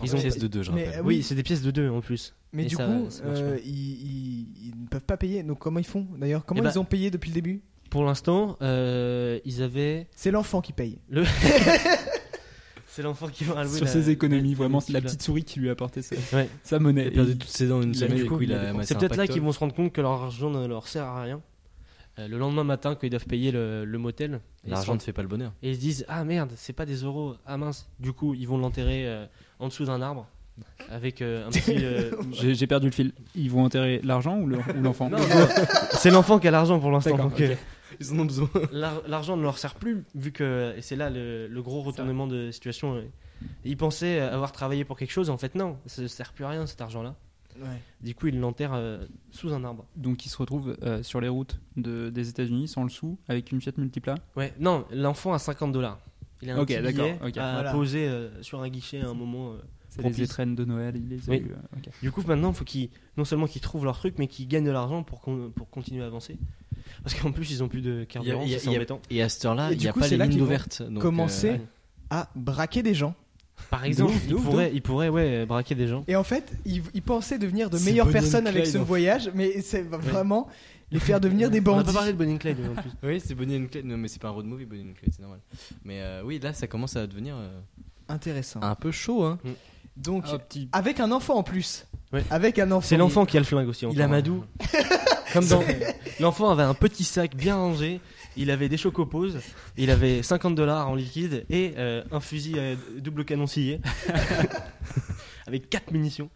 S3: Ils
S2: Ils
S3: ont
S2: ont pièce de deux, je
S1: Mais,
S2: rappelle.
S1: euh,
S3: Oui, c'est des pièces de 2 en plus.
S1: Mais
S3: Et
S1: du
S3: ça,
S1: coup,
S3: ça marche
S1: euh,
S3: pas.
S1: ils, ils- ils ne peuvent pas payer. Donc comment ils font d'ailleurs Comment
S3: Eh
S1: ils
S3: ben-
S1: ont payé depuis le début
S3: Pour l'instant, euh, ils avaient.
S1: C'est l'enfant qui paye.
S3: C'est l'enfant qui va
S4: sur ses économies, vraiment, c'est la petite souris qui lui a apporté sa,
S3: Ouais.
S4: sa monnaie.
S2: Il a
S4: Et
S2: perdu toutes ses dents en une
S4: il a-
S2: semaine,
S4: du
S2: du
S4: coup,
S2: coup, il
S4: il a
S2: a
S4: dépensé.
S2: amassé
S3: C'est
S2: un
S3: peut-être là
S2: pactole.
S3: qu'ils vont se rendre compte que leur argent ne leur sert à rien. euh, le lendemain matin quand ils doivent payer le, le motel. Et ils se
S2: L'argent ne fait pas le bonheur.
S3: et ils se disent ah merde c'est pas des euros ah mince du coup ils vont l'enterrer euh, en dessous d'un arbre avec euh, un petit euh,
S4: J'ai j'ai perdu le fil. Ils vont enterrer l'argent ou le- ou l'enfant
S3: non, non, c'est l'enfant qui a l'argent pour l'instant
S4: D'accord,
S3: donc euh,
S2: Ils en ont besoin.
S3: l'ar- l'argent ne leur sert plus vu que et c'est là le, le gros retournement de situation euh. ils pensaient avoir travaillé pour quelque chose en fait non ça ne sert plus à rien cet argent là
S1: Ouais.
S3: du coup ils l'enterrent euh, sous un arbre
S4: Donc ils se retrouvent euh, sur les routes de- des États-Unis sans le sou, avec une Fiat Multipla.
S3: ouais non l'enfant a 50 dollars il a un
S4: Ok,
S3: petit
S4: d'accord,
S3: billet
S4: ok.
S3: à
S1: Voilà.
S3: poser euh, sur un guichet à un moment euh,
S4: C'est
S3: Propice.
S4: les étrennes de Noël, il les a
S3: Oui.
S4: eu, euh, ok.
S3: Du coup, maintenant, faut qu'ils non seulement qu'ils trouvent leur truc, mais qu'ils gagnent de l'argent pour, qu'on- pour continuer à avancer. Parce qu'en plus, ils ont plus de carburant,
S2: Il y a-
S3: ça,
S2: il y a-
S3: c'est
S2: il y a-
S3: embêtant.
S2: Et à cette heure-là,
S1: Et
S2: il
S1: du
S2: n'y a
S1: coup,
S2: pas
S1: c'est
S2: les
S1: là
S2: lignes
S1: qu'ils vont
S2: ouvertes. donc,
S1: commencer
S2: euh,
S1: à braquer des gens.
S3: Par exemple,
S1: ouf, de
S3: ils,
S1: ouf, de
S3: pourraient, ils pourraient ouais, braquer des gens.
S1: Et en fait, ils, ils pensaient devenir de
S2: C'est
S1: meilleures
S2: Bonnie and
S1: personnes avec
S2: Clyde,
S1: ce
S2: en fait.
S1: voyage, mais c'est vraiment les faire devenir des
S3: On a
S1: bandits.
S3: pas parlé de Bonnie and Clyde, en plus.
S2: Oui, c'est Bonnie and Clyde. Non, mais c'est pas un road movie, Bonnie and Clyde, c'est normal. Mais euh, oui, là, ça commence à devenir euh,
S1: Intéressant.
S3: Ah.
S2: un peu chaud. Hein.
S1: Donc,
S4: Ah, petit-
S1: avec un enfant en plus.
S3: Ouais.
S1: Avec un enfant.
S3: C'est l'enfant qui a le flingue aussi.
S2: Il a Madou.
S3: Comme dans. L'enfant avait un petit sac bien rangé, il avait des chocoposes, il avait 50 dollars en liquide et euh, un fusil euh, double canon scié. Avec 4 munitions.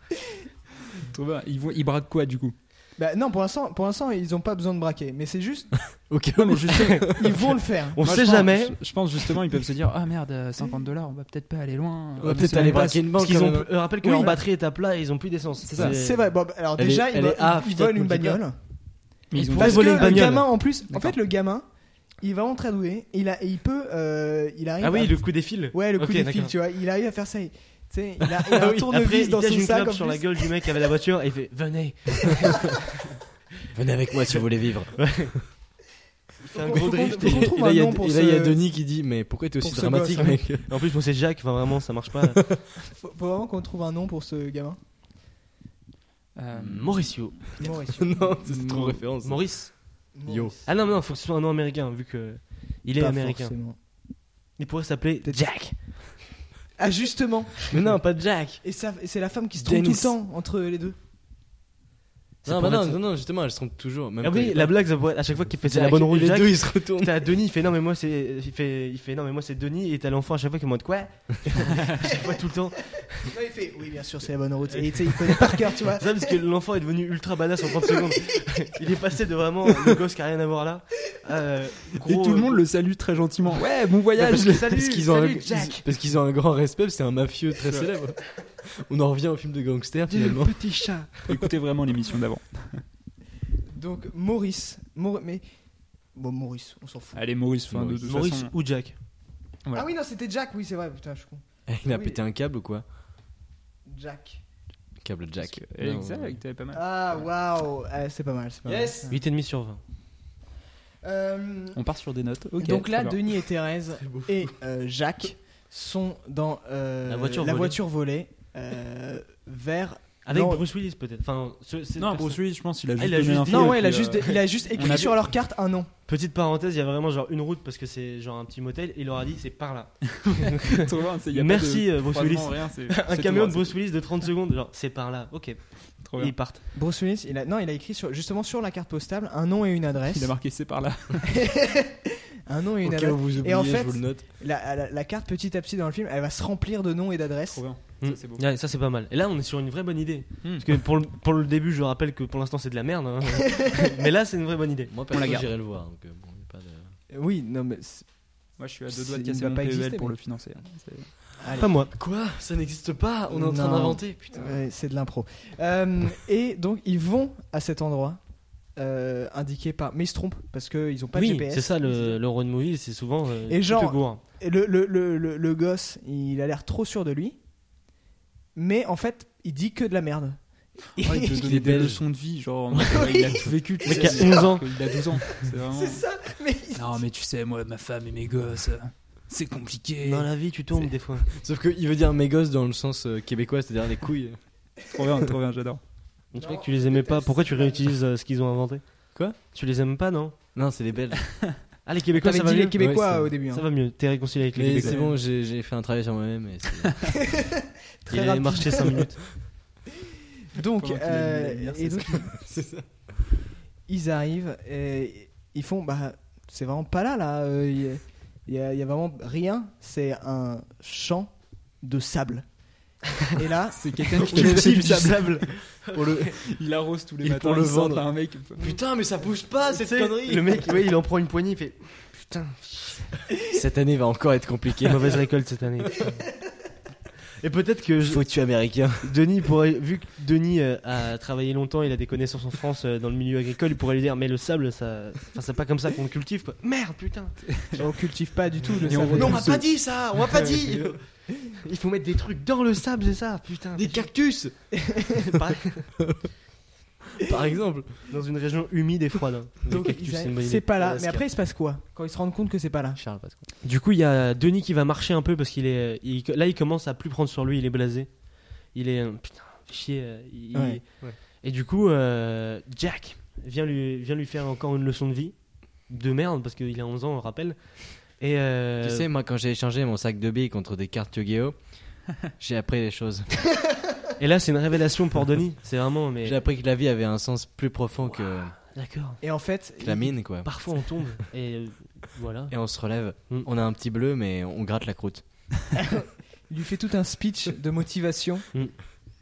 S4: trop bien. Ils, vont- ils braquent quoi du coup
S1: Bah, non, pour l'instant, pour l'instant, ils ont pas besoin de braquer, mais c'est juste,
S2: Ok,
S3: Non, mais je sais,
S1: ils vont le faire.
S3: on
S4: Moi,
S3: sait
S4: je pense-
S3: jamais.
S4: Je, je pense justement, ils peuvent se dire Ah merde, euh, 50 dollars, on va peut-être pas aller loin.
S2: On va
S4: Euh,
S2: peut-être
S4: c'est
S2: aller
S4: même pas-
S2: braquer une
S3: Parce
S2: banque.
S3: qu'ils
S2: quand
S3: ont
S2: même.
S3: plus- euh, rappelle que
S1: Oui.
S3: leur batterie est à plat et ils ont plus d'essence.
S1: C'est vrai. Bon, bah, alors
S2: Elle
S1: déjà,
S2: est-
S1: ils,
S2: elle
S1: vo-
S2: est à
S1: ils
S2: Fiat
S1: volent une
S2: Multipla.
S1: bagnole.
S4: Mais ils
S3: Ils
S4: ont
S3: pourraient
S1: Parce
S4: pas-
S1: que
S3: voler une
S1: le
S3: bagnole.
S1: gamin, en plus, en
S4: D'accord.
S1: fait, le gamin, il est vraiment très doué. Il a, et il peut, euh, il arrive.
S3: Ah oui,
S1: à-
S3: le coup des fils.
S1: ouais, le coup
S3: Ok,
S1: des fils,
S3: d'accord.
S1: tu vois, il arrive à faire ça. Il, tu sais, il a, il a
S3: Ah
S1: un
S3: oui,
S1: tournevis
S3: Après,
S1: dans
S3: il cache
S1: son
S3: une
S1: sac.
S3: clope
S1: en
S3: sur
S1: plus.
S3: la gueule du mec qui avait la voiture et il fait venez.
S2: Venez avec moi si vous voulez vivre.
S3: Il fait un
S1: Faut
S3: gros
S1: qu'on-
S3: drift.
S1: faut qu'on trouve
S2: et là,
S1: un
S2: il y a,
S1: nom pour
S2: et là, il y a
S1: ce-
S2: Denis qui dit Mais pourquoi t'es
S1: pour
S2: aussi
S1: ce
S2: dramatique,
S1: gosse,
S2: mec
S3: En plus, bon, c'est Jacques. Enfin, vraiment, ça marche pas.
S1: Faut, faut vraiment qu'on trouve un nom pour ce gamin.
S4: Euh,
S3: Mauricio. Mm.
S1: Mauricio.
S2: Non, c'est trop
S4: Mo-
S2: référence.
S3: Maurice.
S2: Yo.
S1: Maurice.
S3: Ah non, mais non, faut que ce soit un nom américain vu que il est
S1: Pas
S3: américain.
S1: forcément.
S3: Il pourrait s'appeler Jack.
S1: Ah justement.
S3: Mais non, pas Jack.
S1: Et, ça- et c'est la femme qui se trompe tout
S2: Dennis.
S1: le temps entre les deux.
S3: C'est
S2: Non,
S3: pour
S2: bah non,
S3: être-
S2: non, non, justement, elle se trompe toujours. Même
S3: Ah
S2: quand
S3: oui,
S2: il-
S3: la blague, ça pourrait être à chaque fois qu'il fait c'est la
S2: Jack,
S3: bonne route,
S2: Les
S3: Jack.
S2: deux, ils se retournent.
S3: T'as Denis, il fait non mais moi c'est il fait il fait non mais moi c'est Denis et t'as l'enfant à chaque fois qui est en mode quoi Je sais pas tout le temps.
S1: Non, il fait oui bien sûr c'est la bonne route. Et tu sais il connaît par cœur tu vois.
S3: Ça parce que l'enfant est devenu ultra badass en 30 secondes. Il est passé de vraiment le gosse qui a rien à voir là. à, euh,
S4: Et
S3: gros,
S4: tout le
S3: euh,
S4: monde le salue très gentiment. Ouais, bon voyage
S2: Parce que- parce qu'ils ont, un-
S3: salut,
S2: ils-
S3: Jack.
S2: parce qu'ils ont un grand respect, parce que c'est un mafieux très célèbre. On en revient au film de gangster
S3: Dis le
S2: finalement.
S3: petit chat.
S4: Écoutez vraiment l'émission d'avant.
S1: Donc Maurice, Maur- mais bon Maurice on s'en fout.
S4: Allez, Maurice, fin de, de toute
S3: Maurice
S4: façon.
S3: ou Jack
S1: Ah oui non c'était Jack oui c'est vrai putain je suis con.
S2: Il a
S1: Oui.
S2: pété un câble ou quoi
S1: Jack.
S2: Câble Jack.
S4: Parce que- euh,
S2: Non,
S4: Exact, t'avais pas mal.
S1: Ah waouh Eh, c'est pas mal c'est pas
S2: Yes.
S1: mal.
S3: 8,5 sur 20.
S1: Euh,
S4: On part sur des notes. ok,
S1: donc là
S4: très bien.
S1: Denis et Thérèse
S2: C'est beau.
S1: et euh, Jacques sont dans euh,
S3: La voiture
S1: la
S3: volée.
S1: voiture volée euh, vers
S3: Avec
S1: Non.
S3: Bruce Willis peut-être. Enfin, ce- cette
S4: Non,
S3: personne-
S4: Bruce Willis, je pense qu'il a juste
S3: il a
S4: donné
S3: juste
S4: un
S3: dit-
S4: fil,
S1: non ouais
S4: et
S1: il a
S4: puis,
S1: juste
S4: euh,
S1: il a juste
S4: a
S1: écrit
S4: dit-
S1: sur leur carte un nom.
S3: Petite parenthèse, il y a vraiment genre une route parce que c'est genre un petit motel. Il leur a dit c'est par là.
S4: trop bien, hein, c'est- il y a pas
S3: Merci
S4: de-
S3: euh, Bruce Willis.
S4: croisement, rien, c'est-
S3: Un
S4: c'est
S3: caméo
S4: tout,
S3: de Bruce Willis de 30 secondes. Genre c'est par là. Ok.
S4: c'est trop
S3: Et
S4: bien.
S3: ils partent.
S1: Bruce Willis il a non il a écrit sur, justement sur la carte postale un nom et une adresse.
S4: Il a marqué c'est par là.
S1: Un nom et
S2: Au
S1: une
S2: cas
S1: adresse.
S2: où vous oubliez,
S1: en
S2: je
S1: fait-
S2: vous le note.
S1: La, la- la carte petit à petit dans le film, elle va se remplir de noms et d'adresses.
S4: Trop bien. Mm.
S3: Hmm.
S4: Ça, c'est beau.
S3: Ouais, ça c'est pas mal. Et là on est sur une vraie bonne idée.
S4: Hmm.
S3: Parce que pour le, pour le début je rappelle que pour l'instant c'est de la merde. hein. Mais là c'est une vraie bonne idée.
S2: Moi,
S4: la
S2: perso,
S4: garde.
S2: j'irai le voir. donc, euh, bon, y a pas de-
S1: Euh, Oui, non mais c'est-
S4: Moi, je suis à deux doigts de
S1: Il ne
S4: casser
S1: va
S4: mon
S1: pas
S4: PEL
S1: exister,
S4: pour
S1: mais-
S4: le financer. hein. C'est-
S1: Allez.
S3: Pas moi.
S2: Quoi Ça n'existe pas On est en train
S1: Non.
S2: d'inventer putain.
S1: Ouais, c'est de l'impro. Euh, et donc ils vont à cet endroit euh, indiqué par, mais ils se trompent parce qu'ils n'ont pas de
S3: oui,
S1: GPS.
S3: c'est ça le, le road movie, c'est souvent euh,
S1: Et
S3: tu
S1: genre-
S3: te gourres.
S1: Et Le, le, le, le- le gosse, il a l'air trop sûr de lui, mais en fait, il dit que de la merde.
S4: Ouais, il te
S2: Il
S4: donner
S2: est
S4: des
S2: belge.
S4: leçons de vie, genre en mode, ouais, il a tout vécu, tu
S3: Mec
S4: sais,
S3: a 11 ans.
S4: Il a 12 ans, c'est vraiment.
S1: c'est ça. Mais
S4: Non, mais tu sais, moi, ma femme et mes gosses, euh, c'est compliqué.
S3: Dans la vie, tu tombes
S4: C'est-
S3: des fois.
S2: Sauf qu'il veut dire mes gosses dans le sens euh, québécois, c'est-à-dire les couilles.
S4: Trop bien, trop bien, j'adore.
S3: Je crois que tu les aimais pas. Pourquoi tu réutilises euh, ce qu'ils ont inventé
S2: Quoi
S3: Tu les aimes pas, non
S2: Non, c'est les Belges.
S3: Ah, les Québécois,
S1: t'avais
S3: ça va
S1: dit
S3: mieux.
S1: les Québécois
S2: Ouais, ça-
S1: au début. hein.
S3: Ça va mieux. T'es réconcilié avec les
S2: Mais c'est
S3: Québécois.
S2: bon, j'ai j'ai fait un travail sur moi-même. et c'est-
S1: Très
S3: Il a
S1: rapide.
S3: marché 5 minutes.
S1: Donc,
S4: Pendant qu'il
S1: euh,
S4: allume la lumière,
S1: et
S4: c'est
S1: donc,
S2: C'est ça.
S1: ils arrivent et ils font bah c'est vraiment pas là là. euh, Il y a- il y, a- il y a vraiment rien. C'est un champ de sable. Et là,
S4: C'est quelqu'un qui
S1: Au lieu de- du
S4: cultive du sable.
S1: pour le,
S4: Il arrose tous les
S1: Et
S4: matins.
S1: pour le
S4: il sort,
S1: vendre.
S4: t'as un mec.
S2: Putain, mais ça pousse pas cette
S3: Tu sais,
S2: connerie.
S3: Le mec, ouais, il en prend une poignée, il fait putain,
S2: Cette année va encore être compliquée.
S3: quelle mauvaise récolte cette année. Et peut-être que je-
S2: Faut tuer américain.
S3: Denis pourrait, vu que Denis euh, a travaillé longtemps, il a des connaissances en France euh, dans le milieu agricole, il pourrait lui dire mais le sable, ça, enfin, c'est pas comme ça qu'on le cultive quoi. Merde, putain.
S1: on cultive pas du tout le
S4: Et on
S1: sable.
S4: retrouve
S2: Non, on m'a pas dit ça. On m'a pas dit.
S3: Il faut mettre des trucs dans le sable, c'est ça, putain.
S2: Des cactus,
S3: Pareil,
S2: par exemple.
S3: dans une région humide et froide. hein. Des
S1: Donc,
S3: cactus,
S1: ils a-
S3: c'est une bonne idée.
S1: c'est pas là.
S3: Alaska.
S1: Mais après, il se passe quoi quand ils se rendent compte que c'est pas là
S2: Charles, parce
S3: Du coup, il y a Denis qui va marcher un peu parce qu'il est, il- là, il commence à plus prendre sur lui. Il est blasé. Il est euh, putain chier. euh, il-
S1: Ouais.
S2: Ouais.
S3: Et du coup, euh, Jack vient lui, vient lui faire encore une leçon de vie de merde parce qu'il a 11 ans, on rappelle. Et euh,
S2: Tu sais, moi, quand j'ai échangé mon sac de billes contre des cartes Yu-Gi-Oh, j'ai appris les choses.
S3: et là, c'est une révélation pour Denis. C'est vraiment mais
S2: J'ai appris que la vie avait un sens plus profond que,
S3: d'accord.
S1: Et en fait,
S2: que la mine, quoi.
S3: Parfois, on tombe et euh, voilà.
S2: Et on se relève.
S3: Mm.
S2: On a un petit bleu, mais on gratte la croûte.
S1: il lui fait tout un speech de motivation.
S3: Mm.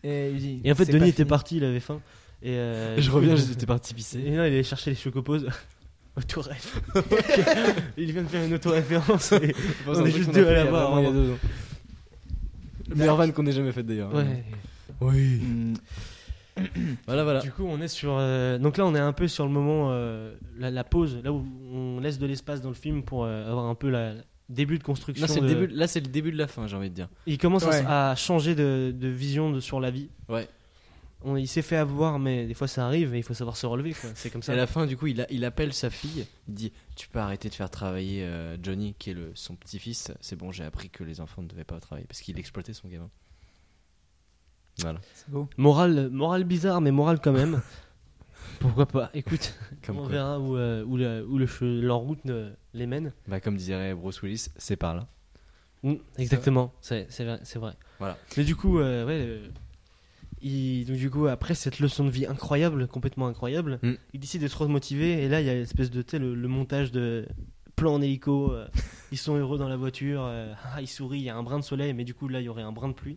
S1: Et, il dit,
S3: Et en fait,
S1: c'est
S3: Denis
S1: pas
S3: était
S1: fini.
S3: parti, il avait faim. Et euh,
S2: Je reviens, j'étais parti pisser.
S3: Et non, il allait chercher les chocoposes. Autoref. il vient de faire une autoréférence. et- On est juste deux à l'avoir.
S2: Il y a deux ans. Le meilleur van qu'on ait jamais fait d'ailleurs.
S3: Ouais.
S2: Oui.
S1: Mm.
S2: Voilà, voilà.
S3: Du coup, on est sur. euh, donc là, on est un peu sur le moment, euh, la, la pause, là où on laisse de l'espace dans le film pour euh, avoir un peu la la- début de construction.
S2: Là, c'est
S3: de-
S2: le début. Là, c'est le début de la fin, j'ai envie de dire.
S3: Il commence à-
S1: Ouais.
S3: à, changer de, de vision de, sur la vie.
S2: Ouais.
S3: On, il s'est fait avoir, mais des fois ça arrive et il faut savoir se relever. quoi. C'est comme
S2: À
S3: ça.
S2: la fin, du coup, il, a- il appelle sa fille. Il dit Tu peux arrêter de faire travailler euh, Johnny, qui est le, son petit-fils. C'est bon, j'ai appris que les enfants ne devaient pas travailler parce qu'il exploitait son gamin. Voilà.
S4: C'est beau.
S3: Morale, morale bizarre, mais morale quand même. Pourquoi pas Écoute,
S2: Comme
S3: on
S2: quoi.
S3: verra où, euh, où, la- où le che- leur route ne- les mène.
S2: Bah, comme dirait Bruce Willis, c'est par là.
S3: Mm, exactement, c'est c'est vrai. c'est vrai.
S2: Voilà.
S3: Mais du coup, euh, ouais, euh, il- donc du coup, après cette leçon de vie incroyable, complètement incroyable,
S2: Mm.
S3: il décide de se remotiver. Et là, il y a l'espèce de tu sais, le, le montage de plan en hélico. euh, ils sont heureux dans la voiture. euh, ah, ils sourient. Il y a un brin de soleil, mais du coup, là, il y aurait un brin de pluie.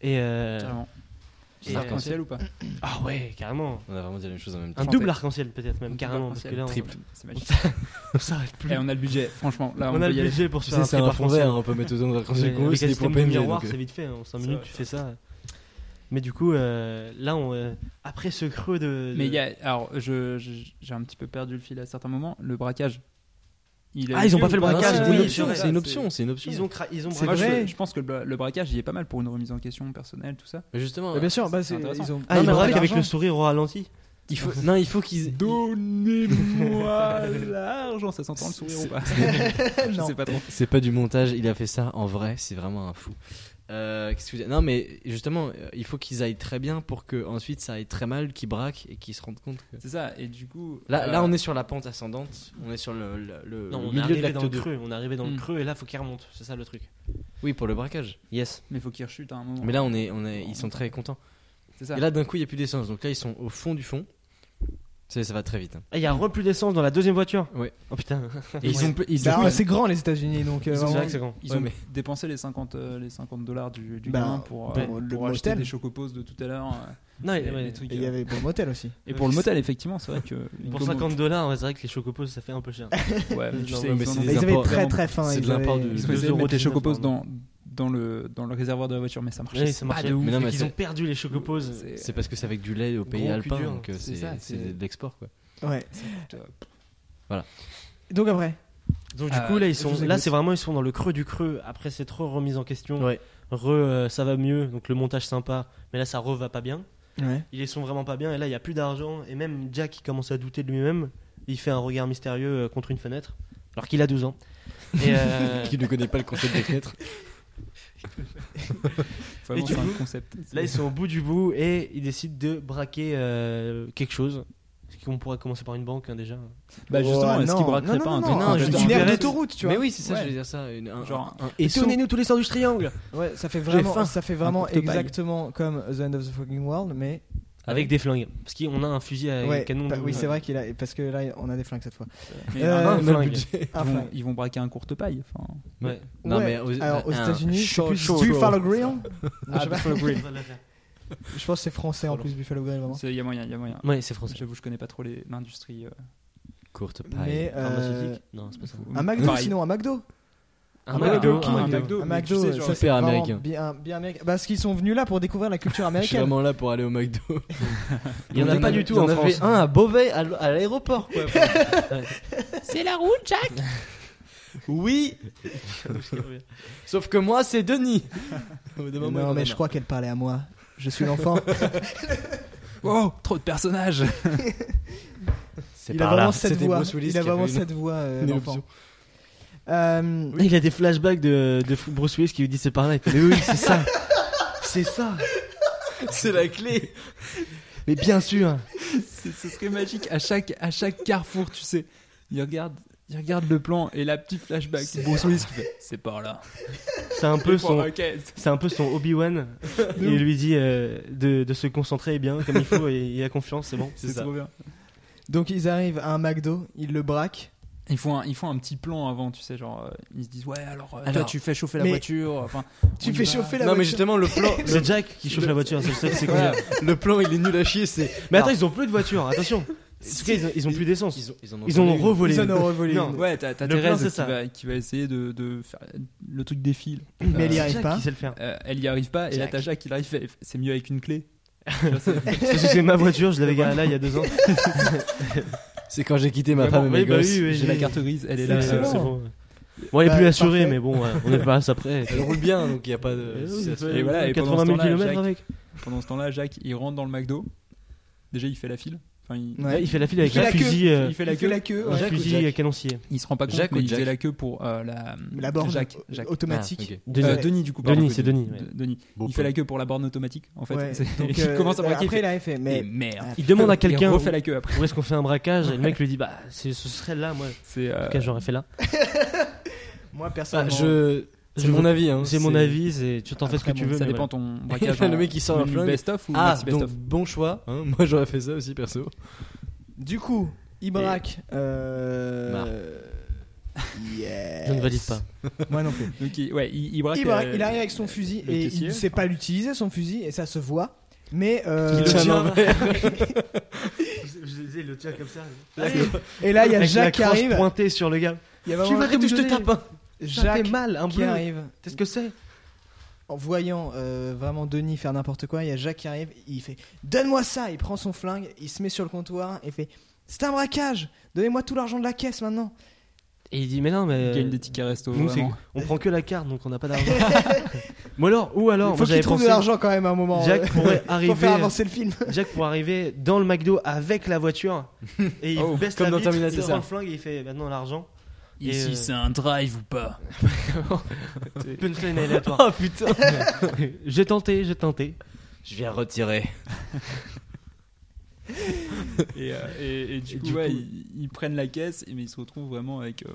S3: Et euh,
S4: Carrément.
S3: et-
S4: C'est arc-en-ciel ou pas
S3: ah ouais, carrément.
S2: On a vraiment dit la même chose en même
S3: Un
S2: temps.
S4: Santé.
S3: double arc-en-ciel peut-être même carrément parce que là on,
S4: Triple. C'est magique.
S3: on s'arrête plus.
S4: Et on a le budget, franchement. Là,
S3: on,
S4: on,
S3: a
S4: peut
S3: le
S4: y aller.
S3: budget pour
S2: Tu
S3: se
S2: sais,
S3: faire un
S2: c'est
S3: trip
S2: un fond vert,
S3: arc-en-ciel.
S2: hein, on peut mettre autant de
S3: Mais
S2: arc-en-ciel qu'on veut,
S3: avec
S2: c'est
S3: un
S2: des
S3: système
S2: points
S3: de
S2: PNG,
S3: miroir,
S2: donc, euh,
S3: c'est vite fait. hein, En 5 minutes, tu fais ça. Mais du coup, euh, là, on, euh, après ce creux de.
S4: Mais
S3: de-
S4: il y a, alors, je, je- j'ai un petit peu perdu le fil à certains moments. Le braquage. Il a
S3: Ah,
S4: eu
S3: ils ont
S4: lieu
S3: pas
S4: ou
S3: fait le
S2: Ah,
S3: braquage,
S2: c'est une
S3: oui, c'est
S2: option,
S3: vrai,
S2: c'est une option, c'est une option.
S3: Ils ont, cra- ils ont
S1: C'est
S4: Moi,
S3: braqué-
S1: vrai.
S4: Je, je pense que le, bra- le braquage, il est pas mal pour une remise en question personnelle, tout ça.
S2: Mais justement,
S1: Mais bien sûr, bah, c'est-
S4: intéressant.
S1: ils ont.
S3: Ah,
S2: Non,
S3: ils
S2: mais
S3: braquent
S2: avec
S3: avec
S1: l'argent.
S3: le sourire au ralenti.
S2: il faut, non, il faut qu'ils.
S4: Donnez-moi l'argent, ça s'entend le sourire ou pas Je
S1: Non.
S4: sais pas trop.
S2: C'est pas du montage, il a fait ça en vrai, c'est vraiment un fou. Euh, qu'est-ce que vous- Non, mais justement, euh, il faut qu'ils aillent très bien pour que ensuite ça aille très mal, qu'ils braquent et qu'ils se rendent compte que.
S4: C'est ça, et du coup. euh,
S2: Là, là, on est sur la pente ascendante, on est sur le, le- le-
S3: Euh. Non,
S2: le
S3: on est
S2: Euh, milieu de
S3: arrivé dans
S2: l'acte
S3: le
S2: 2.
S3: creux. On est arrivé dans le
S4: Mm.
S3: creux et là, faut qu'ils remontent. C'est ça le truc.
S2: Oui, pour le braquage.
S3: Yes.
S4: Mais faut qu'il rechute à un moment.
S2: Mais là, on est, on est, ils sont très contents.
S4: c'est ça.
S2: Et là, d'un coup, il n'y a plus d'essence, donc là, ils sont au fond du fond. Ça, ça va très vite. hein.
S3: Ah, il y a un repus d'essence dans la deuxième voiture.
S2: Ouais.
S3: Oh putain.
S2: Et ils ont, ils
S1: Bah,
S2: ont-
S1: C'est grand les États-Unis, donc. euh,
S4: Ils ont-
S3: C'est
S1: vraiment-
S3: vrai que c'est grand.
S4: Ils
S2: Ouais,
S4: ont
S2: mais-
S4: dépensé les 50 euh, les 50 dollars du, du
S1: Bah,
S4: gamin pour, euh,
S1: pour le
S4: pour acheter
S1: motel.
S4: des chocoposes de tout à l'heure. euh,
S3: Non,
S4: les-
S3: ouais.
S4: les trucs,
S1: Et il y
S4: euh,
S1: avait pour le motel aussi.
S4: Et pour le motel, effectivement, c'est vrai que.
S3: Pour 50 dollars, ouais, c'est vrai que les chocopos, ça fait un peu cher.
S4: Ouais, mais tu
S3: Non,
S4: sais,
S2: mais
S4: ils en
S2: c'est
S4: ont-
S2: des
S1: Mais ils avaient
S2: imports-
S1: très très faim.
S2: c'est de
S1: ils avaient-
S2: l'import de-
S4: Ils
S3: Deux
S4: ont essayé de
S3: euros,
S4: mettre les
S3: dix-neuf,
S4: chocoposes
S3: pardon.
S4: dans, dans, le, dans le réservoir de la voiture, mais ça marchait.
S3: Ouais, ça marchait.
S4: pas de ouf.
S2: Mais non, mais
S3: Ils
S2: c'est-
S3: ont perdu les chocoposes.
S4: C'est-
S2: C'est parce que c'est avec du lait au pays
S3: Gros cul
S2: alpin,
S3: dur,
S2: donc euh,
S4: c'est
S2: c'est
S4: ça,
S2: c'est
S4: c'est-
S2: de l'export. quoi.
S1: Ouais.
S4: euh,
S1: Donc après,
S3: Donc du
S4: Euh,
S3: coup là ils
S1: je
S3: sont
S1: vous
S3: là
S1: écoute.
S3: c'est vraiment ils sont dans le creux du creux après cette re remise en question
S2: Ouais.
S3: re euh, ça va mieux donc le montage sympa mais là ça re va pas bien
S1: ouais.
S3: ils les sont vraiment pas bien et là il y a plus d'argent et même Jack il commence à douter de lui-même il fait un regard mystérieux euh, contre une fenêtre alors qu'il a 12 ans et, euh,
S2: Qui ne connaît pas le concept des fenêtres
S4: faut avancer
S3: du
S4: un
S3: coup,
S4: concept.
S3: là ils sont au bout du bout et ils décident de braquer euh, quelque chose on pourrait commencer par une banque hein, déjà
S4: Bah, justement,
S1: Oh,
S4: est-ce qu'ils
S1: non.
S4: braqueraient
S1: Non,
S4: pas un
S1: non,
S4: truc
S1: non,
S2: un
S4: un
S2: juste
S4: peu
S2: une
S1: une
S2: cigarette.
S1: aire d'autoroute, tu vois.
S2: Mais oui, c'est ça,
S4: Ouais.
S2: je voulais dire ça. une- un-
S4: Genre,
S2: un- un-
S3: et
S2: et son-
S3: nous tous les sorts du triangle
S1: Ouais, ça fait vraiment,
S4: faim.
S1: ça fait vraiment
S4: Un courte paille.
S1: exactement comme The End of the Fucking World, mais
S3: Avec des flingues. Parce qu'on a un fusil à
S1: Ouais,
S3: canon. euh,
S1: bah
S3: de-
S1: oui, c'est vrai qu'il a. Parce que là, on a des flingues cette fois.
S4: Mais
S1: Euh,
S4: un
S1: un
S4: flingue,
S3: flingue.
S1: Un
S4: ils, vont,
S1: flingue.
S4: ils vont braquer un courte paille. Enfin,
S3: Ouais.
S2: Non,
S1: Ouais.
S2: mais aux-
S1: Alors, aux
S2: un
S1: États-Unis, je sais
S2: show-
S1: plus,
S2: show-
S1: Do you
S2: show.
S1: follow Grill Non, je sais pas.
S4: Ah, Buffalo Grill.
S1: Je pense que c'est français en plus, Buffalo Grill, vraiment.
S4: C'est- Il y a moyen, il y a moyen.
S3: Ouais, c'est français.
S4: J'avoue, je connais pas trop les- l'industrie. euh,
S2: Courte
S1: Mais,
S2: paille.
S1: euh,
S3: Pharmaceutique Non, c'est pas ça.
S1: Un McDo,
S4: Pareil.
S1: sinon, un McDo.
S3: Un
S1: McDo,
S3: McDo. Un
S1: King.
S3: McDo.
S1: un
S4: mais
S1: McDo,
S4: tu sais, genre,
S1: ça c'est
S2: Super
S1: vraiment
S2: américain.
S1: Bien, bien américain. bah, Parce qu'ils sont venus là pour découvrir la culture
S2: Je suis
S1: américaine.
S2: vraiment là pour aller au McDo.
S3: Il y en
S1: Il y
S3: a
S1: en
S3: pas
S1: a-
S3: du
S1: il
S3: tout
S1: y
S3: en
S1: en avait
S3: France.
S2: un à Beauvais, à l- à l'aéroport. quoi.
S5: C'est la route, Jack
S2: Oui, sauf que moi, c'est Denis. Au bout d'un
S1: Non,
S2: moment, il en
S1: mais
S2: a
S1: je
S2: marre.
S1: crois qu'elle parlait à moi. Je suis l'enfant.
S4: Wow, trop de personnages
S2: C'est
S1: Il a
S2: par là.
S1: vraiment cette
S2: C'était
S1: voix.
S2: Bruce
S1: Il
S2: Willis
S1: a
S2: qui avait
S1: vraiment
S2: une-
S1: cette voix, euh,
S2: une
S1: l'enfant.
S2: option.
S1: Euh,
S3: Il a des flashbacks de, de Bruce Willis qui lui dit c'est par là. Il fait mais oui, c'est ça. C'est ça.
S2: C'est la clé.
S3: Mais bien sûr.
S4: C'est- Ce serait magique à chaque, à chaque carrefour, tu sais. Il regarde, il regarde le plan et la petite flashback. Bruce Willis qui fait C'est par là.
S3: C'est un peu son.
S4: Ok, c'est-
S3: C'est un peu son Obi-Wan. il lui dit euh, de, de se concentrer bien comme il faut et il a confiance, c'est bon.
S4: c'est trop bien.
S1: Donc ils arrivent à un McDo, ils le braquent.
S4: Ils font, un, ils font un petit plan avant, tu sais, genre euh, ils se disent ouais alors, euh, toi
S2: Alors,
S4: tu fais chauffer la
S1: mais-
S4: voiture, enfin
S1: Tu
S4: on y
S1: fais
S4: va.
S1: chauffer la
S2: Non, mais
S1: voiture.
S2: justement, le plan,
S3: C'est Jack qui chauffe la voiture, c'est le seul, c'est
S4: Voilà.
S3: cool.
S2: le plan, il est nul à chier. C'est.
S3: Mais attends, ils ont plus de voiture, attention. Parce qu'ils ont- ils ont plus d'essence.
S2: Ils ont, ils en ont,
S3: Ils en ont
S2: revu.
S3: revolé.
S1: Ils en ont revolé.
S3: Non,
S1: une.
S4: Ouais, t'as t'as
S3: Le plan,
S4: Thérèse
S3: c'est
S4: qui
S3: ça.
S4: va, qui va essayer de, de faire le truc des fils.
S1: Mais il y
S3: C'est
S1: arrive
S3: Jack
S1: pas.
S3: qui sait le faire.
S4: Euh, elle y arrive pas et là
S2: Jack.
S4: t'as Jacques qui arrive, fait, c'est mieux avec une clé.
S3: Parce que c'est ma voiture, je l'avais garée là il y a deux ans.
S2: C'est quand j'ai quitté ma
S3: Vraiment,
S2: femme et mes
S3: oui, bah
S2: gosses.
S3: oui, oui,
S4: J'ai la carte grise, elle est
S3: C'est
S4: là. euh,
S1: excellent.
S3: c'est bon. Bon, elle est
S1: Bah,
S3: plus assurée,
S1: parfait.
S3: mais bon, ouais, on n'est pas à ça près.
S2: Elle roule bien, donc il n'y a pas de. ça se fait.
S4: Et voilà, et pendant
S3: 80 000
S4: ce temps-là,
S3: km
S4: Jack-
S3: avec.
S4: Pendant ce temps-là, Jacques il rentre dans le McDo. Déjà il fait la file. Enfin, il,
S1: Ouais.
S3: Il fait la file avec
S1: fait
S3: un
S1: la queue.
S3: fusil, euh,
S4: il fait la
S1: Il fait
S4: queue.
S1: la queue.
S3: un
S1: ouais.
S2: Jack ou
S3: fusil
S2: Jack
S3: à canoncier.
S4: Il se rend pas compte,
S2: Jacques
S4: mais
S2: ou
S4: il faisait
S2: Jack
S4: la queue pour euh, la,
S1: La borne
S4: Jacques, Jacques.
S1: automatique.
S2: Ah, ok.
S3: Denis.
S4: Euh,
S1: Ouais.
S4: Denis du coup.
S3: Denis,
S4: pardon,
S3: c'est Denis, ouais.
S4: De- Denis.
S2: Beau
S4: Il fait
S2: plan.
S4: la queue pour la borne automatique en fait.
S1: Ouais.
S4: C'est-
S1: Donc,
S4: il
S1: euh,
S4: commence à braquer.
S1: Après,
S4: il
S1: il a fait.
S4: fait, Et
S1: Mais
S4: merde.
S3: Il demande à
S4: Il
S3: quelqu'un où
S4: refait la queue après.
S3: où est-ce qu'on fait un braquage et le mec lui dit bah c'est- ce serait là moi. En
S4: C'est euh,
S3: tout cas j'aurais fait là.
S1: moi,
S2: Bah,
S1: personnellement.
S2: je. C'est
S3: Je-
S2: mon avis. hein.
S3: C'est mon avis, c'est tu t'en fais ce que
S4: après,
S3: tu
S4: bon,
S3: veux.
S4: Ça
S3: mais
S4: dépend ton braquage.
S2: Le
S4: en-
S2: mec, il sort un
S4: menu
S2: flingue.
S4: Best-of ou
S2: Ah,
S4: maxi
S2: donc
S4: best-of
S2: bon choix. hein. Moi, j'aurais fait ça aussi perso.
S1: Du coup, il braque.
S2: Marre.
S1: Euh... Yes.
S3: voilà. Je ne valide pas.
S1: Moi non plus.
S4: Donc il, ouais, il, il braque.
S1: Il, braque,
S4: euh,
S1: il arrive avec son fusil
S4: le
S1: et il
S4: caissier.
S1: ne sait pas l'utiliser son fusil et ça se voit. Mais
S2: Il
S1: euh,
S2: le tient à l'envers.
S3: le tien comme ça.
S1: et là il y a Jacques qui arrive.
S3: pointé sur le gars.
S1: Il y a vraiment
S3: Tu
S1: un
S3: vas
S1: truc
S3: tout, je
S1: de
S3: te
S1: dingue.
S3: tape un. Ça fait
S1: Jacques
S3: mal un
S1: qui
S3: peu.
S1: arrive
S3: Qu'est-ce que c'est
S1: en voyant euh, vraiment Denis faire n'importe quoi. Il y a Jacques qui arrive. Il fait donne-moi ça. Il prend son flingue. Il se met sur le comptoir et fait c'est un braquage. Donnez-moi tout l'argent de la caisse maintenant.
S3: Et il dit mais non mais
S4: Il gagne des tickets resto.
S3: Euh, nous, c'est-
S4: vraiment.
S3: on prend que la carte donc on n'a pas d'argent. Ou alors ou
S1: il
S3: alors moi,
S1: faut qu'il
S3: j'avais
S1: trouve
S3: pensé,
S1: de l'argent quand même à un moment. euh,
S3: Jack pourrait
S1: pour
S3: arriver
S1: faire avancer le film.
S3: Jack pourrait arriver dans le McDo avec la voiture et il
S4: Oh,
S3: baisse
S2: comme
S3: la
S2: dans
S3: vitre,
S2: Terminator.
S3: il prend le flingue et il fait maintenant l'argent. Et, euh,
S4: un drive ou pas
S3: Punchline aléatoire.
S2: Oh putain.
S3: j'ai tenté, j'ai tenté.
S2: Je viens retirer.
S4: et, euh, et- et du
S2: Et
S4: coup,
S2: du
S4: ouais,
S2: coup-
S4: Ils, ils prennent la caisse, mais ils se retrouvent vraiment avec euh,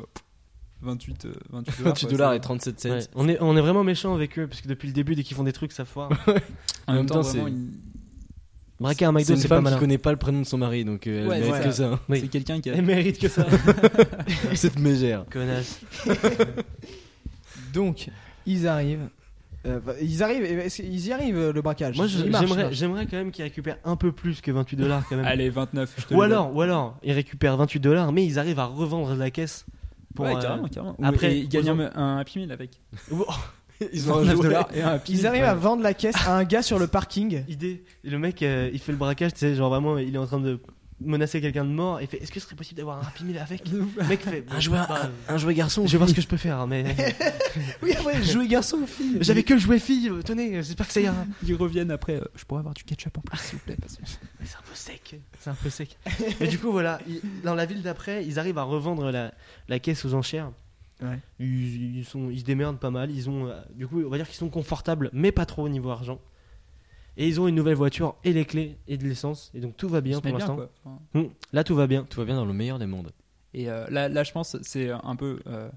S4: 28, euh, 28 dollars.
S2: 28
S4: quoi,
S2: dollars
S4: c'est-
S2: et 37 cents.
S3: Ouais, On est on est vraiment méchant avec eux parce que depuis le début dès qu'ils font des trucs ça foire.
S4: En même temps, vraiment,
S2: c'est-
S4: ils-
S3: Braquer un
S2: C'est
S3: McDo
S2: une
S3: c'est pas
S2: femme qui
S3: malin.
S2: connaît pas le prénom de son mari, donc euh, elle
S4: Ouais,
S2: mérite
S4: c'est
S2: que ça.
S3: Oui.
S4: c'est quelqu'un qui a.
S3: Elle mérite que ça.
S2: hein. Cette mégère.
S3: Connasse.
S1: Donc, ils arrivent. Euh, bah, ils arrivent, et est-ce qu'ils y arrivent euh, le braquage.
S3: Moi je-
S1: Il marche, il
S3: j'aimerais
S1: marche.
S3: j'aimerais quand même qu'ils récupèrent un peu plus que 28 dollars quand même.
S4: Allez, 29. je te
S3: Ou
S4: le
S3: alors, ou alors, ils récupèrent 28 dollars, mais ils arrivent à revendre la caisse.
S4: donne.
S3: Pour,
S4: Ouais,
S3: euh,
S4: carrément, carrément.
S3: après,
S4: Après, ils gagnent
S3: posons-
S4: un, un Happy Meal avec.
S2: Ils
S4: 29 dollars et un Happy
S1: Ils
S4: Meal.
S1: arrivent à vendre la caisse à un gars sur le parking.
S3: idée. Et le mec, euh, il fait le braquage, tu sais, genre vraiment, il est en train de menacer quelqu'un de mort. Il fait Est-ce que ce serait possible d'avoir un Happy Meal avec Le mec fait
S2: Un jouet,
S3: bah,
S2: un, un jouet garçon.
S3: Je vais voir ce que je peux faire, hein, mais
S1: Oui, ouais, jouer garçon ou fille.
S3: j'avais que le jouet fille. euh, Tenez, euh, j'espère que ça ira.
S4: Ils reviennent après. euh, je pourrais avoir du ketchup en plus, s'il vous plaît. parce que-
S3: Mais C'est un peu sec. C'est un peu sec. Mais du coup, voilà, ils- dans la ville d'après, ils arrivent à revendre la, la caisse aux enchères.
S1: Ouais.
S3: Ils, ils sont, ils se démerdent pas mal. Ils ont, euh, du coup, on va dire qu'ils sont confortables, mais pas trop au niveau argent. Et ils ont une nouvelle voiture et les clés et de l'essence. Et donc tout va bien
S4: Mais
S3: pour l'instant.
S4: quoi. Enfin,
S3: Hum, Là, tout va bien.
S2: Tout va bien dans le meilleur des mondes.
S4: Et euh, là, là, je pense, c'est un peu. euh,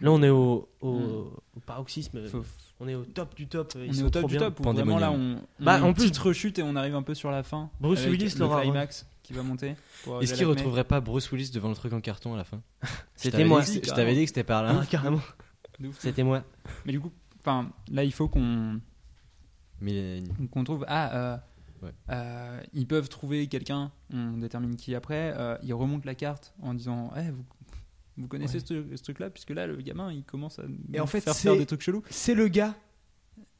S3: Là, on est au, au,
S4: Mm.
S3: au paroxysme.
S4: faut-
S3: on est au top du top. Euh, Ils
S4: On est
S3: sont
S4: au top
S3: trop
S4: du
S3: bien.
S4: top. où Vraiment
S2: Pandémonium.
S4: là, on, on
S3: Bah,
S4: a une
S3: en plus-
S4: petite rechute et on arrive un peu sur la fin.
S3: Bruce
S4: avec
S3: Willis
S4: le
S3: l'aura-
S4: climax qui va monter. pour arriver
S2: Est-ce
S4: à
S2: qu'il
S4: Oh, la May.
S2: retrouverait pas Bruce Willis devant le truc en carton à la fin Je
S3: C'était
S2: t'avais
S3: moi.
S2: dit que c'était- Je
S4: Carrément.
S2: t'avais dit que c'était
S4: hein,
S2: par là.
S3: Ah, carrément.
S4: De ouf.
S3: C'était moi.
S4: Mais du coup, enfin, là, il faut qu'on
S2: Mais euh,
S4: qu'on trouve. Ah, euh,
S2: Ouais.
S4: euh, ils peuvent trouver quelqu'un. On détermine qui après. euh, ils remontent la carte en disant, Eh, vous, vous connaissez
S1: Ouais.
S4: ce, truc- ce truc-là, puisque là, le gamin, il commence à
S1: Et en
S4: nous
S1: fait,
S4: faire,
S1: c'est-
S4: faire des trucs chelous.
S1: C'est le gars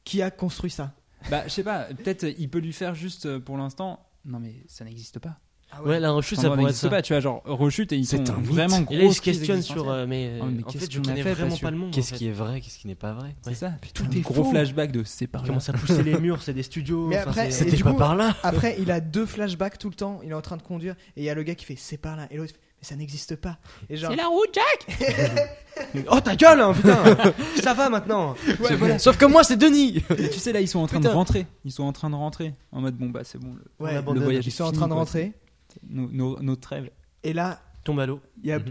S1: qui a construit ça.
S4: Bah, je sais pas. Peut-être, euh, il peut lui faire juste euh, pour l'instant. Non, mais ça n'existe pas.
S3: Ah Ouais, la rechute, ça
S4: Cet endroit
S3: pourrait être
S4: n'existe
S3: ça.
S4: pas. Tu vois, genre rechute et ils
S2: C'est
S4: sont
S2: un mythe.
S4: vraiment gros.
S3: Et là, ils se questionnent sur. euh, mais
S4: Ah,
S3: euh,
S4: mais
S3: en
S4: qu'est-ce
S3: fait, je
S4: qu'on a
S3: connais
S4: fait,
S3: vraiment
S4: parce
S3: pas le monde.
S2: qu'est-ce
S3: en fait.
S2: qui est vrai, qu'est-ce qui n'est pas vrai
S4: C'est ça. Putain,
S1: Tout est
S4: gros
S1: faux.
S4: flashback de c'est
S3: Ils
S4: par là.
S3: commencent à pousser les murs, c'est des studios.
S1: Mais
S3: enfin,
S1: après,
S3: c'est-
S1: et
S2: C'était
S1: du
S2: pas
S1: coup-
S2: par là
S1: Après, il a deux flashbacks tout le temps. Il est en train de conduire et il y a le gars qui fait c'est par là et l'autre fait, mais ça n'existe pas. Et genre,
S5: C'est la route, Jack
S3: Oh ta gueule, hein, putain Ça va maintenant
S1: ouais, voilà.
S2: Sauf que moi, c'est Denis
S4: Et tu sais là ils sont en train
S2: Putain.
S4: de rentrer, ils sont en train de rentrer en mode bon bah c'est bon, le-
S1: Ouais,
S4: on abandonne.
S1: ils sont en train de rentrer
S4: nos, nos, nos trêves.
S1: et là,
S3: Tombe à l'eau.
S1: il y a-
S3: Mhm.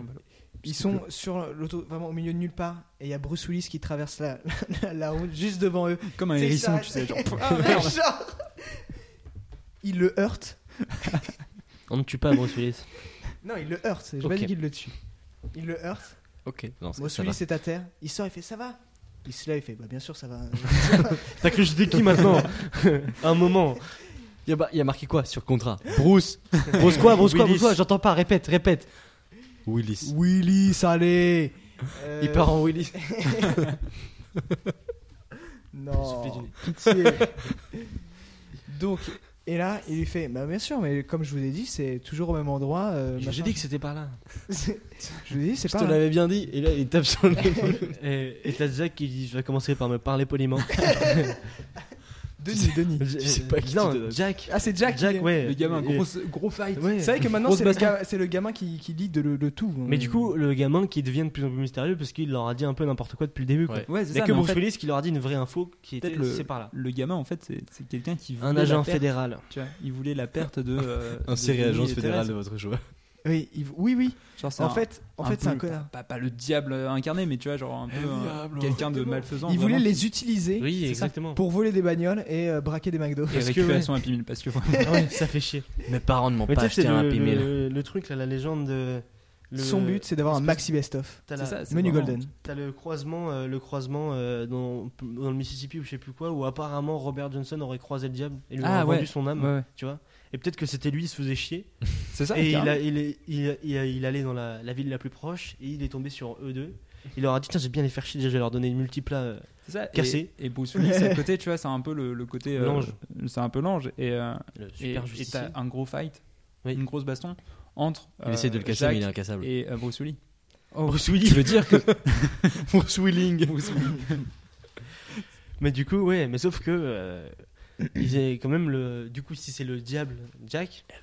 S1: ils sont sur l'auto, vraiment au milieu de nulle part et il y a Bruce Willis qui traverse la, la- la route juste devant eux.
S4: Comme un
S1: Tu sais,
S4: hérisson
S1: ça-
S4: tu sais genre.
S1: Ah, merde, genre. Il le heurte.
S3: On ne tue pas Bruce Willis.
S1: Non, il le heurte. J'ai pas
S3: Ok.
S1: dit qu'il le tue. Il le heurte.
S2: Ok, non, ça-
S1: Bruce
S2: ça va.
S1: Willis est à terre. Il sort, il fait ça va. Il se lève, il fait bah bien sûr ça va.
S3: T'as cru que j'étais qui maintenant Un moment.
S2: Il y, a, bah, il y a marqué quoi sur contrat Bruce
S3: Bruce quoi, Bruce quoi,
S2: Willis.
S3: Bruce quoi J'entends pas, répète, répète.
S2: Willis.
S1: Willis, allez. Euh,
S2: Il part en Willis.
S3: Souffler du
S1: Non.
S3: nez.
S1: Pitié. Donc, et là, il lui fait Bah, bien sûr, mais comme je vous ai dit, c'est toujours au même endroit. euh,
S3: J'ai
S1: machin.
S3: dit que c'était par là.
S1: C'est- je vous ai dit, c'est
S2: Je
S1: pas.
S2: te l'avais bien dit. Et là, il tape sur le.
S3: Et et t'as Jack qui dit Je vais commencer par me parler poliment.
S1: Denis, Denis.
S3: Je
S2: sais pas qui tu
S3: Non,
S2: donnes.
S3: Jack.
S1: Ah, c'est Jack.
S3: Jack,
S1: qui-
S3: ouais.
S4: Le gamin
S3: Et-
S4: gros gros fight.
S3: ouais.
S1: C'est vrai que maintenant,
S4: Grosse
S1: c'est le,
S4: baston.
S1: ga- c'est le gamin qui, qui lead le, le tout. hein.
S3: Mais du coup, le gamin qui devient de plus en plus mystérieux parce qu'il leur a dit un peu n'importe quoi depuis le début. quoi.
S2: Ouais.
S4: Ouais, c'est
S3: Il n'y
S4: ça.
S3: a que
S4: mais en
S3: Bruce
S4: fait,
S3: Willis qui leur a dit une vraie info qui était
S4: Peut-être le-
S3: c'est par là.
S4: le gamin en fait c'est c'est quelqu'un qui voulait
S3: Un
S4: la
S3: agent
S4: perte,
S3: fédéral.
S4: tu vois, il voulait la perte de euh, de
S2: Insérez
S4: Denis
S2: agence
S4: et
S2: fédérale de
S4: Thérèse.
S2: votre joueur.
S1: Oui, il- oui, oui.
S4: Genre, c'est
S1: En
S4: un-
S1: fait, en
S4: un
S1: fait c'est
S4: peu-
S1: un connard.
S4: Pas, pas le diable euh, incarné mais tu vois genre un peu un-
S2: diable.
S4: quelqu'un de malfaisant.
S1: Il voulait
S4: vraiment,
S1: les utiliser
S3: Oui,
S4: c'est ça.
S3: exactement.
S1: pour voler des bagnoles et euh, braquer des McDo.
S4: et
S3: Parce que,
S4: récupérer
S3: ouais.
S4: son Happy Meal parce que
S3: Ah Ouais, ça fait chier.
S2: Mes parents ne m'ont
S3: Mais
S2: pas
S3: tu
S2: acheté
S3: sais, c'est
S2: un
S3: le,
S2: Happy Meal.
S3: le- le truc, là, la légende. euh, le- Ah,
S1: Son but, c'est d'avoir un maxi best-of.
S3: T'as
S4: c'est
S3: la-
S4: ça, c'est
S1: Menu
S4: vraiment-
S1: Golden.
S3: T'as le croisement, euh, le croisement euh, dans, dans le Mississippi ou je sais plus quoi, où apparemment Robert Johnson aurait croisé le diable et lui
S4: Ah,
S3: aurait
S4: ouais.
S3: vendu son âme,
S4: Ouais, ouais.
S3: tu vois. Et peut-être que c'était lui, il se faisait chier.
S4: C'est ça.
S3: et il,
S4: carrément.
S3: a- il, est- il- il- il allait dans la, la ville la plus proche et il est tombé sur eux deux. Il leur a dit Tiens, j'ai bien les faire chier, déjà, je vais leur donner une multiplat. euh.
S4: C'est ça,
S3: Cassé.
S4: Et, et Bruce Willis, à côté, tu vois, c'est un peu le, le côté. euh,
S3: L'ange.
S4: C'est un peu l'ange. Et euh,
S3: Le
S4: et-
S3: super
S4: et
S3: justicier.
S4: t'as un gros fight,
S3: Oui.
S4: une grosse baston entre.
S2: Il
S4: euh,
S2: essaie de le casser,
S4: Jack
S2: mais il est incassable.
S4: Et euh, Bruce Willis.
S3: Bruce Willis.
S4: veux dire que.
S2: Bruce Willing.
S4: Bruce Willis.
S3: Mais du coup, ouais, mais sauf que. euh, ils avaient quand même le. Du coup, si c'est le diable, Jack.
S4: Eh ben,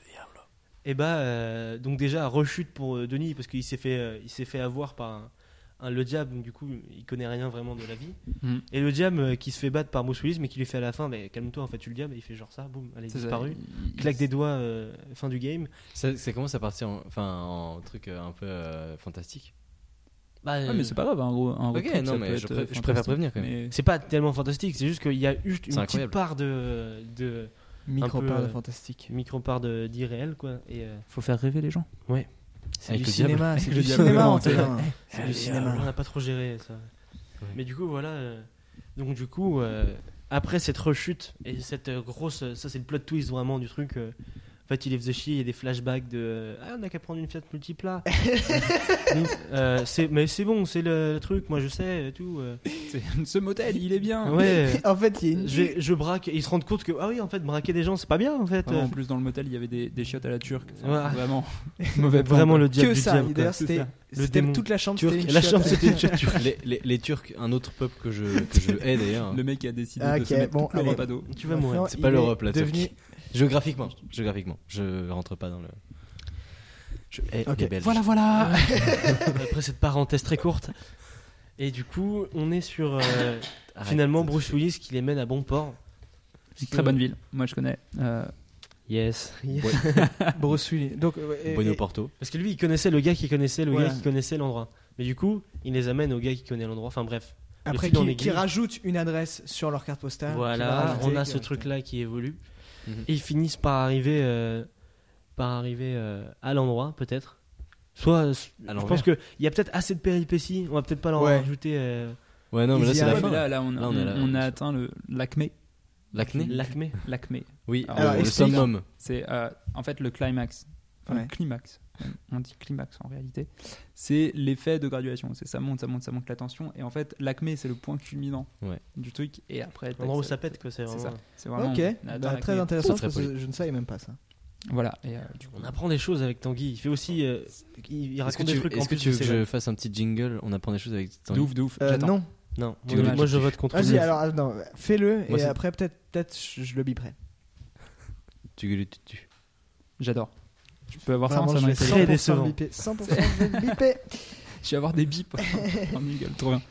S3: Et bah, euh, donc déjà, rechute pour euh, Denis, parce qu'il s'est fait, euh, il s'est fait avoir par un- un- le diable, donc du coup, il connaît rien vraiment de la vie.
S4: Mhm.
S3: Et le diable euh, qui se fait battre par Bruce Willis, mais qui lui fait à la fin, mais calme-toi, en fait, tu le diable, et il fait genre ça, boum, elle est
S4: C'est ça,
S3: disparue.
S4: il- il-
S3: Claque des doigts, euh, fin du game.
S2: Ça, ça commence à partir en, enfin, en truc euh, un peu euh, fantastique.
S3: Bah,
S4: Ah, mais c'est pas grave, un gros. Un
S2: Ok,
S4: road trip,
S2: non,
S4: ça
S2: mais
S4: peut
S2: je
S4: être,
S2: pré-
S4: euh,
S2: je préfère
S4: fantastique,
S2: prévenir, quand même.
S4: mais-
S3: c'est pas tellement fantastique, c'est juste qu'il y a juste une petite
S2: incroyable.
S3: part de, de
S1: Micro
S3: peu,
S1: parle
S3: euh,
S1: fantastique.
S3: micro-part de- d'irréel, quoi. Et, euh,
S4: Faut faire rêver les gens.
S3: ouais.
S2: Avec
S1: du
S2: le diable.
S1: cinéma, c'est
S4: Avec
S1: du
S4: le diable.
S1: cinéma,
S4: Ouais,
S1: Antonin.
S3: Et,
S1: C'est
S4: Eh,
S1: du
S3: euh,
S1: cinéma.
S3: On n'a pas trop géré ça. Mais du coup, voilà. euh, donc, du coup, euh, après cette rechute et cette euh, grosse. Ça, c'est le plot twist vraiment du truc. euh, en fait, il les faisait chier. Il y a des flashbacks de. euh, ah, on n'a qu'à prendre une Fiat Multipla. Euh, c'est- mais c'est bon, c'est le, le truc. Moi, je sais, et tout. euh.
S4: C'est- Ce motel, il est bien.
S2: Ah.
S3: Ouais.
S1: En fait, il y a une.
S3: Je, je braque. Et ils se rendent compte que. Ah oui, en fait, braquer des gens, c'est pas bien, en fait.
S4: Vraiment, en plus, dans le motel, il y avait des, des chiottes à la turque. Enfin,
S3: Ouais.
S4: Vraiment.
S3: Euh,
S4: Mauvais plan,
S3: vraiment
S4: quoi.
S3: le diable
S1: que
S3: du
S1: ça.
S3: diable, quoi.
S1: D'ailleurs,
S4: c'est
S1: c'était
S4: ça.
S3: Le
S1: c'était
S3: démon.
S1: toute la chambre.
S3: Turc.
S1: c'était une
S3: La
S1: chiotte.
S3: chambre, c'était une chiotte turque.
S2: les, les- les Turcs, un autre peuple que je, que je hais d'ailleurs,
S4: Le mec a décidé
S1: Ah,
S4: de se
S1: ok,
S4: mettre
S1: bon,
S4: tout le
S1: allez.
S4: repas d'eau.
S3: Tu vas mourir.
S2: C'est pas
S1: il
S2: l'Europe,
S1: est
S2: la
S1: devenu-
S2: Turquie. géographiquement, géographiquement, je rentre pas dans le. Je hais
S1: Ok,
S2: les Belges.
S4: Voilà, voilà.
S3: Après cette parenthèse très courte. Et du coup, on est sur. euh,
S2: Arrête.
S3: Finalement, Bruce Willis qui les mène à bon port.
S4: C'est une Très bonne ville. Moi, je connais. Euh,
S3: Yes.
S1: Bruce Willis. Donc, euh, et-
S2: Bueno
S1: et-
S2: Porto.
S3: Parce que lui, il connaissait le gars qui connaissait le
S1: Voilà.
S3: gars qui connaissait l'endroit. Mais du coup, il les amène au gars qui connaît l'endroit. Enfin bref.
S1: Après,
S3: fil en
S1: qui,
S3: aiguille.
S1: qui rajoutent une adresse sur leur carte postale. Ah, qui va
S3: Voilà,
S1: rajouter-
S3: on a ce truc-là qui évolue.
S2: Mhm.
S3: Et ils finissent par arriver, euh, par arriver euh, à l'endroit, peut-être. Soit, s-
S2: À
S3: je
S2: l'envers.
S3: pense qu'il y a peut-être assez de péripéties, on va peut-être pas leur
S1: Ouais.
S3: rajouter euh,
S2: Ouais, non, mais là,
S1: Ils y
S2: c'est la
S1: arrivent,
S2: fin.
S4: là, là, on,
S2: Là, on est là,
S4: on- on a
S2: on-
S4: atteint le l'acmé.
S2: L'acné
S3: l'acmé.
S4: L'acmé.
S2: Oui,
S4: Alors,
S2: le- le
S1: explique.
S2: summum.
S4: C'est euh, en fait le climax. Enfin,
S1: Ouais.
S4: Le climax. On dit climax en réalité. C'est l'effet de graduation. C'est ça monte, ça monte, ça monte la tension. Et en fait, l'acmé, c'est le point culminant
S2: Ouais.
S4: du truc. Et après,
S3: L'endroit où ça pète, quoi. C'est
S4: C'est
S3: vraiment...
S4: ça. C'est vraiment.
S1: ok,
S4: on atteint
S1: Bah,
S4: l'acmé.
S1: très intéressant.
S2: Oh, très
S1: parce que
S2: poli.
S1: je ne savais même pas ça.
S4: Voilà. Et, euh, du coup,
S3: On apprend des choses avec Tanguy. Il fait aussi, euh, il, il
S2: Est-ce que
S3: raconte
S2: tu,
S3: des trucs. en
S2: est-ce que
S3: plus
S2: tu
S3: de
S2: veux que
S3: ses vannes.
S2: je fasse un petit jingle On apprend des choses avec
S4: de
S2: Tanguy.
S4: ouf, de ouf.
S1: Euh,
S4: J'attends.
S1: non,
S3: Non,
S2: Tu
S3: moi,
S2: veux-
S3: moi, je vote contre.
S1: vas-y,
S3: lui.
S1: alors attends, fais-le et
S2: Moi, c'est-
S1: après peut-être peut-être je je le biperai.
S2: Tu gueules, tu- tu.
S4: J'adore. Tu peux avoir ça en
S1: Vraiment,
S4: sonnerie
S1: je vais
S4: télé.
S1: 100%
S3: Très décevant.
S1: le biper, 100% je vais le biper.
S4: Je vais avoir des bips en jingle. Trop bien.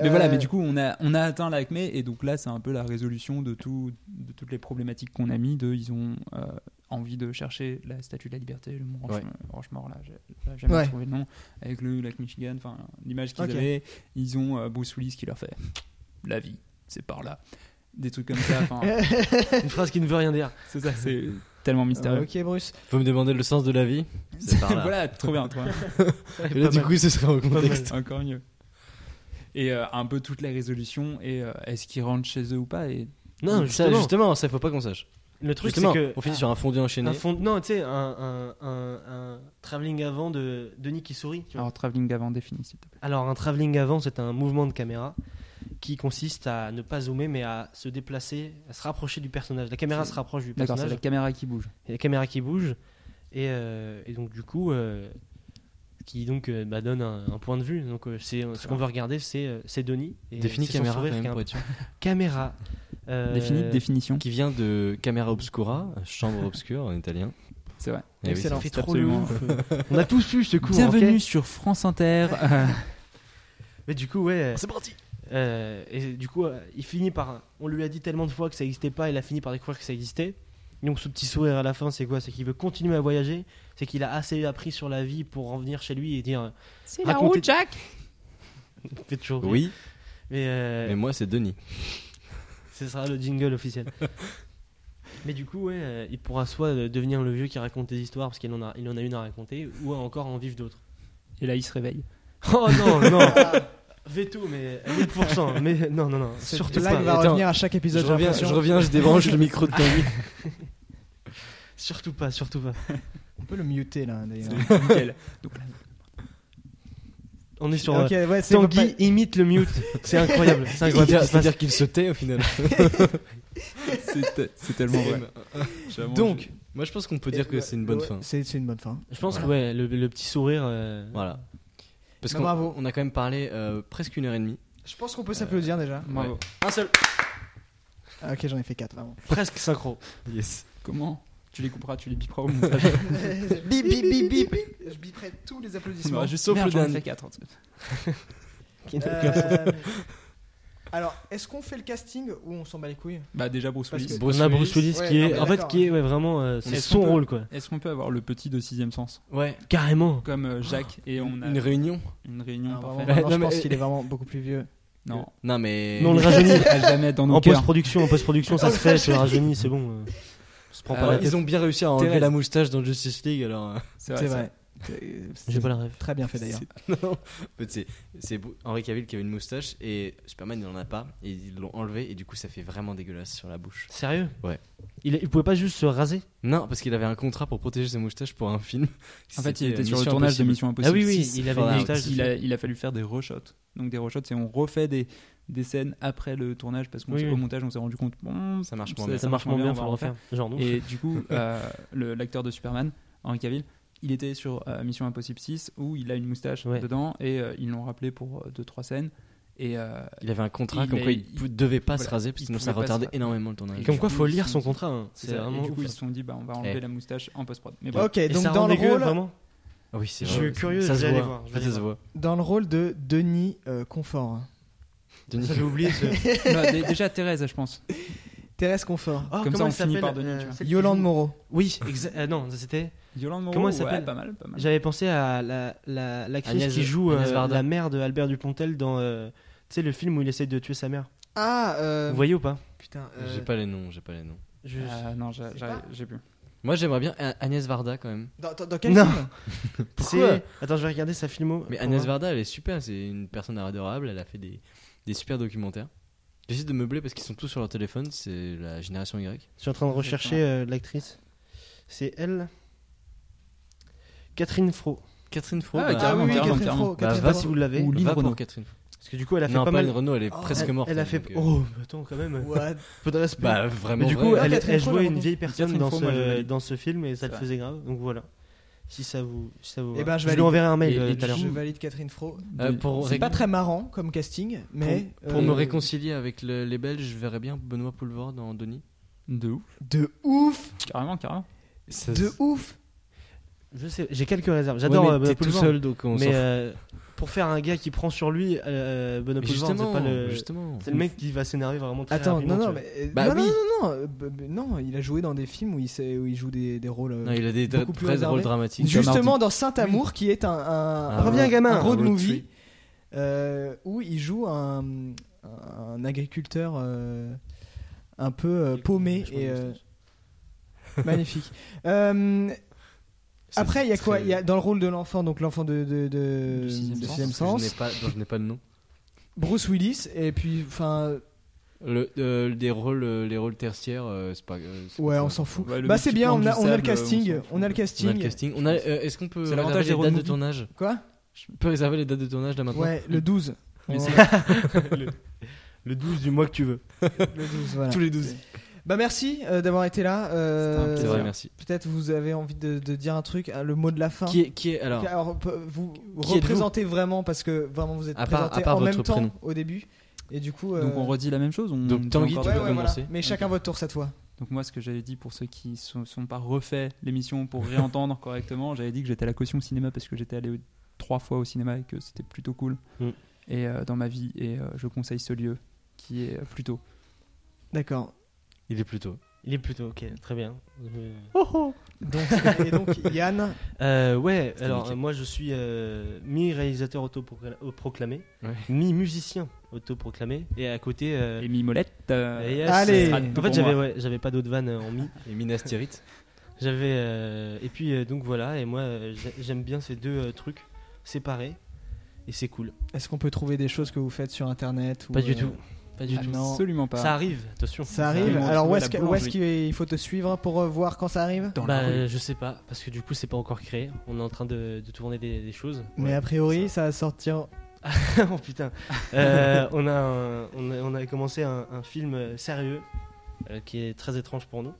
S4: Mais
S1: Euh,
S4: voilà, mais du coup, on a, on a atteint l'acmé, et donc là, c'est un peu la résolution de, tout, de toutes les problématiques qu'on a mis. De, ils ont euh, envie de chercher la statue de la liberté, le mont Roche-
S2: Ouais.
S4: Rochemort, là, j'ai j'ai jamais
S1: Ouais.
S4: trouvé le nom, avec le lac Michigan, enfin, l'image qu'ils
S1: Ok.
S4: avaient. Ils ont euh, Bruce Willis qui leur fait La vie, c'est par là. Des trucs comme ça, enfin,
S3: Une phrase qui ne veut rien dire.
S4: c'est ça, c'est tellement mystérieux.
S1: ok, Bruce.
S2: Faut me demander le sens de la vie C'est par là.
S4: voilà, trop bien, trop bien.
S2: Et là,
S3: Pas
S2: du
S3: mal.
S2: coup, ce serait en contexte.
S4: Encore mieux. Et euh, un peu toutes les résolutions, et euh, est-ce qu'ils rentrent chez eux ou pas et...
S3: Non,
S2: ça,
S3: justement.
S2: justement, ça faut pas qu'on sache.
S3: Le truc, c'est
S2: Justement,
S3: que.
S2: on finit sur un fondu enchaîné.
S3: Un fond... Non, tu sais, un, un, un, un travelling avant de Denis qui sourit.
S2: Ah
S3: Tu vois.
S4: Alors, travelling avant, définis, s'il te plaît.
S3: Alors, un travelling avant, c'est un mouvement de caméra qui consiste à ne pas zoomer, mais à se déplacer, à se rapprocher du personnage. La caméra
S4: C'est-
S3: se rapproche du
S4: D'accord, c'est
S3: personnage,
S4: la caméra qui bouge.
S3: et la caméra qui bouge, et, euh, et donc du coup, euh, qui donc euh, bah, donne un, un point de vue. Donc, euh, c'est ce qu'on veut regarder, c'est euh, c'est Denis. Et
S2: Définis
S3: c'est son
S2: caméra,
S3: sourire
S2: quand
S3: qui est
S2: même,
S3: un-
S2: pour être sûr.
S3: Caméra. euh,
S4: Définis, définition.
S2: Qui vient de Camera Obscura, chambre obscure en italien.
S4: C'est vrai.
S2: Eh oui,
S1: Excellent.
S3: fait
S4: C'est
S3: trop le
S4: absolument-
S3: ouf. On a tous eu ce coup. hein,
S4: Bienvenue sur France Inter. Euh,
S3: Mais du coup, ouais. euh,
S2: c'est- C'est parti
S3: Euh, et du coup, euh, il finit par. On lui a dit tellement de fois que ça n'existait pas, il a fini par découvrir que ça existait. Donc, ce petit sourire à la fin, c'est quoi C'est qu'il veut continuer à voyager, c'est qu'il a assez appris sur la vie pour en venir chez lui et dire.
S5: C'est la roue,
S3: Racontez-
S5: Jack
S3: Fait toujours rire.
S2: Oui,
S3: Mais euh,
S2: mais moi, c'est Denis.
S3: ce sera le jingle officiel. Mais du coup, ouais, euh, il pourra soit euh, devenir le vieux qui raconte des histoires parce qu'il en a, il en a une à raconter, ou encore en vivre d'autres.
S4: Et là, il se réveille.
S3: Oh non, non. Veto, mais à 1000%. Mais non, non, non.
S1: Surtout
S3: Surtout
S1: là,
S3: pas.
S1: il va
S2: Attends,
S1: revenir à chaque
S2: Je
S1: épisode. j'ai
S2: reviens, je
S1: l'impression.
S2: reviens, je débranche le micro de Tanguy.
S3: Surtout pas, surtout pas.
S1: On peut le muter là d'ailleurs.
S4: Nickel.
S3: On est sur. euh,
S1: Ok, ouais, c'est
S3: Tanguy imite le mute. C'est incroyable. C'est incroyable. ce qui se passe.
S2: C'est-à-dire qu'il se tait au final.
S4: C'est te- c'est tellement vrai. J'avoue,
S2: Donc, moi, je pense qu'on peut dire que
S1: Ouais,
S2: c'est une bonne
S1: ouais,
S2: fin.
S1: C'est c'est une bonne fin.
S3: Je pense que ouais, le, le petit sourire. euh,
S2: Voilà. Parce
S1: Bah,
S2: qu'on
S1: bravo.
S2: on a quand même parlé euh, presque une heure et demie.
S1: Je pense qu'on peut s'applaudir déjà.
S4: je- Bravo.
S2: Ouais. Un seul
S1: Euh, Ah, ok, j'en ai fait 4 vraiment.
S3: Presque synchro.
S2: Yes.
S4: Comment Tu les couperas, tu les biperas au montage.
S1: bip, bip, bip, bip, bip. Je biperai tous les
S4: On aura
S1: applaudissements.
S4: juste
S2: Sauf
S4: Merde,
S2: le
S4: j'en ai
S2: dernier.
S4: fait quatre, en tout cas.
S1: Euh, Alors, est-ce qu'on fait le casting ou on s'en bat les couilles
S4: Bah, déjà, Bruce
S1: Parce
S4: Willis.
S1: que-
S3: On a Bruce Willis
S1: Ouais,
S3: qui
S1: non,
S3: est.
S1: mais
S3: En fait,
S1: d'accord.
S3: qui est ouais, vraiment. euh, c'est
S4: Est-ce
S3: son
S4: qu'on peut-
S3: rôle quoi.
S4: Est-ce qu'on peut avoir le petit de sixième sens
S2: Ouais.
S3: Carrément.
S4: Comme euh, Jacques, et on a
S2: Une réunion
S4: une réunion
S1: Ah, vraiment,
S4: parfaite.
S1: maintenant,
S2: Ouais,
S1: je
S2: non,
S1: pense
S2: mais-
S1: qu'il est vraiment beaucoup plus vieux.
S4: Non,
S2: Non, mais.
S3: Non, on le
S4: Rajeuni
S3: rajeunit.
S4: à jamais dans nos
S3: En
S4: cœurs.
S3: post-production, en post-production, ça se fait. C'est rajeuni, c'est bon. euh, On se prend pas
S4: Euh,
S3: la
S2: ils
S3: tête.
S2: ont bien réussi à enlever
S4: Thérèse.
S2: la moustache dans Justice League alors. euh,
S1: C'est vrai.
S3: J'ai pas la rêve.
S1: Très bien fait d'ailleurs.
S2: non. En fait, c'est- C'est Bru- Henry Cavill qui avait une moustache et Superman il en a pas et ils l'ont enlevé et du coup ça fait vraiment dégueulasse sur la bouche.
S3: Sérieux
S2: Ouais.
S3: Il, il pouvait pas juste se raser
S2: Non, parce qu'il avait un contrat pour protéger ses moustaches pour un film.
S4: En fait,
S2: C'était,
S4: il était
S2: euh,
S4: sur le
S2: Mission
S4: tournage de
S2: Impossible.
S4: Mission
S3: Ah
S4: Impossible.
S3: oui, oui,
S4: 6.
S3: il avait
S2: une
S4: Et
S2: moustache
S4: Il
S3: dessus.
S4: a, il a fallu faire des reshots. Donc des reshots, c'est on refait des, des scènes après le tournage parce qu'au
S3: Oui, oui.
S4: montage, on s'est rendu compte. Bon,
S2: Ça marche moins
S4: Ça-
S2: bien.
S3: Ça marche moins bien, faut le
S4: on va
S3: refaire. Genre non.
S4: et du coup, euh, le- l'acteur de Superman, Henry Cavill, il était sur euh, Mission Impossible 6 où il a une moustache
S3: Ouais.
S4: dedans et euh, ils l'ont rappelé pour 2 deux trois scènes. Et euh,
S2: Il avait un contrat
S4: Il
S2: comme
S4: a-
S2: quoi il,
S4: il-
S2: devait pas
S4: voilà,
S2: se raser
S4: il
S2: parce que sinon ça
S4: pouvait pas se
S2: retardait
S4: raser.
S2: énorme le tournage.
S4: Et
S3: Comme
S4: du
S3: quoi,
S4: coup,
S3: faut
S4: ils
S3: lire
S4: sont-
S3: son contrat. hein.
S4: c'est
S3: C'est
S4: ça. Et
S3: vraiment.
S4: du coup,
S3: ouf.
S4: ils se sont dit, bah, on va enlever
S2: Eh.
S4: la moustache en post-prod. Mais bon,
S1: Ok,
S3: Et
S1: donc
S3: ça
S1: dans
S3: rend
S1: le,
S3: dégueu,
S1: rôle,
S3: vraiment.
S2: Ah oui, c'est
S3: Je
S2: vrai.
S3: suis curieux,
S2: ça se
S3: je vais aller
S2: voit.
S3: voir, je vais
S2: Ça
S3: aller
S2: se voit.
S1: dans le rôle de Denis euh, Confort.
S2: Denis-
S3: J'avais oublié ce. Oh,
S4: non, Bah, dé- déjà Thérèse, je pense.
S1: Thérèse Confort.
S3: Oh,
S4: Comme ça,
S3: comment
S4: on
S3: elle
S4: finit
S3: s'appelle
S4: par Denis, tu vois.
S3: celle qui
S1: Yolande
S3: joue-
S1: Moreau.
S3: Oui, exa- euh, non, ça, c'était.
S4: Yolande Moreau,
S3: Comment elle
S4: ouais,
S3: s'appelle
S4: Pas mal, pas mal.
S3: J'avais pensé à la, la, l'actrice
S2: Agnès-
S3: qui joue euh,
S2: Agnès Varda.
S3: la mère de Albert Dupontel dans, euh, Tu sais, le film où il essaye de tuer sa mère.
S1: Ah, euh,
S3: Vous voyez ou pas
S1: putain.
S2: J'ai
S1: euh,
S2: pas les noms, j'ai pas les noms.
S3: Je-
S4: Euh, non, j'ai-
S1: sais
S4: j'ai
S1: pas.
S4: j'ai plus.
S2: Moi, j'aimerais bien A- Agnès Varda quand même.
S1: Dans, dans- dans quel
S3: Non.
S1: film
S2: Pourquoi
S3: C'est- Attends, je vais regarder sa filmo.
S2: Mais
S3: pour
S2: Agnès
S3: voir.
S2: Varda, elle est super, c'est une personne adorable, elle a fait des, des super documentaires. J'essaie de meubler parce qu'ils sont tous sur leur téléphone, c'est la génération Y.
S3: Je suis en train de rechercher euh, l'actrice. C'est elle. Catherine Fro.
S2: Catherine Fro.
S4: Ah,
S2: bah,
S1: Ah oui, oui,
S4: carrément,
S1: Catherine
S4: carrément.
S1: Fro,
S2: Bah,
S1: Catherine
S2: va
S1: Fro.
S3: Si vous l'avez.
S4: Ou
S2: va
S4: Lynn
S2: pour
S4: Renaud.
S2: Catherine Fro.
S3: Parce que du coup, elle a fait
S2: Non,
S3: pas
S2: pas
S3: mal.
S2: Lynn Renaud, elle est presque
S3: elle,
S2: morte.
S3: elle a
S2: hein,
S3: fait.
S2: donc, euh,
S3: Oh, mais attends, quand même.
S1: What
S3: Peu de respect.
S2: Bah, vraiment.
S3: mais du coup,
S2: vrai.
S3: elle,
S1: Ah,
S3: est-
S1: Catherine
S3: elle
S1: Fro,
S3: jouait
S1: j'avais
S3: une
S1: entendu.
S3: vieille personne
S4: Catherine
S3: dans,
S4: Fro,
S3: ce,
S4: moi, je l'avais dit.
S3: dans ce film et ça
S4: C'est
S3: le
S4: vrai.
S3: faisait grave. Donc voilà. Si ça vous. Si ça vous
S1: Eh
S3: va.
S1: ben, je
S3: je, lui
S1: valide.
S3: enverrai un mail
S2: Et-
S3: euh,
S2: et
S3: tout à l'heure.
S1: Je valide Catherine Fro.
S2: Euh, pour
S1: C'est
S2: ré-
S1: pas très marrant comme casting, mais
S2: pour
S1: euh,
S2: me réconcilier avec le- les Belges, je verrais bien Benoît Poulvord dans Denis.
S4: De ouf.
S1: de ouf,
S4: Carrément, carrément.
S1: de ouf.
S3: Je sais, j'ai quelques réserves. J'adore
S2: Ouais, mais
S3: euh,
S2: t'es
S3: Benoît
S2: tout
S3: Poulvord,
S2: seul, donc on s'en
S3: Mais
S2: fout.
S3: euh, pour faire un gars qui prend sur lui, euh, Benoît
S2: Mais
S3: Poulvord, c'est
S2: justement,
S3: pas le.
S2: justement.
S3: C'est le mec qui va s'énerver vraiment très
S1: Attends,
S3: rapidement,
S1: non, non,
S3: tu
S1: mais,
S3: vois.
S1: euh, non,
S2: Bah
S1: non,
S2: oui.
S1: non, non, euh, b- b- non, il a joué dans des films où il, sait- où il joue des, des rôles. euh,
S2: Non, il a des
S1: beaucoup plus
S2: très
S1: réservé.
S2: rôles dramatiques.
S1: Justement dans Saint-Amour, qui est un, un-
S2: Ah,
S1: un-
S2: reviens,
S3: gamin.
S1: un road
S2: Un road
S1: movie
S2: trip.
S1: euh, où il joue un, un agriculteur euh, un peu euh, paumé et euh, magnifique. Euh,
S2: C'est
S1: après, il y a
S2: très-
S1: quoi Il y a dans le rôle de l'enfant, donc l'enfant de, de, de-
S4: Du sixième
S1: de
S4: sens.
S1: sixième
S2: Je n'ai
S1: sens,
S2: pas- dont je n'ai pas le nom.
S1: Bruce Willis, et puis enfin,
S2: Le, euh, des rôles, euh, les rôles tertiaires, euh, c'est pas. euh, c'est
S1: ouais,
S2: pas
S1: on
S2: ça.
S1: s'en fout.
S4: Ouais, le
S1: bah
S4: mec
S1: c'est
S4: qui
S1: bien,
S4: plante
S1: on
S4: du
S1: a, on a le
S4: sable, on
S1: casting,
S4: s'en fout.
S1: on a le
S2: On a
S1: casting.
S2: le casting. On a, euh, est-ce qu'on peut
S4: C'est l'avantage
S2: réserver
S4: des road
S2: les dates de
S4: movies.
S2: tournage
S1: Quoi
S2: Je peux réserver les dates de tournage là maintenant
S1: Ouais, le 12.
S4: Mais
S1: On-
S4: c'est-
S3: le, le 12 du mois que tu veux.
S1: le 12, voilà.
S2: Tous les 12.
S1: Bah merci euh, d'avoir été là. euh,
S4: C'était un
S2: C'est
S4: plaisir.
S2: vrai, merci.
S1: Peut-être vous avez envie de, de dire un truc, hein, le mot de la fin.
S2: Qui est, qui est alors
S1: Alors, pe- vous
S2: êtes-vous
S1: représentez vraiment parce que vraiment vous êtes
S2: À part-
S1: présenté
S2: à part
S1: en
S2: votre
S1: même temps
S2: prénom.
S1: au début et du coup. euh,
S4: Donc on redit la même chose. On
S2: Donc,
S4: dit
S2: Tanguy,
S4: encore
S2: tu
S1: ouais,
S4: de-
S2: peux
S1: ouais, voilà.
S2: commencer.
S1: Mais chacun votre tour cette fois.
S4: Donc moi, ce que j'avais dit pour ceux qui ne sont, sont pas refait l'émission pour réentendre correctement, j'avais dit que j'étais à la caution cinéma parce que j'étais allé au- trois fois au cinéma et que c'était plutôt cool.
S3: Mm.
S4: Et euh, dans ma vie, et euh, je conseille ce lieu qui est euh, plutôt.
S1: D'accord.
S2: Il est plutôt.
S3: Il est plutôt ok, très bien.
S1: Oh, Donc, et donc Yann,
S3: Euh, ouais, alors
S2: nickel.
S3: euh, moi je suis euh, mi-réalisateur autoproclamé,
S2: Ouais.
S3: mi-musicien autoproclamé, et à côté. euh,
S4: Et Mimolette.
S3: euh,
S4: euh,
S3: yes,
S1: Allez.
S3: euh,
S4: Ah,
S3: En
S4: pour
S3: fait, j'avais
S4: moi.
S3: ouais, j'avais pas d'autres vannes euh, en mi.
S2: Et Minas Tirith.
S3: J'avais. euh, et puis euh, donc voilà, et moi euh, j'ai- j'aime bien ces deux euh, trucs séparés, et c'est cool.
S1: est-ce qu'on peut trouver des choses que vous faites sur internet ou,
S3: Pas du
S1: euh,
S3: tout. Pas du tout.
S1: non.
S4: Absolument pas.
S3: Ça arrive, attention.
S1: Ça arrive.
S4: Vraiment,
S1: Alors
S4: trouver
S1: où est-ce
S4: la
S1: que-
S4: boulangerie.
S1: où est-ce qu'il faut te suivre pour euh, voir quand ça arrive
S4: Dans
S3: Bah,
S4: la rue.
S3: je sais pas, parce que du coup, c'est pas encore créé. On est en train de, de tourner des, des choses.
S1: Mais a priori ça va sortir.
S3: oh putain. Euh, on, a un- on, a, on a commencé un, un film euh, sérieux euh, qui est très étrange pour nous.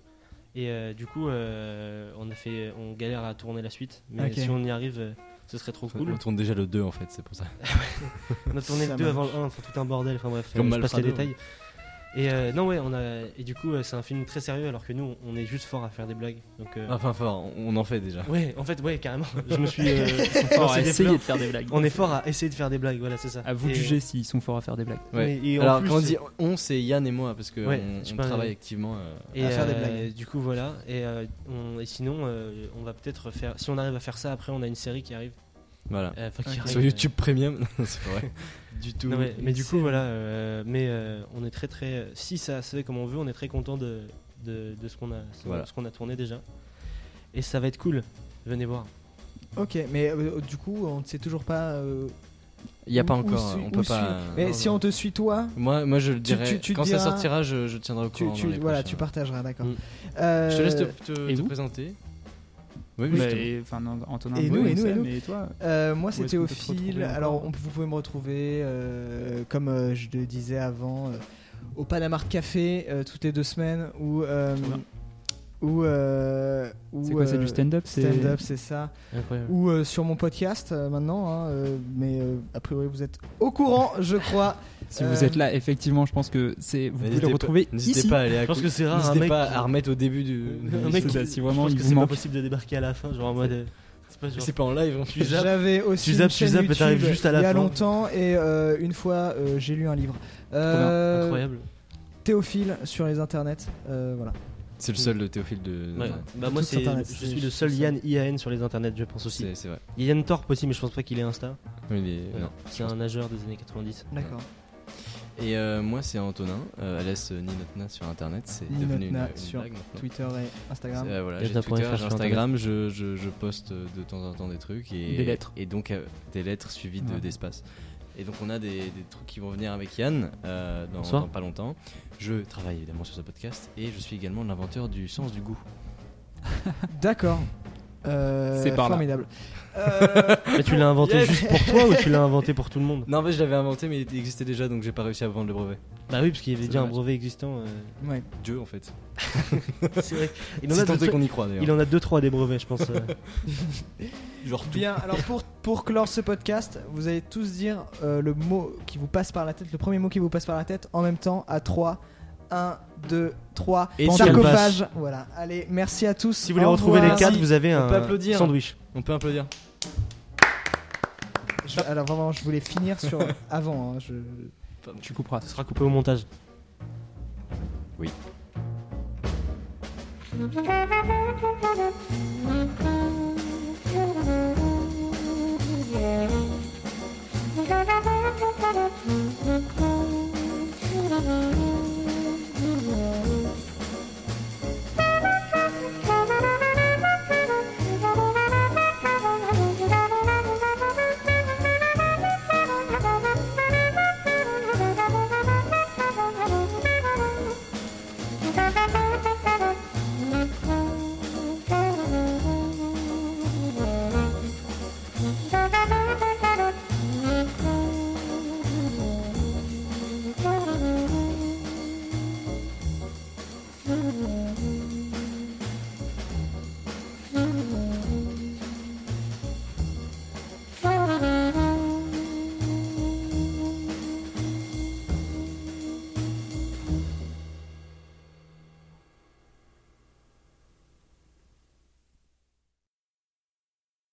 S3: Et euh, du coup, euh, on, a fait, on galère à tourner la suite. Mais
S1: Ok.
S3: si on y arrive, euh, ce serait trop cool.
S2: On tourne déjà le 2 en fait, c'est pour ça.
S3: On a tourné
S1: Ça
S3: le 2 avant
S1: marche.
S3: le 1, enfin tout un bordel. Enfin bref,
S2: Comme
S3: euh, je passe les
S2: Malfrado,
S3: détails. Et euh, non, ouais, on a. Et du coup, euh, c'est un film très sérieux alors que nous, on est juste fort à faire des blagues. Donc. euh,
S2: Enfin, fort, on en fait déjà.
S3: Ouais, en fait, ouais, carrément. Je me suis. euh,
S4: Ah.
S1: Eh,
S4: Fort
S3: lancé
S4: à
S3: des
S4: essayer
S3: fleurs.
S4: de faire des blagues.
S3: On est fort à essayer de faire des blagues, voilà, c'est ça.
S4: À vous
S3: Et-
S4: de juger s'ils sont forts à faire des blagues.
S2: Ouais.
S3: Et en
S2: alors,
S3: plus,
S2: quand on dit on, c'est Yann et moi parce que
S3: Ouais,
S2: on-
S3: je
S2: on,
S3: parle-
S2: travaille activement. euh,
S3: et,
S1: à faire des
S3: euh,
S1: blagues.
S3: Du coup, voilà. Et, euh, on- et sinon, euh, on va peut-être faire. Si on arrive à faire ça, après, on a une série qui arrive.
S2: Voilà.
S3: euh, enfin, qui
S1: Ok.
S3: arrive,
S2: Sur
S3: euh,
S2: YouTube Premium, Non, c'est pas vrai. du tout.
S3: non, mais, mais du coup, voilà. euh, mais euh, on est très, très. Si ça se fait comme on veut, on est très content de, de, de ce qu'on a, ce-
S2: Voilà.
S3: ce qu'on a tourné déjà. Et ça va être cool. Venez voir.
S1: Ok, mais euh, du coup on ne sait toujours pas. euh,
S2: Il n'y a pas
S1: où- où
S2: encore,
S1: su-
S2: on
S1: où
S2: peut
S1: suivre.
S2: pas.
S1: Mais
S3: Ah non,
S1: si
S3: non.
S1: on te suit toi,
S2: Moi, moi, je le dirais.
S1: tu- tu
S2: quand
S1: diras-
S2: ça sortira, je, je tiendrai au
S1: tu,
S2: courant.
S1: tu-
S2: dans les
S1: voilà,
S2: prochains.
S1: tu partageras, d'accord.
S3: Mm.
S1: Euh,
S2: Je te laisse te, te-
S4: Et
S2: te
S4: vous
S2: présenter. Oui,
S4: Bah,
S2: je te-
S4: et- enfin, non, Antonin,
S1: Et
S4: oui,
S1: nous, et nous,
S4: ça,
S1: et nous.
S4: Mais toi,
S1: Euh, moi, c'est
S4: est-ce qu'on peut te
S1: Théophile.
S4: retrouver encore
S1: Alors, on- vous pouvez me retrouver, euh, comme euh, je le disais avant, euh, au Panama Café euh, toutes les deux semaines ou. euh, ou, euh, ou,
S4: c'est quoi C'est
S1: euh,
S4: du stand-up c'est-
S1: Stand-up, c'est ça.
S3: Incroyable.
S1: Ou euh, sur mon podcast euh, maintenant, hein, euh, mais euh, a priori vous êtes au courant, je crois.
S4: Si
S1: Euh,
S4: vous êtes là, effectivement, je pense que c'est vous pouvez
S2: N'hésitez pas-
S4: le retrouver
S2: N'hésitez
S4: ici.
S2: pas à aller à
S3: Je pense
S2: cou-
S3: que c'est rare, un
S2: Bah, N'hésitez
S3: mec
S2: pas
S3: qui-
S2: à remettre au début du.
S3: Un mec
S4: C'est
S3: qui-
S4: ça, si vraiment
S3: je pense
S4: il
S3: que
S4: vous
S3: c'est pas
S4: manque.
S3: possible de débarquer à la fin, genre en mode. euh, c'est pas genre-
S2: C'est pas en live, en
S3: Tu
S2: plus.
S3: zappes.
S1: J'avais aussi
S3: Tu zappes,
S1: une
S3: tu
S1: chaîne
S3: zappes,
S1: YouTube
S3: t'arrives juste à la
S1: il y a
S3: fin.
S1: longtemps et euh, une fois euh, j'ai lu un livre. Euh,
S3: incroyable.
S1: Théophile sur les internets, euh, voilà.
S2: C'est le seul Théophile de.
S3: Ouais.
S2: d'Internet.
S3: Bah moi
S1: Tout
S3: c'est
S1: Internet,
S3: je
S1: c'est-
S3: suis le seul
S1: c'est ça.
S3: Yann IAN sur les internets je pense aussi.
S2: C'est c'est vrai.
S3: Il y a Yann Torp aussi mais Euh, je pense pas qu'il est Insta.
S2: Mais il est-
S3: Ouais.
S2: non.
S3: C'est un nageur des années 90.
S1: D'accord.
S2: Et euh, moi, c'est Antonin, euh, alias euh, Ninotna sur internet. C'est devenu une,
S1: Ninotna
S2: une
S1: sur
S2: blague maintenant.
S1: Twitter et Instagram.
S2: C'est- euh, voilà, j'ai
S3: Ninotna.fr
S2: Twitter, j'ai
S3: sur
S2: Instagram, je, je- je poste de temps en temps des trucs. Et,
S6: Des lettres.
S2: Et donc, euh, des lettres suivies de-
S1: Ouais.
S2: d'espace. Et donc, on a des, des trucs qui vont venir avec Yann euh, dans,
S3: Bonsoir.
S2: dans pas longtemps. Je travaille évidemment sur ce podcast et je suis également l'inventeur du sens du goût.
S1: D'accord. Euh,
S4: C'est par là.
S1: formidable. Euh,
S3: Mais tu l'as inventé
S2: Yes.
S3: juste pour toi ou tu l'as inventé pour tout le monde
S2: Non, en fait, je l'avais inventé, mais il existait déjà, donc j'ai pas réussi à vendre le brevet.
S3: Bah oui, parce qu'il y avait
S4: C'est
S3: déjà un
S4: dommage.
S3: brevet existant. euh.
S1: ouais.
S2: Dieu, en fait.
S3: C'est vrai. Il en,
S2: C'est
S3: a
S2: tenté
S3: deux,
S2: qu'on y croit, d'ailleurs.
S3: il en a deux, trois des brevets, je pense. euh.
S2: Genre tout.
S1: Bien, alors pour, pour clore ce podcast, vous allez tous dire euh, le mot qui vous passe par la tête, le premier mot qui vous passe par la tête en même temps à 3. 1, 2, 3.
S2: Et
S1: sarcophage. Voilà, allez, merci à tous.
S3: Si vous voulez retrouver les
S1: cartes
S3: quatre, vous avez
S2: peut
S3: un
S2: applaudir.
S3: sandwich.
S2: On peut applaudir.
S1: alors vraiment, je voulais finir sur avant. hein, je...
S4: Tu couperas.
S3: Ce sera coupé au montage.
S2: Oui.
S7: Thank you.